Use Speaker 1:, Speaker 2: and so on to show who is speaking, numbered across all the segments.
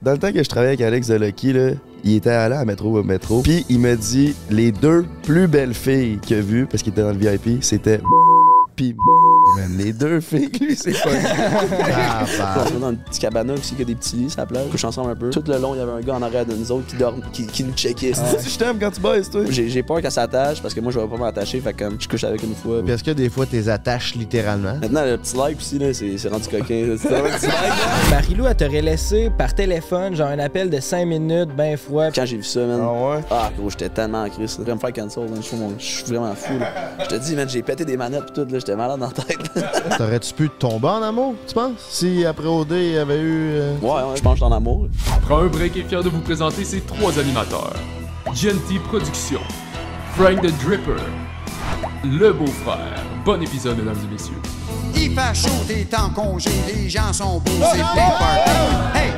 Speaker 1: Dans le temps que je travaillais avec Alex Delucky, là, il était allé à Métro au Métro. Puis il me dit les deux plus belles filles qu'il a vues, parce qu'il était dans le VIP, c'était puis man, les deux filles que lui, c'est pas
Speaker 2: Ah, bah.
Speaker 3: On se met dans un petit cabana aussi, qu'il y a des petits lits, ça plage. On couche ensemble un peu. Tout le long, il y avait un gars en arrière de nous autres qui dorme, qui, qui nous checkait.
Speaker 1: Je t'aime quand tu baises, toi.
Speaker 3: J'ai j'ai peur qu'elle s'attache parce que moi, je vais pas m'attacher. Fait que comme, je couche avec une fois.
Speaker 2: Puis Est-ce que des fois, t'es attaches littéralement?
Speaker 3: Maintenant, le petit like aussi, là, c'est c'est rendu coquin. là. C'est vraiment un petit like, là.
Speaker 4: Marilou, elle t'aurait laissé par téléphone, genre un appel de 5 minutes, ben froid.
Speaker 3: Quand j'ai vu ça, man.
Speaker 1: ouais?
Speaker 3: Ah, gros, j'étais tellement en crise. Je vais me faire cancel, man. Je suis mon- je suis vraiment fou, là. Je te dis, man, j'ai pété des manettes pis tout, là. J'étais malade en tête. ouais,
Speaker 2: T'aurais-tu pu tomber en amour, tu penses? Si après OD, il y avait eu. euh,
Speaker 3: ouais, je pense que je suis en amour.
Speaker 5: Après un break est fier de vous présenter ses trois animateurs. GNT Productions, Frank the Dripper, Le Beau-Frère. Bon épisode, mesdames et messieurs.
Speaker 6: Il fait chaud, t'es en congé, les gens sont beaux,
Speaker 7: Oh,
Speaker 6: c'est le party. Hey!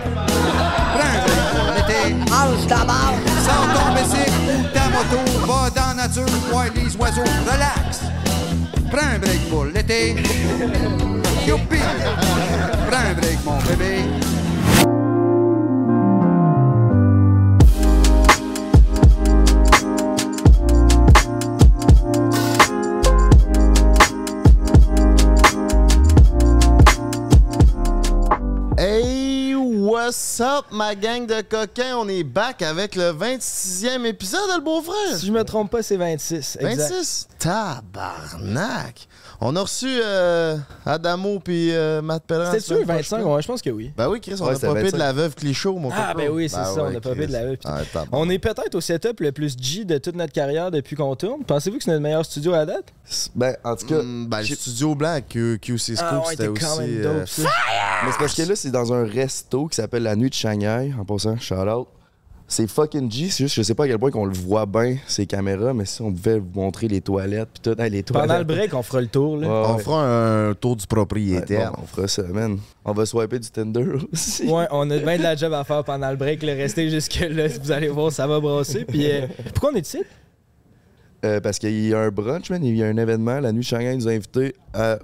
Speaker 6: Prends un été,
Speaker 7: Mange ta barre,
Speaker 6: sors ton bicycle ou ta moto, va dans la nature, vois les oiseaux, relax. Prends un break pour l'été. Youpi! Prends un break, mon bébé.
Speaker 2: Hey, what's up, ma gang de coquins? On est back avec le 26e épisode de Le Beau-Frère!
Speaker 4: Si je me trompe pas, c'est 26. Exact.
Speaker 2: 26? Tabarnak! On a reçu euh, Adamo puis euh, Matt Pellerin.
Speaker 4: C'est
Speaker 2: la semaine
Speaker 4: sûr, 25?
Speaker 2: prochaine.
Speaker 4: Ouais, je pense que oui.
Speaker 2: Ben oui, Chris, on
Speaker 1: Ouais,
Speaker 2: a
Speaker 1: c'est
Speaker 2: popé
Speaker 1: 25.
Speaker 2: de la veuve Clichot, mon
Speaker 4: Ah,
Speaker 2: copain.
Speaker 4: ben oui, c'est ça, on a popé
Speaker 2: Chris.
Speaker 4: de la veuve, puis-
Speaker 2: Ah, tabarnak.
Speaker 4: On est peut-être au setup le plus G de toute notre carrière depuis qu'on tourne. Pensez-vous que c'est notre meilleur studio à date?
Speaker 1: Ben, en tout cas,
Speaker 2: Mm, ben, le
Speaker 1: J'ai-
Speaker 2: studio blanc avec Q- QC
Speaker 4: Ah,
Speaker 2: Scoop, c'était aussi. euh,
Speaker 4: ça.
Speaker 1: mais c'est parce que là, c'est dans un resto qui s'appelle La Nuit de Shanghai, en passant, shout out. C'est fucking G, c'est juste, je sais pas à quel point qu'on le voit bien, ces caméras, mais si on pouvait vous montrer les toilettes, pis tout, hey, les toilettes.
Speaker 4: Pendant le break, on fera le tour. Là.
Speaker 1: Ouais,
Speaker 2: on
Speaker 1: ouais.
Speaker 2: fera un tour du propriétaire.
Speaker 1: Ah Bon, on fera ça, man. On va swiper du Tinder aussi.
Speaker 4: Ouais, on a bien de la job à faire pendant le break. Le restez jusque-là, si vous allez voir, ça va brasser. Puis, euh, pourquoi on est ici?
Speaker 1: Euh, parce qu'il y a un brunch, man, il y a un événement. La nuit, de Shanghai nous a invités à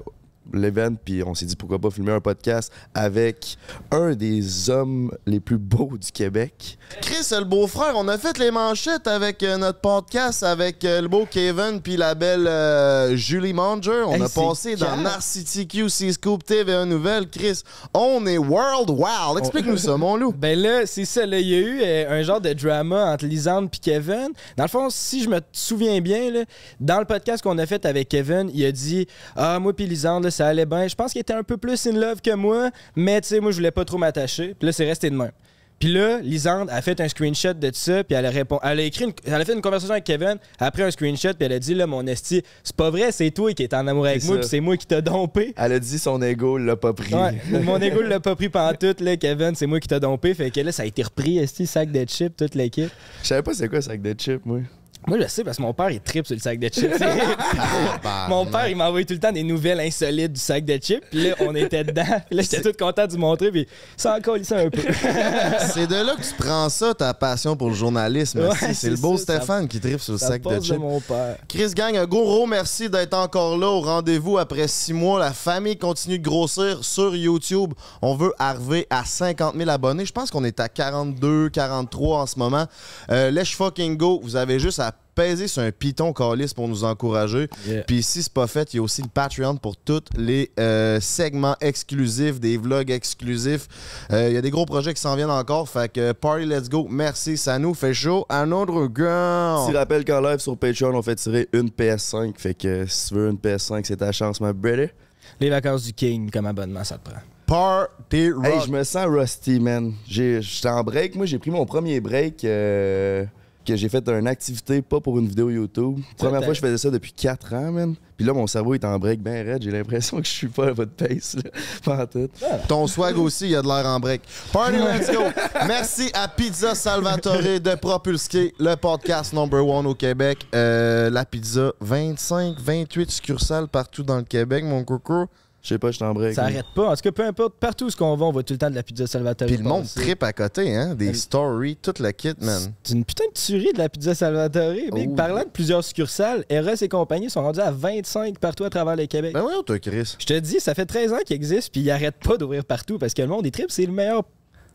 Speaker 1: l'événement, puis on s'est dit pourquoi pas filmer un podcast avec un des hommes les plus beaux du Québec.
Speaker 2: Chris, le beau-frère, on a fait les manchettes avec euh, notre podcast avec euh, le beau Kevin puis la belle euh, Julie Manger. On
Speaker 4: Hey,
Speaker 2: a
Speaker 4: c'est
Speaker 2: passé dans
Speaker 4: calme.
Speaker 2: Narcity QC Scoop TVA Nouvelle. Chris, on est world wild. Explique-nous ça, mon loup.
Speaker 4: Ben là, c'est ça. là, Il y a eu euh, un genre de drama entre Lisande et Kevin. Dans le fond, si je me souviens bien, là, dans le podcast qu'on a fait avec Kevin, il a dit Ah, moi puis Lisande, là, ça allait bien. Je pense qu'il était un peu plus in love que moi, mais tu sais, moi, je voulais pas trop m'attacher. Puis là, c'est resté de même. Puis là, Lisande a fait un screenshot de ça, puis elle a, répond, elle a écrit, une- elle a fait une conversation avec Kevin, après un screenshot, puis elle a dit là, mon esti, c'est pas vrai, c'est toi qui es en amour avec
Speaker 1: C'est
Speaker 4: moi,
Speaker 1: ça.
Speaker 4: puis c'est moi qui t'ai dompé.
Speaker 1: Elle a dit son ego l'a pas pris.
Speaker 4: Ouais, mon égo l'a pas pris pantoute, là, Kevin, c'est moi qui t'ai dompé. Fait que là, ça a été repris, esti, sac de chips, toute l'équipe.
Speaker 1: Je savais pas c'est quoi sac de chips, moi.
Speaker 4: Moi, je sais parce que mon père, il tripe sur le sac de chips.
Speaker 2: Bah,
Speaker 4: mon père, il m'envoyait tout le temps des nouvelles insolites du sac de chips. Puis là, on était dedans. Puis là, j'étais tout content de lui montrer, puis ça encore ça un peu.
Speaker 2: C'est de là que tu prends ça, ta passion pour le journalisme.
Speaker 4: Ouais,
Speaker 2: si. c'est
Speaker 4: c'est
Speaker 2: le beau
Speaker 4: ça,
Speaker 2: Stéphane qui tripe sur le
Speaker 4: Ça
Speaker 2: sac de
Speaker 4: passe
Speaker 2: chips.
Speaker 4: mon père.
Speaker 2: Chris Gang, un gros gros merci d'être encore là au rendez-vous après six mois. La famille continue de grossir sur YouTube. On veut arriver à 50 000 abonnés. Je pense qu'on est à 42, 43 en ce moment. Euh, let's fucking go. Vous avez juste à peser sur un piton calice pour nous encourager.
Speaker 4: Yeah.
Speaker 2: Puis si c'est pas fait, il y a aussi le Patreon pour tous les euh, segments exclusifs, des vlogs exclusifs. Euh, Il y a des gros projets qui s'en viennent encore. Fait que party, let's go. Merci, ça nous fait chaud. Un autre gars.
Speaker 1: Petit rappel qu'en live sur Patreon, on fait tirer une PS5. Fait que si tu veux une PS5, c'est ta chance, ma brother.
Speaker 4: Les vacances du King, comme abonnement, ça te prend.
Speaker 2: Party rock.
Speaker 1: Hey, je me sens rusty, man. J'ai- J'étais en break. Moi, j'ai pris mon premier break euh, que j'ai fait une activité, pas pour une vidéo YouTube. Première
Speaker 4: t'as-
Speaker 1: fois que je faisais ça depuis 4 ans, man. Puis là, mon cerveau est en break bien raide. J'ai l'impression que je suis pas à votre pace, là. Pas en tout.
Speaker 2: Ton swag aussi, il y a de l'air en break. Party, let's go! Merci à Pizza Salvatore de propulser le podcast number one au Québec. Euh, la pizza, 25, 28 succursales partout dans le Québec, mon coco.
Speaker 1: Je sais pas, je suis en break.
Speaker 4: Ça
Speaker 1: man.
Speaker 4: arrête pas. En tout cas, peu importe, partout où ce qu'on va, on voit tout le temps de la pizza Salvatore.
Speaker 2: Puis le monde
Speaker 4: passer.
Speaker 2: trip à côté, hein? Des stories, tout le kit, man.
Speaker 4: C'est une putain de tuerie de la pizza Salvatore. Big.
Speaker 2: Oh.
Speaker 4: Parlant de plusieurs succursales, Eros et compagnie sont rendus à 25 partout à travers le Québec.
Speaker 2: Ben oui, toi, Chris.
Speaker 4: Je te dis, ça fait 13 ans qu'ils existent, puis ils arrêtent pas d'ouvrir partout parce que le monde des tripes, c'est le meilleur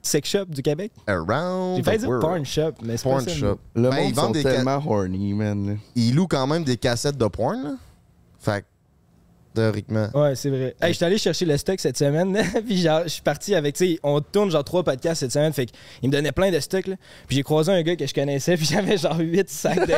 Speaker 4: sex shop du Québec.
Speaker 2: Around
Speaker 4: J'ai failli
Speaker 2: the
Speaker 4: dire
Speaker 2: world.
Speaker 4: porn shop, mais c'est pas
Speaker 2: Oh Porn
Speaker 4: ça,
Speaker 2: shop.
Speaker 1: Le
Speaker 2: Ben,
Speaker 1: monde
Speaker 2: ils vendent
Speaker 1: sont
Speaker 2: des
Speaker 1: tellement horny, man. là.
Speaker 2: ils louent quand même des cassettes de porn. Là. Fait que, théoriquement.
Speaker 4: Ouais, c'est vrai. Hey, je suis allé chercher le stock cette semaine, puis genre, je suis parti avec, tu sais, on tourne genre trois podcasts cette semaine, fait qu'il me donnait plein de stock, là. Puis j'ai croisé un gars que je connaissais, puis j'avais genre huit sacs de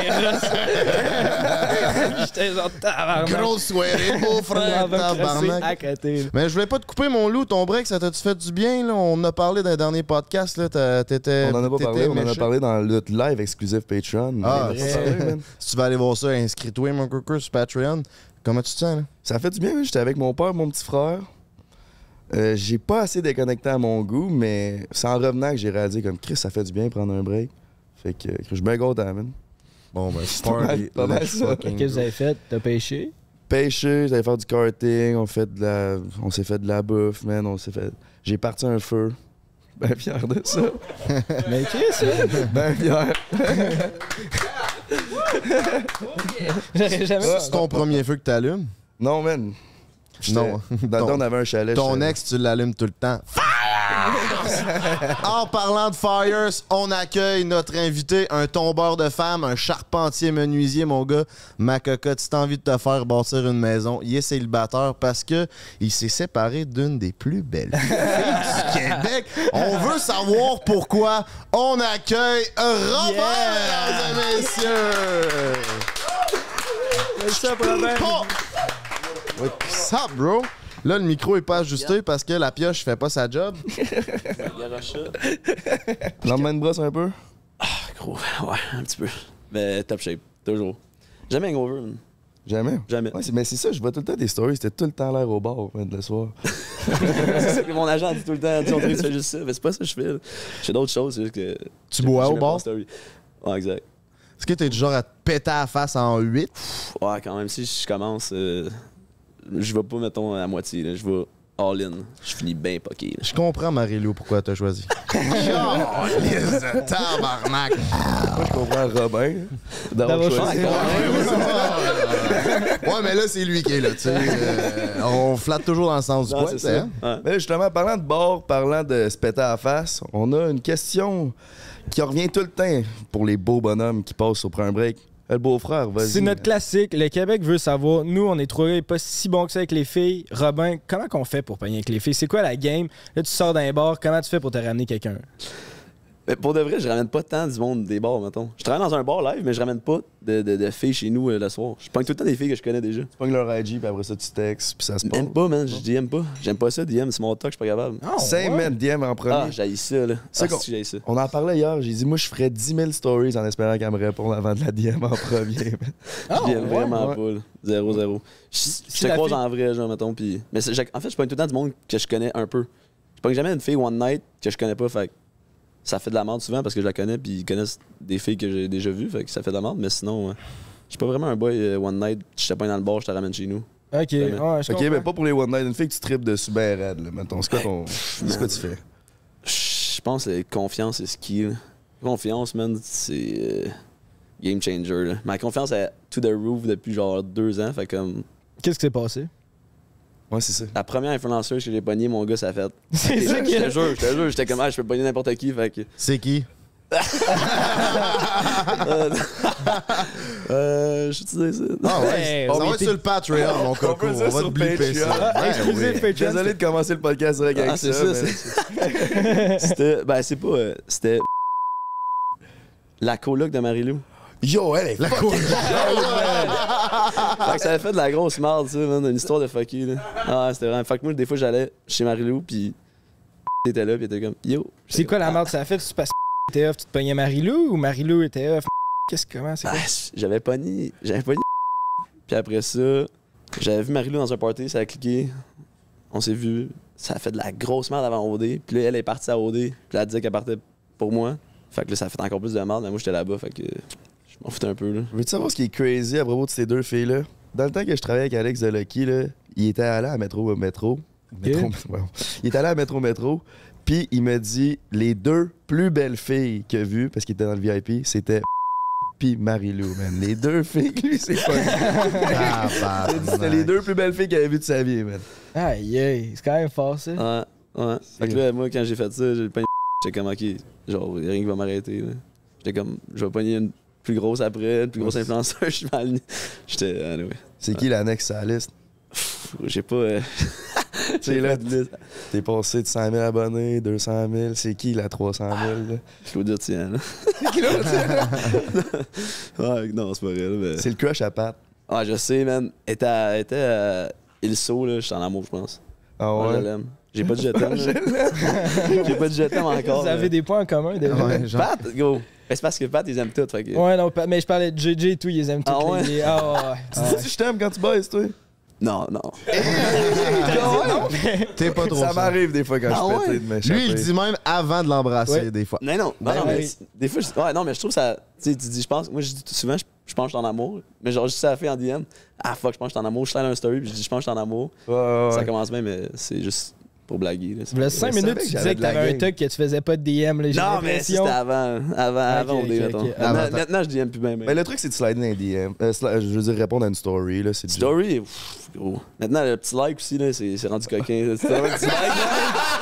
Speaker 4: rosses. Puis j'étais genre tabarnak.
Speaker 2: Grosse soirée, beau frère,
Speaker 4: On va me crosser à
Speaker 2: tabarnak.
Speaker 4: côté, là.
Speaker 2: Mais je voulais pas te couper mon loup, ton break, ça t'a-tu fait du bien? Là? On en a parlé dans les derniers podcasts, là, t'as- t'étais
Speaker 1: On en a pas
Speaker 2: Euh, t'étais
Speaker 1: parlé, on en a
Speaker 2: méchant.
Speaker 1: parlé dans le live exclusif Patreon. On en
Speaker 2: Ah,
Speaker 1: a pas
Speaker 2: c'est
Speaker 1: parlé,
Speaker 2: vrai.
Speaker 1: man.
Speaker 2: Si tu vas aller voir ça, inscris-toi, mon coco, sur Patreon. Comment tu te sens, là?
Speaker 1: Ça fait du bien, man. j'étais avec mon père, mon petit frère. Euh, j'ai pas assez déconnecté à mon goût, mais c'est en revenant que j'ai réalisé comme Chris, ça fait du bien prendre un break. Fait que euh, je suis bien content, man.
Speaker 2: Bon, ben, c'est
Speaker 1: pas mal- pas mal ça.
Speaker 4: Qu'est-ce que vous avez fait? T'as pêché?
Speaker 1: Pêcher, j'allais faire du karting, on fait de la. On s'est fait de la bouffe, man. On s'est fait. J'ai parti un feu. Ben fier de ça.
Speaker 4: Mais qu'est-ce que c'est?
Speaker 1: Ben fier.
Speaker 4: J'aurais jamais...
Speaker 2: C'est ton premier feu que t'allumes?
Speaker 1: Non, man. J'étais-
Speaker 2: Non.
Speaker 1: Dans le temps,
Speaker 2: Ton-
Speaker 1: on avait un chalet.
Speaker 2: Ton
Speaker 1: j'étais-
Speaker 2: ex, tu l'allumes tout le temps. Fires! en parlant de fires, on accueille notre invité, un tombeur de femmes, un charpentier menuisier, mon gars. Ma cocotte, si t'as envie de te faire bâtir une maison, il est célibataire parce que il s'est séparé d'une des plus belles filles du Québec. On veut savoir pourquoi. On accueille Robert, mesdames et messieurs.
Speaker 4: ça, problème.
Speaker 2: Pas- What's up, bro? Là, le micro est pas ajusté parce que la pioche fait pas sa job.
Speaker 1: L'emmène de brosse un peu?
Speaker 3: Ah, Gros, ouais, un petit peu. Mais top shape, toujours. Jamais un gros vœu, man.
Speaker 1: Jamais.
Speaker 3: Jamais.
Speaker 1: Ouais, c'est- mais c'est ça, je vois tout le temps des stories, c'était tout le temps l'air au bar, man, le soir.
Speaker 3: C'est ça que mon agent dit tout le temps. Tu sais, on dirait que tu fais juste ça. Mais c'est pas ça que je fais. là. Je fais d'autres choses. c'est juste que.
Speaker 2: Tu bois
Speaker 3: j'ai
Speaker 2: au
Speaker 3: même
Speaker 2: bar?
Speaker 3: pas de story. Ouais, exact.
Speaker 2: Est-ce que t'es du genre à te péter à la face en 8?
Speaker 3: Pff, Ouais, quand même, si je commence, euh, je vais pas, mettons, à moitié. là. Je vais all-in. Je finis bien poqué. là.
Speaker 2: Je comprends, Marie-Lou, pourquoi t'as choisi. tabarnak!
Speaker 1: Moi, je comprends Robin
Speaker 4: D'avoir
Speaker 1: d'avoir
Speaker 4: choisi.
Speaker 1: choisi.
Speaker 2: ouais, mais là, c'est lui qui est là, tu sais. Euh, on flatte toujours dans le sens du
Speaker 3: Non,
Speaker 2: poil,
Speaker 3: c'est
Speaker 2: tu sais,
Speaker 3: ça.
Speaker 2: hein?
Speaker 3: Ouais.
Speaker 1: Mais justement, parlant de bar, parlant de se péter à la face, on a une question qui revient tout le temps pour les beaux bonhommes qui passent au un break. Eh, Le beau-frère, vas-y.
Speaker 4: C'est notre classique. Le Québec veut savoir. Nous, on est trouvés pas si bons que ça avec les filles. Robin, comment qu'on fait pour pogner avec les filles? C'est quoi la game? Là, tu sors d'un bar. Comment tu fais pour te ramener quelqu'un?
Speaker 3: Mais pour de vrai, je ramène pas tant du monde des bars, mettons. Je travaille dans un bar live, mais je ramène pas de, de- de filles chez nous euh, le soir. Je prends tout le temps des filles que je connais déjà.
Speaker 1: Tu pognes leur IG, puis après ça, tu textes, puis ça se passe.
Speaker 3: J'aime pas, man. Je DM pas. J'aime pas ça, DM. C'est mon talk, je suis pas capable.
Speaker 1: Saint man, DM en premier.
Speaker 3: Ah, j'haïs ça, là.
Speaker 1: C'est
Speaker 3: Ah,
Speaker 1: qu'on-
Speaker 3: si, j'haïs ça.
Speaker 1: on en parlait hier, j'ai dit, moi, je ferais 10 000 stories en espérant qu'elle me réponde avant de la DM en premier. man.
Speaker 4: Ah,
Speaker 3: Je l'aime
Speaker 4: ouais?
Speaker 3: vraiment
Speaker 1: ouais.
Speaker 3: pas, là. Zéro, zéro. Je, je te
Speaker 4: la
Speaker 3: croise
Speaker 4: fille-
Speaker 3: en vrai, genre, mettons. Puis... Mais c'est- j'ai- en fait, je pogne tout le temps du monde que je connais un peu. Je pogne jamais une fille one night que je connais pas, fait que ça fait de la merde souvent parce que je la connais, puis ils connaissent des filles que j'ai déjà vues, fait que ça fait de la merde. Mais sinon, euh, je suis pas vraiment un boy euh, one night. Je te pogne dans le bar, je te ramène chez nous.
Speaker 4: Ok, ouais, je
Speaker 1: Ben, Ok,
Speaker 4: comprends.
Speaker 1: mais pas pour les one night. Une fille que tu tripes dessus ben raide, là, mettons. C'est quoi ton... C'est quoi tu fais?
Speaker 3: Je pense que confiance et skill. Confiance, man, c'est euh, game changer. là. Ma confiance est to the roof depuis genre deux ans. Fait comme
Speaker 4: Qu'est-ce qui s'est passé?
Speaker 1: Ouais, c'est ça.
Speaker 3: la première influenceuse que j'ai pognée, mon gars, ça a fait.
Speaker 4: C'est
Speaker 3: Je
Speaker 4: ça qui
Speaker 3: te
Speaker 4: est.
Speaker 3: jure, je te jure, j'étais comme, ah, je peux pogner n'importe qui. Fait que.
Speaker 2: C'est qui?
Speaker 4: Ah,
Speaker 3: Euh, euh, je te disais ça.
Speaker 2: Ah ouais,
Speaker 4: Ouais,
Speaker 2: ça
Speaker 4: on
Speaker 2: va être
Speaker 4: était-
Speaker 2: sur le Patreon, mon coco.
Speaker 1: peut
Speaker 2: On,
Speaker 1: dire
Speaker 2: va te
Speaker 1: sur
Speaker 2: blipper
Speaker 1: Patreon.
Speaker 2: ça.
Speaker 4: Ah,
Speaker 2: Ouais,
Speaker 4: exclusif,
Speaker 2: oui.
Speaker 4: Patreon.
Speaker 1: Ben, Désolé de commencer le podcast direct avec
Speaker 3: Ah,
Speaker 1: ça.
Speaker 3: c'est
Speaker 1: mais-
Speaker 3: ça, c'est- C'était. Ben, c'est pas. euh, C'était. La coloc de Marie-Lou.
Speaker 1: Yo, elle est
Speaker 2: La cour.
Speaker 4: Ah.
Speaker 3: Fait que ça a fait de la grosse merde, ça, man. Une histoire de fucky, là. Ah, c'était vraiment. Fait que moi, des fois, j'allais chez Marie-Lou, pis. était là, pis était comme, yo.
Speaker 4: C'est quoi la merde que ça a fait? Tu passes était off, tu te pognais Marilou ou Marilou était off? Qu'est-ce que comment? C'est
Speaker 3: Ah,
Speaker 4: quoi?
Speaker 3: j'avais pas ni. J'avais pas ni. Puis après ça, j'avais vu Marie-Lou dans un party, ça a cliqué. On s'est vu. Ça a fait de la grosse merde avant OD. Puis là, elle est partie à OD. Puis là, elle disait qu'elle partait pour moi. Fait que là, ça a fait encore plus de merde. Mais moi, j'étais là-bas. Fait que je m'en foutais un peu, là.
Speaker 1: Veux-tu savoir ce qui est crazy à propos de ces deux filles-là? Dans le temps que je travaillais avec Alex de Lucky, là, il était allé à Métro Métro. Métro, wow. Il était allé à Métro Métro, puis il me dit les deux plus belles filles qu'il a vues, parce qu'il était dans le VIP, c'était puis Marie-Lou, man. Les deux filles, que lui, c'est pas. C'était les deux plus belles filles qu'il avait vues de sa vie, man.
Speaker 4: Aïe, aïe, c'est quand même fort ça.
Speaker 3: Ah, Ouais, ouais. Fait que là, moi, quand j'ai fait ça, j'ai pas une. J'étais comme, ok, genre, y a rien qui va m'arrêter. là. J'étais comme, je vais pogner une plus grosse après, une plus grosse influenceuse, je vais aligner. J'étais, ah, anyway.
Speaker 1: C'est qui l'annexe à la liste?
Speaker 3: J'ai pas. euh,
Speaker 1: C'est là, t'es passé de 100 000 abonnés, 200 000, c'est qui la 300 000? là?
Speaker 3: Claude Durtian, là. Ouais, non, c'est pas vrai, là, mais.
Speaker 1: C'est le crush à Pat.
Speaker 3: Ah, je sais, man. Elle était à, elle était à Ilso, là. J'étais en amour, je pense.
Speaker 1: Ah
Speaker 3: Ouais, je
Speaker 1: ouais?
Speaker 3: l'aime. J'ai pas de jetem. là. J'ai pas de jetem encore. euh,
Speaker 4: Vous
Speaker 3: là.
Speaker 4: avez des points en commun déjà. Ouais,
Speaker 2: Ouais, genre-
Speaker 3: Pat, go. Mais C'est parce que Pat, ils aiment tout. Fait que...
Speaker 4: non, pa- mais je parlais de JJ et tout, ils aiment toutes
Speaker 3: Ah ouais?
Speaker 4: les. Ah ouais, ouais.
Speaker 1: Tu dis je t'aime quand tu baises, toi?
Speaker 3: Non, non.
Speaker 4: Ah,
Speaker 1: Ah,
Speaker 2: T'es pas trop
Speaker 1: Ça
Speaker 2: ça.
Speaker 1: m'arrive des fois quand
Speaker 3: Ah
Speaker 1: je pète
Speaker 3: ouais?
Speaker 1: de m'échapper.
Speaker 2: Lui, il dit même avant de l'embrasser,
Speaker 4: Ouais.
Speaker 2: des fois.
Speaker 3: Non, non.
Speaker 4: Ben
Speaker 3: non, mais
Speaker 4: oui.
Speaker 3: c'est- des fois, je... ouais, non, mais je trouve ça. Tu sais, tu dis, je pense. Moi, je dis tout souvent, je, je pense que je suis en amour. Mais genre, je dis ça à la fille en DM. Ah, fuck, je pense que je suis en amour. Je suis dans un story, puis je dis, je pense que je suis en amour.
Speaker 1: Ouais, ouais,
Speaker 3: Ça
Speaker 1: ouais.
Speaker 3: commence bien, mais c'est juste pour blaguer. là. C'est
Speaker 4: Le
Speaker 3: pas-
Speaker 4: 5
Speaker 1: je
Speaker 4: minutes,
Speaker 1: savais
Speaker 4: tu
Speaker 1: que
Speaker 4: disais que
Speaker 1: j'avais de la
Speaker 4: t'avais un
Speaker 1: gang.
Speaker 4: tuck que tu faisais pas de DM. Là, j'ai
Speaker 3: Non, mais c'était
Speaker 4: l'impression.
Speaker 3: avant. Avant, avant,
Speaker 4: ok,
Speaker 3: on dit,
Speaker 4: ok,
Speaker 3: mettons.
Speaker 4: ok.
Speaker 3: Maintenant-
Speaker 2: Avant,
Speaker 3: Maintenant, je dis plus bien.
Speaker 1: Mais le truc, c'est de slider dans les DM. Euh, sli- je veux dire, répondre à une story, là, c'est du-
Speaker 3: Story, pff, gros. Maintenant, le petit like aussi, là, c'est, c'est rendu coquin. C'est vraiment un petit like, là.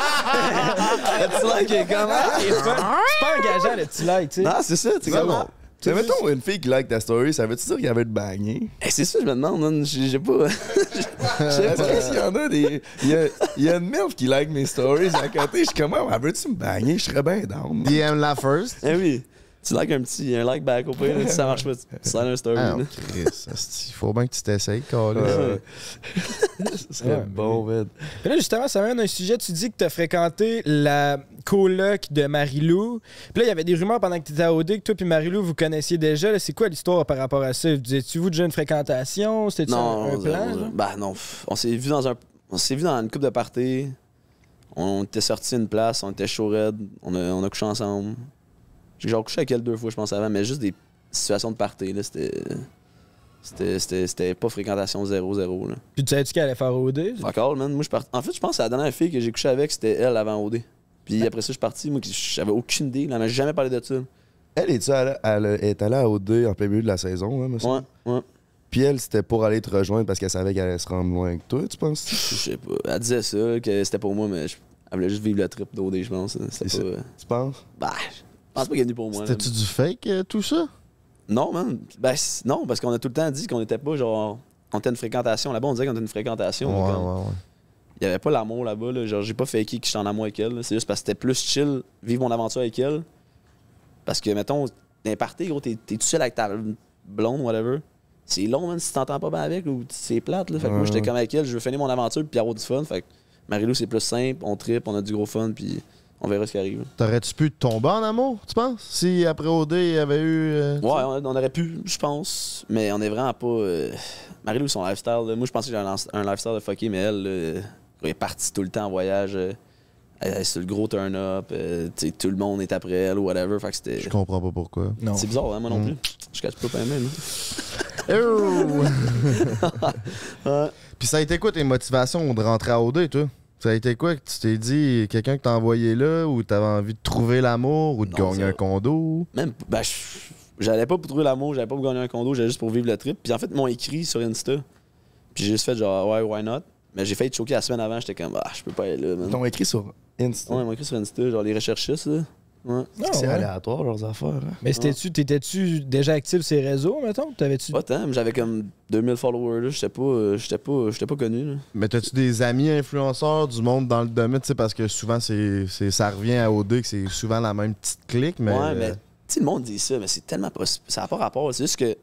Speaker 3: Le petit like est comment?
Speaker 4: C'est pas c'est pas engageant le petit like, tu sais.
Speaker 3: Non, c'est ça, tu sais
Speaker 1: Non,
Speaker 3: comment?
Speaker 1: non. Mais mettons, une fille qui like ta story, ça veut-tu dire qu'il y avait de bagné?
Speaker 3: Eh, c'est ça, je me demande, man. J'ai, j'ai pas. Je sais
Speaker 1: Est-ce que
Speaker 3: pas.
Speaker 1: s'il y en a des. Il y a, il y a une milf qui like mes stories à côté, je suis comme, ah, veux-tu me bagner? Je serais bien down.
Speaker 2: DM la first.
Speaker 3: Eh oui. Tu likes un petit, un like back au pire, là, si ça marche pas, tu tu slides un story.
Speaker 2: Ah,
Speaker 3: là.
Speaker 2: Chris, asti, faut bien que tu t'essayes, Colin.
Speaker 1: Euh, Ce serait
Speaker 4: Ouais,
Speaker 1: bon, man.
Speaker 4: Puis là, justement, ça mène à un sujet. Tu dis que t'as fréquenté la coloc de Marilou. Puis là, il y avait des rumeurs pendant que t'étais à OD que toi puis Marilou, vous connaissiez déjà. là. C'est quoi l'histoire par rapport à ça? Disais-tu vous déjà une fréquentation? C'était-tu
Speaker 3: Non,
Speaker 4: un, un
Speaker 3: on-
Speaker 4: plan?
Speaker 3: on-
Speaker 4: genre?
Speaker 3: bah non, pff, on s'est vu dans un on s'est vu dans une coupe de party. On était sorti une place, on était chaud raide, on a, on a couché ensemble. J'ai genre couché avec elle deux fois je pense avant, mais juste des situations de party là, c'était c'était c'était c'était pas fréquentation 0-0 là.
Speaker 4: Puis tu savais-tu qu'elle allait faire OD?
Speaker 3: Fuck all, man, moi je part- en fait, je pense que la dernière fille que j'ai couché avec, c'était elle avant OD. Puis après ça, je suis parti, moi j'avais aucune idée, là, on n'a jamais parlé de ça.
Speaker 1: Elle est-tu allée, elle est allée à O2 en plein milieu de la saison, hein, monsieur?
Speaker 3: Ouais, ouais.
Speaker 1: Puis elle, c'était pour aller te rejoindre parce qu'elle savait qu'elle allait se rendre loin que toi, tu penses?
Speaker 3: Je sais pas, elle disait ça que c'était pour moi mais je- elle voulait juste vivre le trip d'OD, je pense. hein. C'était
Speaker 1: C'est
Speaker 3: pas
Speaker 1: ça. Tu penses?
Speaker 3: Bah, je pense pas qu'il est venu pour moi. là.
Speaker 2: C'était-tu du fake, euh, tout ça?
Speaker 3: Non, man. Ben, c- non, parce qu'on a tout le temps dit qu'on était pas genre. On était une fréquentation. Là-bas, on disait qu'on était une fréquentation. mais comme-
Speaker 2: ouais.
Speaker 3: Il y avait pas l'amour là-bas. là. Genre, j'ai pas faké que j'étais en amour avec elle. là. C'est juste parce que c'était plus chill, vivre mon aventure avec elle. Parce que, mettons, t'es parti, gros, t'es t'es tout seul avec ta blonde, whatever. C'est long, man, si t'entends pas bien avec ou t- c'est plate. Là. Fait que moi, j'étais comme avec elle, je veux finir mon aventure puis avoir du fun. Fait que Marilou, c'est plus simple, on tripe, on a du gros fun, puis on verra ce qui arrive.
Speaker 2: T'aurais-tu pu tomber en amour, tu penses? Si après OD, il y avait eu. euh,
Speaker 3: Ouais, on, on aurait pu, je pense. Mais on est vraiment pas. Euh... Marie-Lou, son lifestyle, là, moi, je pensais que j'avais un, lance- un lifestyle de fucké, mais elle, là, elle est partie tout le temps en voyage. euh, elle elle est sur le gros turn-up. euh, tu sais, tout le monde est après elle ou whatever. Fait que c'était.
Speaker 2: Je comprends Mm. pas pourquoi.
Speaker 4: Non.
Speaker 3: C'est bizarre, hein, moi non plus. Je cache pas quand même. hein.
Speaker 2: Oh! Puis ça a été quoi tes motivations de rentrer à OD, toi? Ça a été quoi que tu t'es dit, quelqu'un que t'as envoyé là, ou t'avais envie de trouver l'amour, ou de
Speaker 3: Non,
Speaker 2: gagner
Speaker 3: ça-
Speaker 2: un condo?
Speaker 3: Même. Ben, je- j'allais pas pour trouver l'amour, j'allais pas pour gagner un condo, j'allais juste pour vivre le trip. Puis en fait, ils m'ont écrit sur Insta. Puis j'ai juste fait genre, ouais, why not? Mais j'ai failli te choquer la semaine avant, j'étais comme, ah, je peux pas aller là, man.
Speaker 1: Ils t'ont écrit sur Insta.
Speaker 3: Ouais, ils m'ont écrit sur Insta, genre les recherchistes, là. Ouais.
Speaker 4: Ah,
Speaker 1: C'est
Speaker 4: ouais.
Speaker 1: aléatoire, leurs affaires. hein.
Speaker 4: Mais c'était-tu, t'étais-tu déjà actif sur les réseaux, mettons? T'avais-tu.
Speaker 3: Pas tant, mais j'avais comme 2000 followers, là. J'étais pas, euh, j'étais pas, j'étais pas connu, là.
Speaker 2: Mais t'as-tu des amis influenceurs du monde dans le domaine, tu sais, parce que souvent, c'est, c'est- ça revient à OD, que c'est souvent la même petite clique, mais.
Speaker 3: ouais, mais, euh, tu sais, le monde dit ça, mais c'est tellement pas. Ça n'a pas rapport. C'est juste que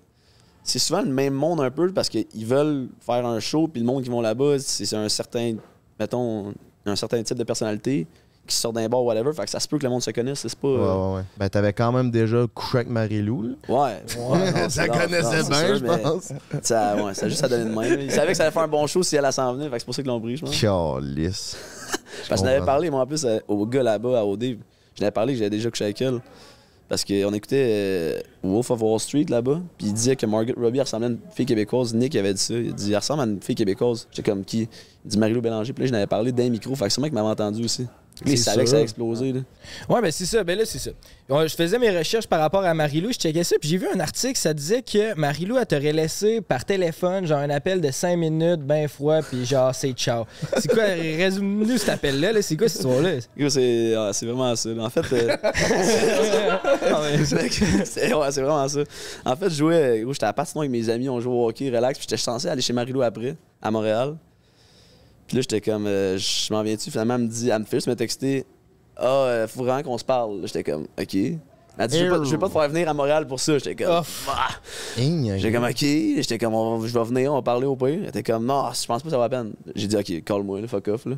Speaker 3: c'est souvent le même monde un peu parce qu'ils veulent faire un show, puis le monde qui vont là-bas, c'est c'est un certain, mettons, un certain type de personnalité qui sort d'un bar, whatever. Fait que ça se peut que le monde se connaisse, c'est pas.
Speaker 2: Ouais,
Speaker 3: euh,
Speaker 2: ouais, ouais. Ben, t'avais quand même déjà couché avec Marie-Lou, là.
Speaker 3: Ouais, ouais.
Speaker 2: Ça connaissait bien, je pense.
Speaker 3: Ça, ouais, ça a juste à donner de main. Ils savaient que ça allait faire un bon show si elle elle s'en venait. Fait que c'est pour ça qu'ils l'ont pris, je pense.
Speaker 2: Calice.
Speaker 3: Parce que j'en avais
Speaker 2: comprends.
Speaker 3: parlé, moi, en plus, euh, au gars là-bas, à OD. J'en avais parlé que j'avais déjà couché avec elle. Parce qu'on écoutait euh, Wolf of Wall Street là-bas. Puis il disait que Margaret Robbie elle ressemblait à une fille québécoise. Nick avait dit ça. Il dit, elle ressemble à une fille québécoise. J'étais comme qui Il dit Marie-Lou Bélanger. Puis là, j'en avais parlé d'un micro. Fait que c'est moi qui m'avait entendu aussi. Il
Speaker 4: C'est
Speaker 3: savait que
Speaker 4: sûr.
Speaker 3: ça a explosé. Là.
Speaker 4: Ouais, ben c'est ça. Ben là, c'est ça. Ouais, Je faisais mes recherches par rapport à Marilou, je checkais ça, puis j'ai vu un article, ça disait que Marilou, elle t'aurait laissé par téléphone, genre un appel de 5 minutes, ben froid, puis genre c'est ciao. C'est quoi, résume-nous cet appel-là, là, c'est quoi cette histoire-là?
Speaker 3: Gros, C'est ah, c'est vraiment ça. là. En fait, euh, c'est ouais, c'est vraiment ça. En fait, je jouais, gros, j'étais à la patinoire avec mes amis, on jouait au hockey, relax, puis j'étais censé aller chez Marilou après, à Montréal. Puis là, j'étais comme, euh, je m'en viens-tu? Finalement, elle me dit, elle me fait juste me texter, ah, euh, faut vraiment qu'on se parle. Là, J'étais comme, ok. Elle dit, je vais pas, je vais pas te faire venir à Montréal pour ça. J'étais comme, Ah! J'étais comme, ok. J'étais comme, on va- je vais venir, on va parler au pire. Elle était comme, non, je pense pas que ça va la peine. J'ai dit, ok, call-moi, là, fuck off. Là.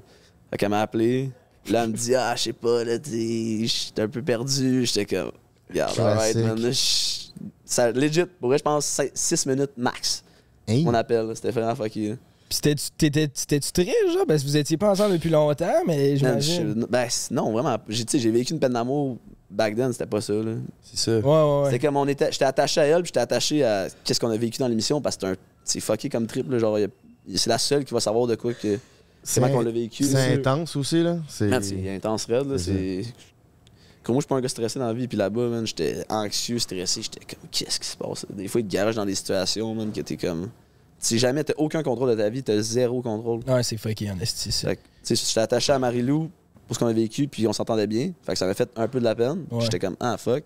Speaker 3: Fait qu'elle m'a appelé. Là, elle me dit, ah, je sais pas, là, t'es- j'étais un peu perdu. J'étais comme, regarde, alright,
Speaker 2: Classique.
Speaker 3: man. là, je- Ça, legit, pour vrai, je pense 6 minutes max. Mon appel, là, c'était vraiment fucky. là.
Speaker 4: Puis t'étais-tu- t'étais- t'étais-tu triste, genre? Parce que vous étiez pas ensemble depuis longtemps, mais
Speaker 3: Man, je-
Speaker 4: j'imagine.
Speaker 3: Ben, c- non, vraiment. J'ai tu sais, j'ai vécu une peine d'amour back then, c'était pas ça, là.
Speaker 1: C'est ça.
Speaker 4: Ouais, ouais, ouais.
Speaker 3: C'est comme on était, j'étais attaché à elle, puis j'étais attaché à qu'est-ce qu'on a vécu dans l'émission parce que c'est un- c'est fucké comme trip là, genre y a- y- c'est la seule qui va savoir de quoi que comment qu'on l'a vécu.
Speaker 2: C'est intense aussi, là. C'est
Speaker 3: Man, c'est intense raide là, c'est comme moi je suis pas un gars stressé dans la vie puis là-bas man, j'étais anxieux, stressé, j'étais comme qu'est-ce qui se passe Des fois ils te garagent dans des situations man que t'es comme si jamais t'as aucun contrôle de ta vie, t'as zéro contrôle.
Speaker 4: Ouais, c'est fucky, en esti, ça.
Speaker 3: Fait que, tu sais, j'étais attaché à Marie-Lou pour ce qu'on a vécu, puis on s'entendait bien. Fait que ça m'a fait un peu de la peine.
Speaker 4: Ouais.
Speaker 3: J'étais comme, ah, fuck.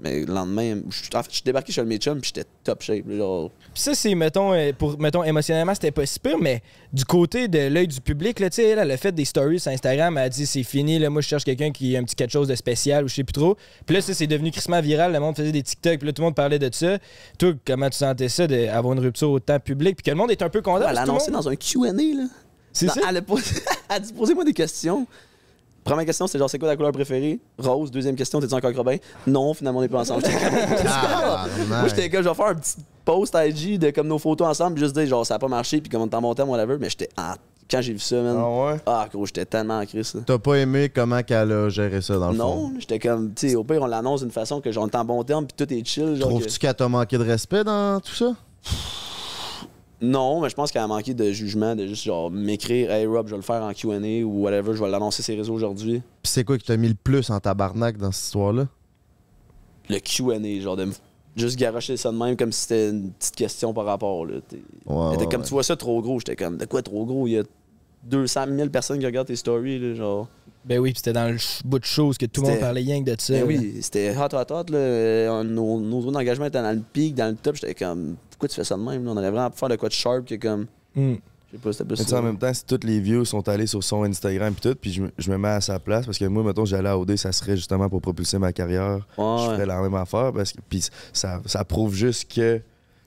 Speaker 3: Mais le lendemain, je en fait, je suis débarqué chez le médium, puis j'étais top shape. là, Genre,
Speaker 4: Puis ça, c'est, mettons, euh, pour, mettons, émotionnellement, c'était pas si pire, mais du côté de l'œil du public, là, tu sais, elle, elle a fait des stories sur Instagram, elle a dit c'est fini, là, moi, je cherche quelqu'un qui a un petit quelque chose de spécial ou je sais plus trop. Puis là, ça, c'est devenu crissement viral, le monde faisait des TikTok, puis là, tout le monde parlait de ça. Toi, comment tu sentais ça d'avoir une rupture autant publique, puis que le monde est un peu content?
Speaker 3: elle a
Speaker 4: parce que Ah, tout le
Speaker 3: annoncé
Speaker 4: monde-
Speaker 3: dans un QA. là.
Speaker 4: C'est
Speaker 3: Dans-
Speaker 4: ça?
Speaker 3: Elle a, posé- elle a dit, posez-moi des questions. Première question, c'est genre, c'est quoi ta couleur préférée? Rose. Deuxième question, t'es-tu encore Robin? Non, finalement, on n'est pas ensemble. J'étais comme,
Speaker 2: Ah,
Speaker 3: Moi, j'étais comme, je vais faire un petit post IG de comme nos photos ensemble, puis juste dire, genre, ça a pas marché, puis comment t'en montais, whatever. Mais j'étais, en- quand j'ai vu ça, man.
Speaker 2: Ah ouais?
Speaker 3: Ah, gros, j'étais tellement en crise. là.
Speaker 2: T'as pas aimé comment qu'elle a géré ça, dans le
Speaker 3: Non,
Speaker 2: fond?
Speaker 3: j'étais comme, tu sais, au pire, on l'annonce d'une façon que genre, on est en bon terme puis tout est chill. Genre que-
Speaker 2: Trouves-tu qu'elle t'a manqué de respect dans tout ça?
Speaker 3: Non, mais je pense qu'elle a manqué de jugement, de juste genre m'écrire, hey Rob, je vais le faire en QA ou whatever, je vais l'annoncer sur les réseaux aujourd'hui.
Speaker 2: Puis c'est quoi qui t'a mis le plus en tabarnak dans cette histoire-là?
Speaker 3: Le QA, genre de me- juste garocher ça de même comme si c'était une petite question par rapport. Là. T'es-
Speaker 2: Ouais,
Speaker 3: Elle était
Speaker 2: ouais,
Speaker 3: comme,
Speaker 2: ouais.
Speaker 3: tu vois ça trop gros. J'étais comme, de quoi trop gros? Il y a 200 000 personnes qui regardent tes stories, là, genre.
Speaker 4: Ben oui, puis c'était dans le ch- bout de choses que tout le monde
Speaker 3: C'était-
Speaker 4: parlait rien que de ça.
Speaker 3: Ben
Speaker 4: là.
Speaker 3: oui, c'était hot, hot, hot. Là. Euh, Nos, nos taux d'engagement étaient dans le pic, dans le top. J'étais comme, pourquoi tu fais ça de même? là? On aurait vraiment pu faire de quoi de sharp que comme,
Speaker 4: Hmm.
Speaker 3: je sais pas, c'était plus
Speaker 1: Mais tu sais, en même temps, si toutes les views sont allées sur son Instagram puis tout, puis je, me- je me mets à sa place parce que moi, mettons, j'allais à OD, ça serait justement pour propulser ma carrière.
Speaker 3: Ouais.
Speaker 1: Je ferais la même affaire parce que puis ça, ça prouve juste que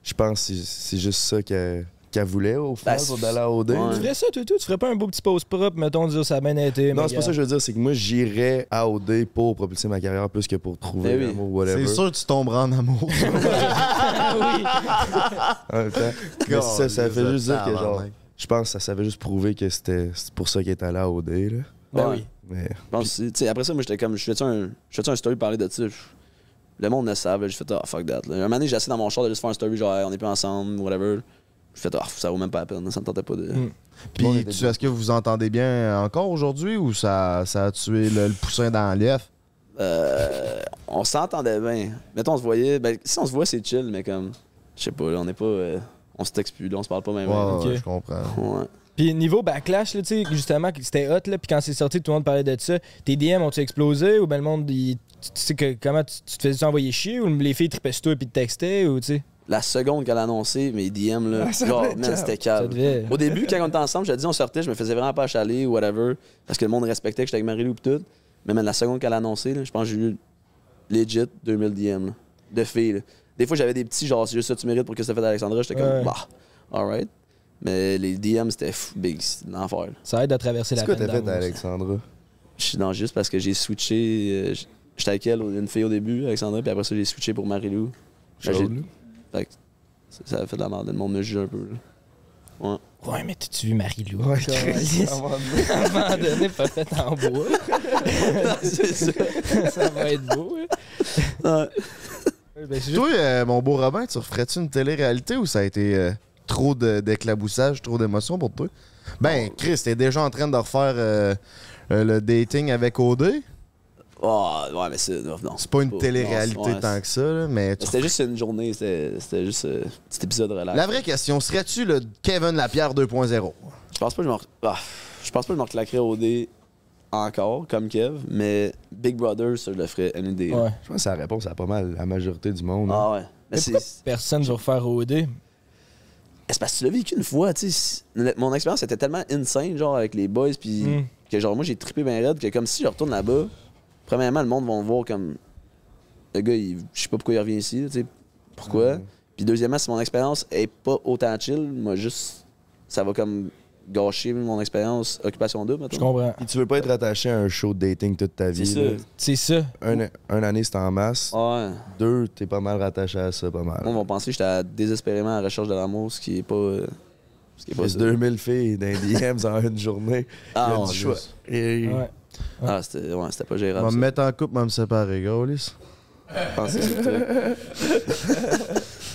Speaker 1: je pense que c'est- c'est juste ça que- qu'elle voulait au final
Speaker 3: Ben,
Speaker 1: pour
Speaker 3: c'est-
Speaker 1: d'aller à OD.
Speaker 3: Ouais.
Speaker 4: Tu ferais ça, tout, tout? Tu ferais pas un beau petit pause propre, mettons, dire ça a bien été?
Speaker 1: Non,
Speaker 4: mais
Speaker 1: c'est pas ça que
Speaker 4: regarde.
Speaker 1: je veux dire, c'est que moi j'irais à OD pour propulser ma carrière plus que pour trouver
Speaker 3: Ben oui.
Speaker 1: l'amour ou whatever.
Speaker 2: C'est sûr que tu tomberas en amour.
Speaker 1: En même temps. Mais
Speaker 2: God,
Speaker 1: ça, ça
Speaker 2: ça
Speaker 1: fait juste dire que genre,
Speaker 2: tabarnak.
Speaker 1: je pense que ça savait juste prouver que c'était c'est pour ça qu'elle est allée à OD. Là.
Speaker 3: Ben
Speaker 4: Ben oui.
Speaker 1: Mais
Speaker 3: Je pense que, tu sais, après ça, moi, j'étais comme, je fais-tu un, je fais-tu un story parler de ça? Je- Le monde le savait. J'ai fait, ah, fuck that. Là. Un moment donné, j'ai assis dans mon char de juste faire un story, genre, Hey, on n'est pas ensemble, whatever. J'ai fait, ah, ça vaut même pas la peine. Ça me tentait pas de.
Speaker 1: Mm. Bon,
Speaker 2: Puis
Speaker 1: était
Speaker 2: tu- est-ce que vous entendez bien encore aujourd'hui ou ça, ça a tué le, le poussin dans l'œuf?
Speaker 3: Euh, on s'entendait bien. Mettons, on se voyait. Ben, si on se voit, c'est chill, mais comme, je sais pas, là, on n'est pas. euh, on se texte plus, là, on se parle pas même.
Speaker 2: Ouais,
Speaker 3: là.
Speaker 2: ouais,
Speaker 4: ok.
Speaker 2: je comprends.
Speaker 3: Ouais.
Speaker 4: Puis niveau backlash, là, tu sais, justement, que c'était hot, là, puis quand c'est sorti, tout le monde parlait de ça. Tes DM ont-tu explosé ou ben le monde, il- tu tu sais que comment tu, tu te faisais envoyer chier ou les filles tripaient sur toi puis te textaient ou tu sais?
Speaker 3: La seconde qu'elle a annoncé, mes DM, là, genre, man, c'était
Speaker 4: Ça
Speaker 3: calme.
Speaker 4: devait-
Speaker 3: Au début, quand on était ensemble, je te dis, on sortait, je me faisais vraiment pas achaler ou whatever, parce que le monde respectait que j'étais avec Marie-Lou pis tout. Mais man, la seconde qu'elle a annoncé, là, je pense que j'ai eu legit 2000 DM là, de filles. là. Des fois, j'avais des petits, genre, c'est juste ça que tu mérites pour que ça fait d'Alexandra. J'étais
Speaker 4: Ouais.
Speaker 3: comme, bah, alright. Mais les DM, c'était fou, big, c'était l'enfer. là.
Speaker 4: Ça aide à traverser la
Speaker 1: c'est quoi
Speaker 4: peine
Speaker 1: t'as fait à
Speaker 4: d'amour, ça.
Speaker 1: Alexandra?
Speaker 3: Je suis dans juste parce que j'ai switché. euh, j- J'étais avec elle, une fille au début, Alexandra, puis après ça, j'ai switché pour Marie-Lou. Fait que j'ai-
Speaker 1: Jaune.
Speaker 3: fait que ça- ça a fait de la merde. Le monde me juge un peu. là.
Speaker 4: Ouais, mais t'as-tu vu Marie-Lou? Calisse. à un moment donné, pas fait en bois.
Speaker 3: c'est ça.
Speaker 4: ça va être beau. hein. là.
Speaker 3: Ouais.
Speaker 4: Ben, c'est juste-
Speaker 2: Toi, euh, mon beau Robin, tu referais-tu une télé-réalité ou ça a été euh, trop de- d'éclaboussage, trop d'émotions pour toi? Ben, Chris, t'es déjà en train de refaire euh, euh, le dating avec OD.
Speaker 3: Oh, ouais, mais c'est. Non, non.
Speaker 2: C'est pas une
Speaker 3: Oh, non,
Speaker 2: télé-réalité
Speaker 3: ouais,
Speaker 2: tant que ça, là, mais tu-
Speaker 3: C'était juste une journée, c'était c'était juste euh, un petit épisode relax.
Speaker 2: La vraie question, serais-tu le Kevin Lapierre 2.0?
Speaker 3: Je pense pas que je me re- ah, je pense pas que je me reclaquerais au dé encore, comme Kev, mais Big Brother, ça, je le ferais une idée.
Speaker 4: Ouais.
Speaker 1: Je pense que ça répond à pas mal la majorité du monde. hein.
Speaker 3: Ah ouais. Mais
Speaker 4: Mais
Speaker 3: c'est
Speaker 4: pourquoi personne ne va refaire OD?
Speaker 3: Ben, c'est parce que tu l'as vécu une fois, tu sais. c'est- Mon expérience était tellement insane, genre, avec les boys, puis
Speaker 4: Mm.
Speaker 3: que genre, moi, j'ai trippé bien raide, que comme si je retourne là-bas, premièrement, le monde va me voir comme. Le gars, il- je sais pas pourquoi il revient ici, tu sais. Pourquoi?
Speaker 1: Mm.
Speaker 3: Puis deuxièmement, si mon expérience est pas autant chill, moi, juste. Ça va comme gâcher mon expérience Occupation 2,
Speaker 4: Je
Speaker 3: maintenant.
Speaker 4: comprends.
Speaker 1: Puis tu veux pas être attaché à un show de dating toute ta vie.
Speaker 3: C'est ça.
Speaker 1: là.
Speaker 4: C'est ça.
Speaker 1: Un, un année, c'est en masse.
Speaker 3: Ouais.
Speaker 1: Deux, t'es pas mal rattaché à ça, pas
Speaker 3: Le monde
Speaker 1: mal.
Speaker 3: va penser que j'étais à- désespérément à la recherche de l'amour, ce qui est pas. euh, Ce qui est pas
Speaker 1: Plus
Speaker 3: ça.
Speaker 1: 2000 filles dans les DMs en une journée.
Speaker 3: Ah,
Speaker 1: Il y a
Speaker 3: mon
Speaker 1: du
Speaker 3: Dieu.
Speaker 1: choix. Et-
Speaker 4: Ouais.
Speaker 3: Ah, c'était ouais, c'était pas
Speaker 2: Je vais
Speaker 3: gérable.
Speaker 2: me
Speaker 3: ça.
Speaker 2: mettre en couple, je vais me séparer, Gaulis.
Speaker 3: Je pensais que c'était-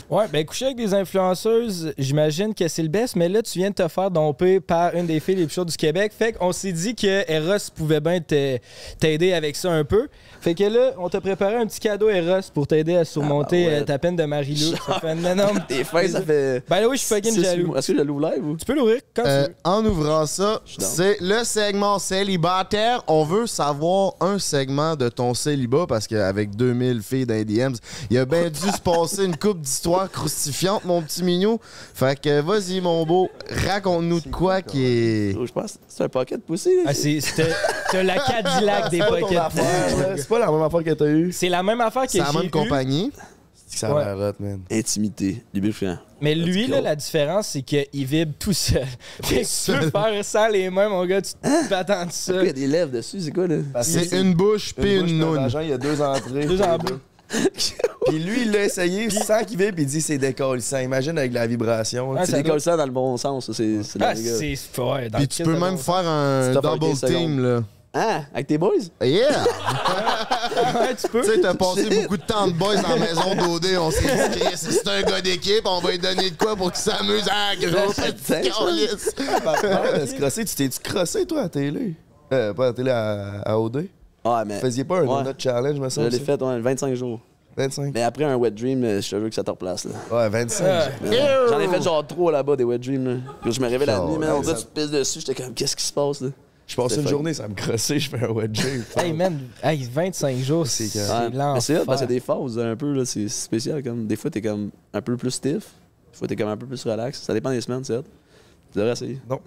Speaker 4: Ouais, ben coucher avec des influenceuses, j'imagine que c'est le best, mais là, tu viens de te faire domper par une des filles les plus chaudes du Québec. Fait qu'on s'est dit que Eros pouvait bien te- t'aider avec ça un peu. Fait que là, on t'a préparé un petit cadeau, Eros, pour t'aider à surmonter
Speaker 3: Ah, ouais.
Speaker 4: euh, ta peine de Marie-Lou. Ça fait un énorme.
Speaker 3: Tes fins, ça fait.
Speaker 4: Ben oui, je suis fucking
Speaker 3: six
Speaker 4: jaloux.
Speaker 3: mois. Est-ce que je l'ouvre live ou?
Speaker 4: Tu peux l'ouvrir quand
Speaker 2: Euh,
Speaker 4: tu veux.
Speaker 2: en ouvrant ça,
Speaker 3: suis down.
Speaker 2: c'est le segment célibataire. On veut savoir un segment de ton célibat parce qu'avec 2000 filles dans les DMs, il a bien dû se passer une coupe d'histoires crucifiantes, mon petit mignon. Fait que vas-y, mon beau, raconte-nous de quoi qui est.
Speaker 3: Oh, Je pense que c'est un pocket poussé.
Speaker 4: Ah, c'est c'était- t'as la Cadillac des
Speaker 1: Pas ton
Speaker 4: pockets.
Speaker 1: affaire, là. C'est pas la même affaire que t'as eue.
Speaker 4: C'est la même affaire que
Speaker 2: C'est
Speaker 4: j'ai
Speaker 2: la même
Speaker 4: eue,
Speaker 2: compagnie.
Speaker 1: Ça
Speaker 4: Ouais.
Speaker 1: m'arrête, man.
Speaker 3: Intimité, lubrifiant.
Speaker 4: Mais lui,
Speaker 3: go.
Speaker 4: là, la différence, c'est qu'il vibre tout seul. Fait que tu peux faire ça les mains, mon gars, tu te patentes ça.
Speaker 3: Pourquoi Il y a des lèvres dessus, c'est quoi là?
Speaker 1: Ah,
Speaker 2: C'est une bouche puis
Speaker 1: bouche,
Speaker 2: une
Speaker 1: t'as un
Speaker 2: noune.
Speaker 1: vagin, Il y a deux entrées.
Speaker 4: Deux embouts.
Speaker 1: Puis lui, il l'a essayé sans qu'il vibre, puis il dit c'est décollissant. Imagine avec la vibration.
Speaker 4: Ah,
Speaker 1: tu sais.
Speaker 4: ça
Speaker 3: C'est
Speaker 4: doit-
Speaker 3: décolle ça dans le bon sens, ça, c'est c'est la
Speaker 4: Ah,
Speaker 3: gueule.
Speaker 4: c'est. Ouais, dans
Speaker 2: Puis
Speaker 4: le
Speaker 2: tu
Speaker 4: Christ
Speaker 2: peux
Speaker 4: de
Speaker 2: même
Speaker 4: bon-
Speaker 2: faire un
Speaker 3: Stop en
Speaker 2: double
Speaker 3: 15
Speaker 2: team, là.
Speaker 3: Ah, avec tes boys?
Speaker 2: Yeah!
Speaker 4: Ouais, tu peux.
Speaker 2: Tu sais, t'as passé beaucoup de temps de boys dans la maison d'OD. On s'est dit, Chris, c'est un gars d'équipe, on va lui donner de quoi pour qu'il s'amuse à la grosse petite câlisse.
Speaker 1: Par peur de se crosser, tu t'es-tu crossé, toi, à télé? Euh, pas à télé, à, à OD?
Speaker 3: Ouais, Ah, mais.
Speaker 1: Vous faisiez pas un
Speaker 3: Ouais.
Speaker 1: autre challenge, me
Speaker 3: Je
Speaker 1: semble?
Speaker 3: l'ai
Speaker 1: ça?
Speaker 3: fait, ouais, 25 jours.
Speaker 1: 25?
Speaker 3: Mais après un wet dream, euh, je te jure que ça te replace, là.
Speaker 1: Ouais, 25.
Speaker 4: Ah,
Speaker 3: J'en ai fait genre trois là-bas des wet dreams. Là. Puis je me réveille la
Speaker 1: Genre,
Speaker 3: nuit, mais
Speaker 1: ouais,
Speaker 3: on dirait
Speaker 1: ça-
Speaker 3: que tu te pisses dessus. J'étais comme, qu'est-ce qui se passe là?
Speaker 1: Je passais une
Speaker 3: Stéphane.
Speaker 1: journée sans me crosser, je fais un wet dream.
Speaker 4: hey, man, hey, 25 jours, c'est
Speaker 1: C'est que-
Speaker 3: Ouais.
Speaker 4: lent.
Speaker 3: Mais c'est hot parce qu'il y a des phases un peu, là, c'est spécial. Comme, des fois, t'es comme un peu plus stiff. Des fois, t'es comme un peu plus relax. Ça dépend des semaines, c'est hot. Tu devrais essayer.
Speaker 1: Non.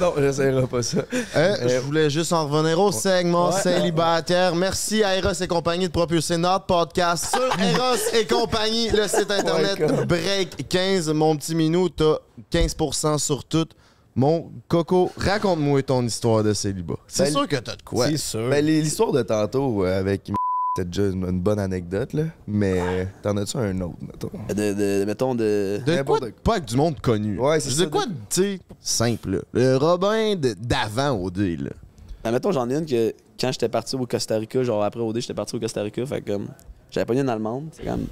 Speaker 1: non, j'essaierai pas ça.
Speaker 2: Hein, je voulais juste en revenir au segment célibataire. Merci à Eros et compagnie de propulser notre podcast sur Eros et compagnie, le site internet Break 15. Mon petit minou, t'as 15% sur tout. Mon coco, raconte-moi ton histoire de célibat. C'est
Speaker 1: Ben,
Speaker 2: sûr que t'as de quoi.
Speaker 4: C'est sûr.
Speaker 1: Ben, les- l'histoire de tantôt euh, avec m- c'était déjà une, une bonne anecdote, là. Mais t'en as-tu un autre, mettons?
Speaker 3: De, de- mettons, de.
Speaker 2: De quoi
Speaker 1: N'importe
Speaker 2: de-
Speaker 1: quoi.
Speaker 2: pas avec du monde connu.
Speaker 1: Ouais, c'est
Speaker 2: De
Speaker 1: ça,
Speaker 2: quoi,
Speaker 1: de-
Speaker 2: de- tu sais, simple. là. Le Robin de- d'avant au dé, là.
Speaker 3: Ben, mettons, j'en ai une que quand j'étais parti au Costa Rica, genre après OD, j'étais parti au Costa Rica. Fait que, comme, j'avais pas une Allemande. c'est Comme...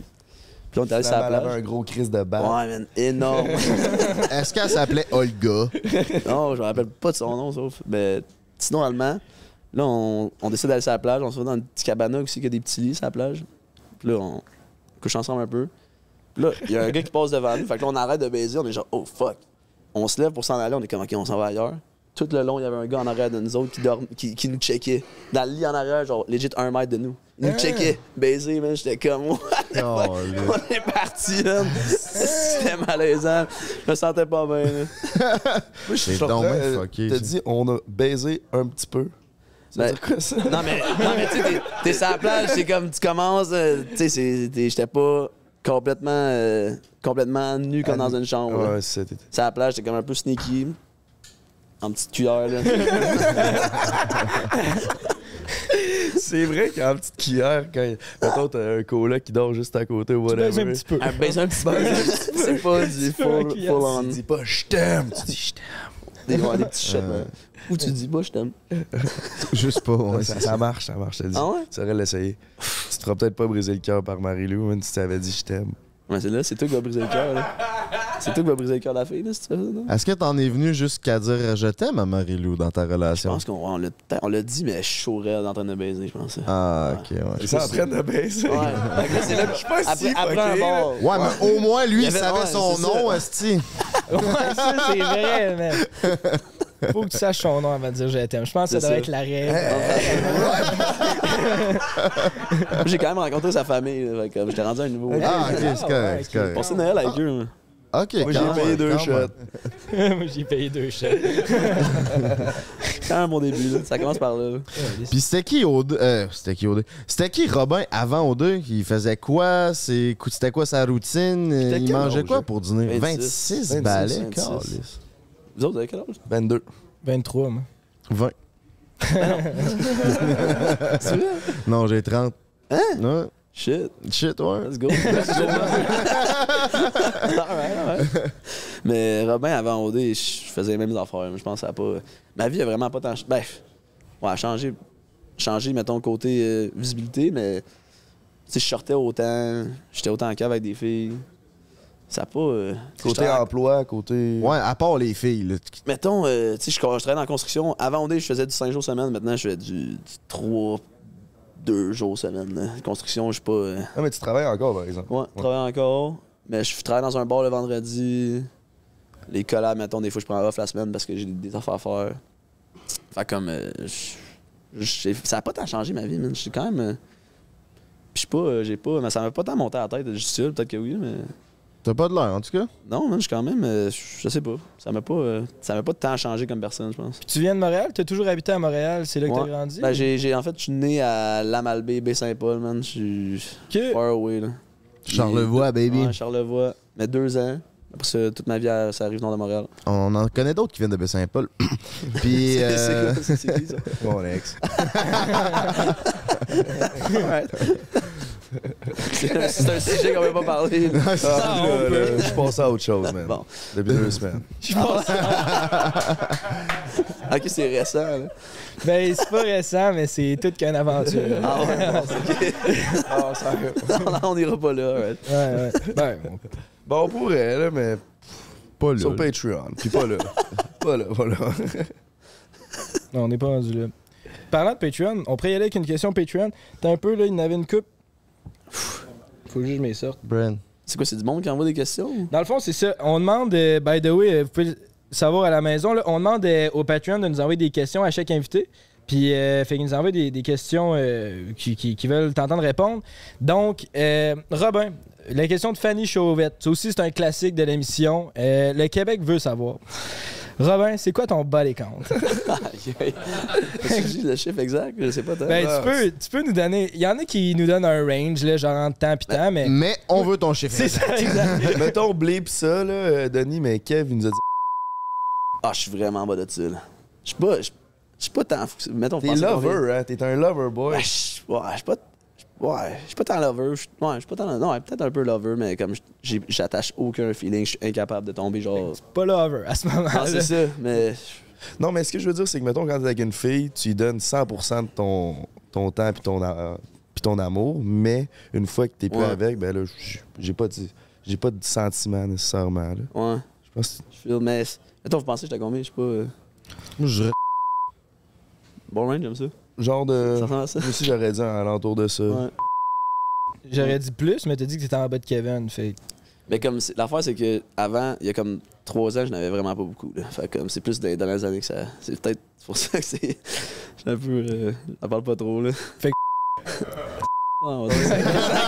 Speaker 3: Puis là, on était allé sur la
Speaker 1: Finalement, elle avait
Speaker 3: plage.
Speaker 1: un gros crise de
Speaker 3: Ouais,
Speaker 1: balle.
Speaker 3: man, énorme.
Speaker 2: Est-ce qu'elle s'appelait Olga?
Speaker 3: non, je me rappelle pas de son nom, sauf. Mais sinon, allemand. Là, on, on décide d'aller sur la plage. On se va dans une petite cabana aussi, qu'il y a des petits lits sur la plage. Puis là, on couche ensemble un peu. Puis là, il y a un gars qui passe devant nous. Fait que là, on arrête de baiser. On est genre, oh fuck. On se lève pour s'en aller. On est comme, ok, on s'en va ailleurs. Tout le long, il y avait un gars en arrière de nous autres qui, dorm- qui, qui nous checkait. Dans le lit en arrière, genre, legit un mètre de nous. Il nous checkait. Baiser, man. J'étais comme, what the
Speaker 2: Oh,
Speaker 3: fuck?
Speaker 2: là.
Speaker 3: On est parti, man. C'était malaisant. Je me sentais pas bien, là.
Speaker 1: Moi, je
Speaker 2: C'est
Speaker 1: comprends,
Speaker 2: donc bien
Speaker 1: euh,
Speaker 2: fucké,
Speaker 1: T'as
Speaker 2: ça.
Speaker 1: dit, on a baisé un petit peu. Ça veut
Speaker 3: Ben,
Speaker 1: dire quoi, ça?
Speaker 3: Non, mais, non, mais tu sais, t'es- t'es sur la plage, c'est comme tu commences, euh, tu sais, c'est- t'es- j'étais pas complètement, euh, complètement nu comme dans une chambre. là.
Speaker 1: Ouais, c'était.
Speaker 3: Sur la plage, j'étais comme un peu sneaky, en petite cuillère, là. ben,
Speaker 1: C'est vrai qu'en petite cuillère, quand mettons, t'as un cola qui dort juste à côté ou whatever.
Speaker 4: un petit peu.
Speaker 3: un baiser un petit peu. C'est pas du
Speaker 4: peu un
Speaker 3: full, full
Speaker 4: cuillère,
Speaker 3: on.
Speaker 1: Tu dis pas je t'aime, tu dis je t'aime.
Speaker 3: Des, ouais, des petits shots, là. Ou tu dis, bah, je t'aime.
Speaker 2: Juste pas, ouais.
Speaker 1: ça, ça marche, ça marche, je te dis.
Speaker 3: Ah ouais?
Speaker 1: Tu saurais l'essayer. Tu te feras peut-être pas briser le cœur par Marie-Lou, même si tu t'avais dit je t'aime.
Speaker 3: Ouais, c'est là, c'est toi qui vas briser le cœur, là. C'est toi qui vas briser le cœur de la fille, là, si tu fais ça. non?
Speaker 2: Est-ce que t'en es venu jusqu'à dire euh, je t'aime à Marie-Lou dans ta
Speaker 3: Je
Speaker 2: relation?
Speaker 3: pense qu'on on l'a peut-être- on l'a dit, mais je suis chaud raide en train de baiser, je pense.
Speaker 2: Ah, ok, ouais.
Speaker 1: Ils sont en train de baisser.
Speaker 3: Ouais. Fait que là, c'est là que-
Speaker 1: Je suis pas
Speaker 3: après,
Speaker 1: si
Speaker 3: après
Speaker 1: fucké,
Speaker 3: un
Speaker 1: là.
Speaker 3: bord.
Speaker 2: Ouais, mais au moins, lui,
Speaker 3: Il
Speaker 2: il,
Speaker 3: y avait-
Speaker 2: savait
Speaker 3: ouais,
Speaker 2: son
Speaker 3: c'est
Speaker 2: nom,
Speaker 3: ça.
Speaker 2: Esti.
Speaker 4: Ouais, ça, c'est vrai, man. Faut que tu saches son nom avant de dire je t'aime. Je pense que
Speaker 3: C'est
Speaker 4: ça doit
Speaker 3: ça.
Speaker 4: être la règle.
Speaker 3: Euh, J'ai quand même rencontré sa famille, là, fait que j'étais rendu à un niveau.
Speaker 2: Ah, ok, c'est
Speaker 4: Ah,
Speaker 2: correct,
Speaker 4: ouais,
Speaker 2: c'est correct.
Speaker 3: Passé Noël avec eux. hein. moi.
Speaker 2: Ok,
Speaker 1: Moi,
Speaker 2: quand
Speaker 1: j'ai payé
Speaker 2: même,
Speaker 1: deux
Speaker 2: quand même.
Speaker 1: shots.
Speaker 4: Moi, j'ai payé deux chèques.
Speaker 3: C'est quand même un bon début, là. ça commence par là.
Speaker 2: Puis c'était qui O2? Euh, c'était qui O2? C'était qui Robin avant O2? Il faisait quoi? C'est- C'était quoi sa routine?
Speaker 3: C'était
Speaker 2: Il
Speaker 3: quel
Speaker 2: mangeait
Speaker 3: âge,
Speaker 2: quoi
Speaker 3: là?
Speaker 2: pour dîner? 26,
Speaker 3: 26,
Speaker 2: balais,
Speaker 3: 26.
Speaker 2: câlisse.
Speaker 3: Vous autres, vous avez quel âge
Speaker 1: 22.
Speaker 4: 23, moi.
Speaker 2: 20. non, j'ai 30. Hein?
Speaker 3: Shit,
Speaker 2: Shit, ouais.
Speaker 3: let's go. Alright, alright. Mais Robin, avant OD, je faisais les mêmes affaires. Je pense à pas. Ma vie a vraiment pas tant. ch- Ben, ouais, changé, changé, mettons, côté euh, visibilité, mais. Tu sais, je sortais autant. J'étais autant en cave avec des filles. Ça a pas. euh, j'étais
Speaker 1: Côté
Speaker 3: en-
Speaker 1: emploi, côté.
Speaker 2: Ouais, à part les filles. là.
Speaker 3: Mettons, euh, tu sais, je, je travaillais dans la construction. Avant, on je faisais du 5 jours semaine. Maintenant, je fais du, 3, 2 jours semaine. là. Construction, je suis pas. euh,
Speaker 1: Ah, mais tu travailles encore, par exemple.
Speaker 3: Ouais, je travaille encore. Mais je travaille dans un bar le vendredi. Les collabs, mettons, des fois, je prends off la semaine parce que j'ai des affaires à faire. Fait comme. euh, je- j'ai- ça a pas tant changé ma vie, man. Je suis quand même. euh, puis je suis pas. euh, j'ai pas. Mais ça m'a pas tant monté à la tête. Je suis sûr, peut-être que oui, mais.
Speaker 2: T'as pas de l'air, en tout cas.
Speaker 3: Non, man, je suis quand même. euh, je sais pas. Ça m'a pas. euh, ça m'a pas tant changé comme personne, je pense.
Speaker 4: Puis tu viens de Montréal? T'as toujours habité à Montréal? C'est là que
Speaker 3: Ouais.
Speaker 4: t'as grandi?
Speaker 3: Ben, j'ai, j'ai- en fait, je suis né à Lamalbé, Baie-Saint-Paul, man. Je suis
Speaker 4: Que-
Speaker 3: far away, là.
Speaker 2: Charlevoix,
Speaker 4: Eh
Speaker 2: baby.
Speaker 3: Ouais, Charlevoix. Mais deux ans. Après ça, toute ma vie, à- ça arrive nord de Montréal.
Speaker 2: On en connaît d'autres qui viennent de Baie-Saint-Paul. Puis.
Speaker 3: C'est-
Speaker 2: euh,
Speaker 3: c'est, c'est qui, ça?
Speaker 1: Mon ex.
Speaker 3: Alright. c'est, c'est un sujet qu'on veut pas parler.
Speaker 1: Ah, là, là, je pense à autre chose, man.
Speaker 3: Bon.
Speaker 1: Depuis deux semaines.
Speaker 4: Je pense-
Speaker 3: Ok, c'est récent, là.
Speaker 4: ben, c'est pas récent, mais c'est toute qu'une aventure.
Speaker 3: Ah ouais, bon, c'est ok.
Speaker 1: Ah, sérieux.
Speaker 3: non, non, on ira pas là, alright.
Speaker 4: Ouais, ouais. Ben, on-
Speaker 1: Bon, on pourrait, là, mais
Speaker 2: Pas là.
Speaker 1: sur Patreon. Puis pas là. pas là, pas là.
Speaker 4: Non, on n'est pas rendu là. Parlant de Patreon, on pourrait y aller avec une question Patreon. T'as un peu, là, il y en avait une coupe. Faut juste que je m'y sorte.
Speaker 2: Brand.
Speaker 3: C'est quoi, c'est du monde qui envoie des questions?
Speaker 4: Dans le fond, c'est ça. On demande, euh, by the way, euh, vous pouvez le savoir à la maison, là, on demande euh, aux Patreon de nous envoyer des questions à chaque invité. Puis, euh, fait qu'ils nous envoient des, des questions euh, qui, qui- qui veulent t'entendre répondre. Donc, euh, Robin, la question de Fanny Chauvette. Ça aussi, c'est un classique de l'émission. Euh, le Québec veut savoir. Robin, c'est quoi ton bas des comptes?
Speaker 3: Aïe, aïe. Est-ce que j'ai le chiffre exact? Je sais pas, t'as.
Speaker 4: Ben,
Speaker 1: Ah,
Speaker 4: tu peux, tu peux nous donner. Il y en a qui nous donnent un range, là, genre en temps pis temps, mais.
Speaker 2: Mais on veut ton chiffre.
Speaker 4: C'est ça, exact.
Speaker 1: Mettons, bleep ça, là, euh, Denis, mais Kev, il nous a dit.
Speaker 3: Ah, je suis vraiment en bas de ça, là. Je suis pas. Je je suis pas tant. fou que ça. Mettons,
Speaker 1: T'es
Speaker 3: pensez qu'on vient-
Speaker 1: lover, hein? T'es un lover boy.
Speaker 3: Ouais, je ouais, je suis pas. je- Ouais, je suis pas tant lover. je- Ouais, je suis pas tant. Non, ouais, peut-être un peu lover, mais comme je- j'ai- j'attache aucun feeling, je suis incapable de tomber
Speaker 1: Ben,
Speaker 3: genre.
Speaker 4: Pas lover à ce
Speaker 3: Non,
Speaker 4: moment-là.
Speaker 3: Ah, c'est ça, mais.
Speaker 1: Non, mais ce que je veux dire, c'est que, mettons, quand t'es avec une fille, tu lui donnes 100% de ton, ton temps puis ton, a- puis ton amour, mais une fois que t'es plus
Speaker 3: Ouais.
Speaker 1: avec, ben là, j- j'ai pas de, j'ai pas de sentiment nécessairement, là.
Speaker 3: Ouais,
Speaker 1: Je pense que
Speaker 3: je feel, mais. Attends, vous pensez que j'étais combien Je suis pas. euh,
Speaker 2: Moi, je dirais-
Speaker 3: Bon range, j'aime ça.
Speaker 1: c'est genre de...
Speaker 3: Ça
Speaker 1: Moi
Speaker 3: ressemble à ça.
Speaker 1: aussi, j'aurais dit un alentour de ça.
Speaker 3: Ouais.
Speaker 4: J'aurais dit plus, mais t'as dit que t'étais en bas de Kevin. Fait. que-
Speaker 3: Mais comme. c'est- L'affaire, c'est que avant, il y a comme trois ans, je n'avais vraiment pas beaucoup. Là. Fait comme, c'est plus dans les dernières années que ça. C'est peut-être pour ça que c'est. Je suis un peu. euh, J'en parle pas trop, là.
Speaker 4: Fait que-
Speaker 3: Non, on va dire ça.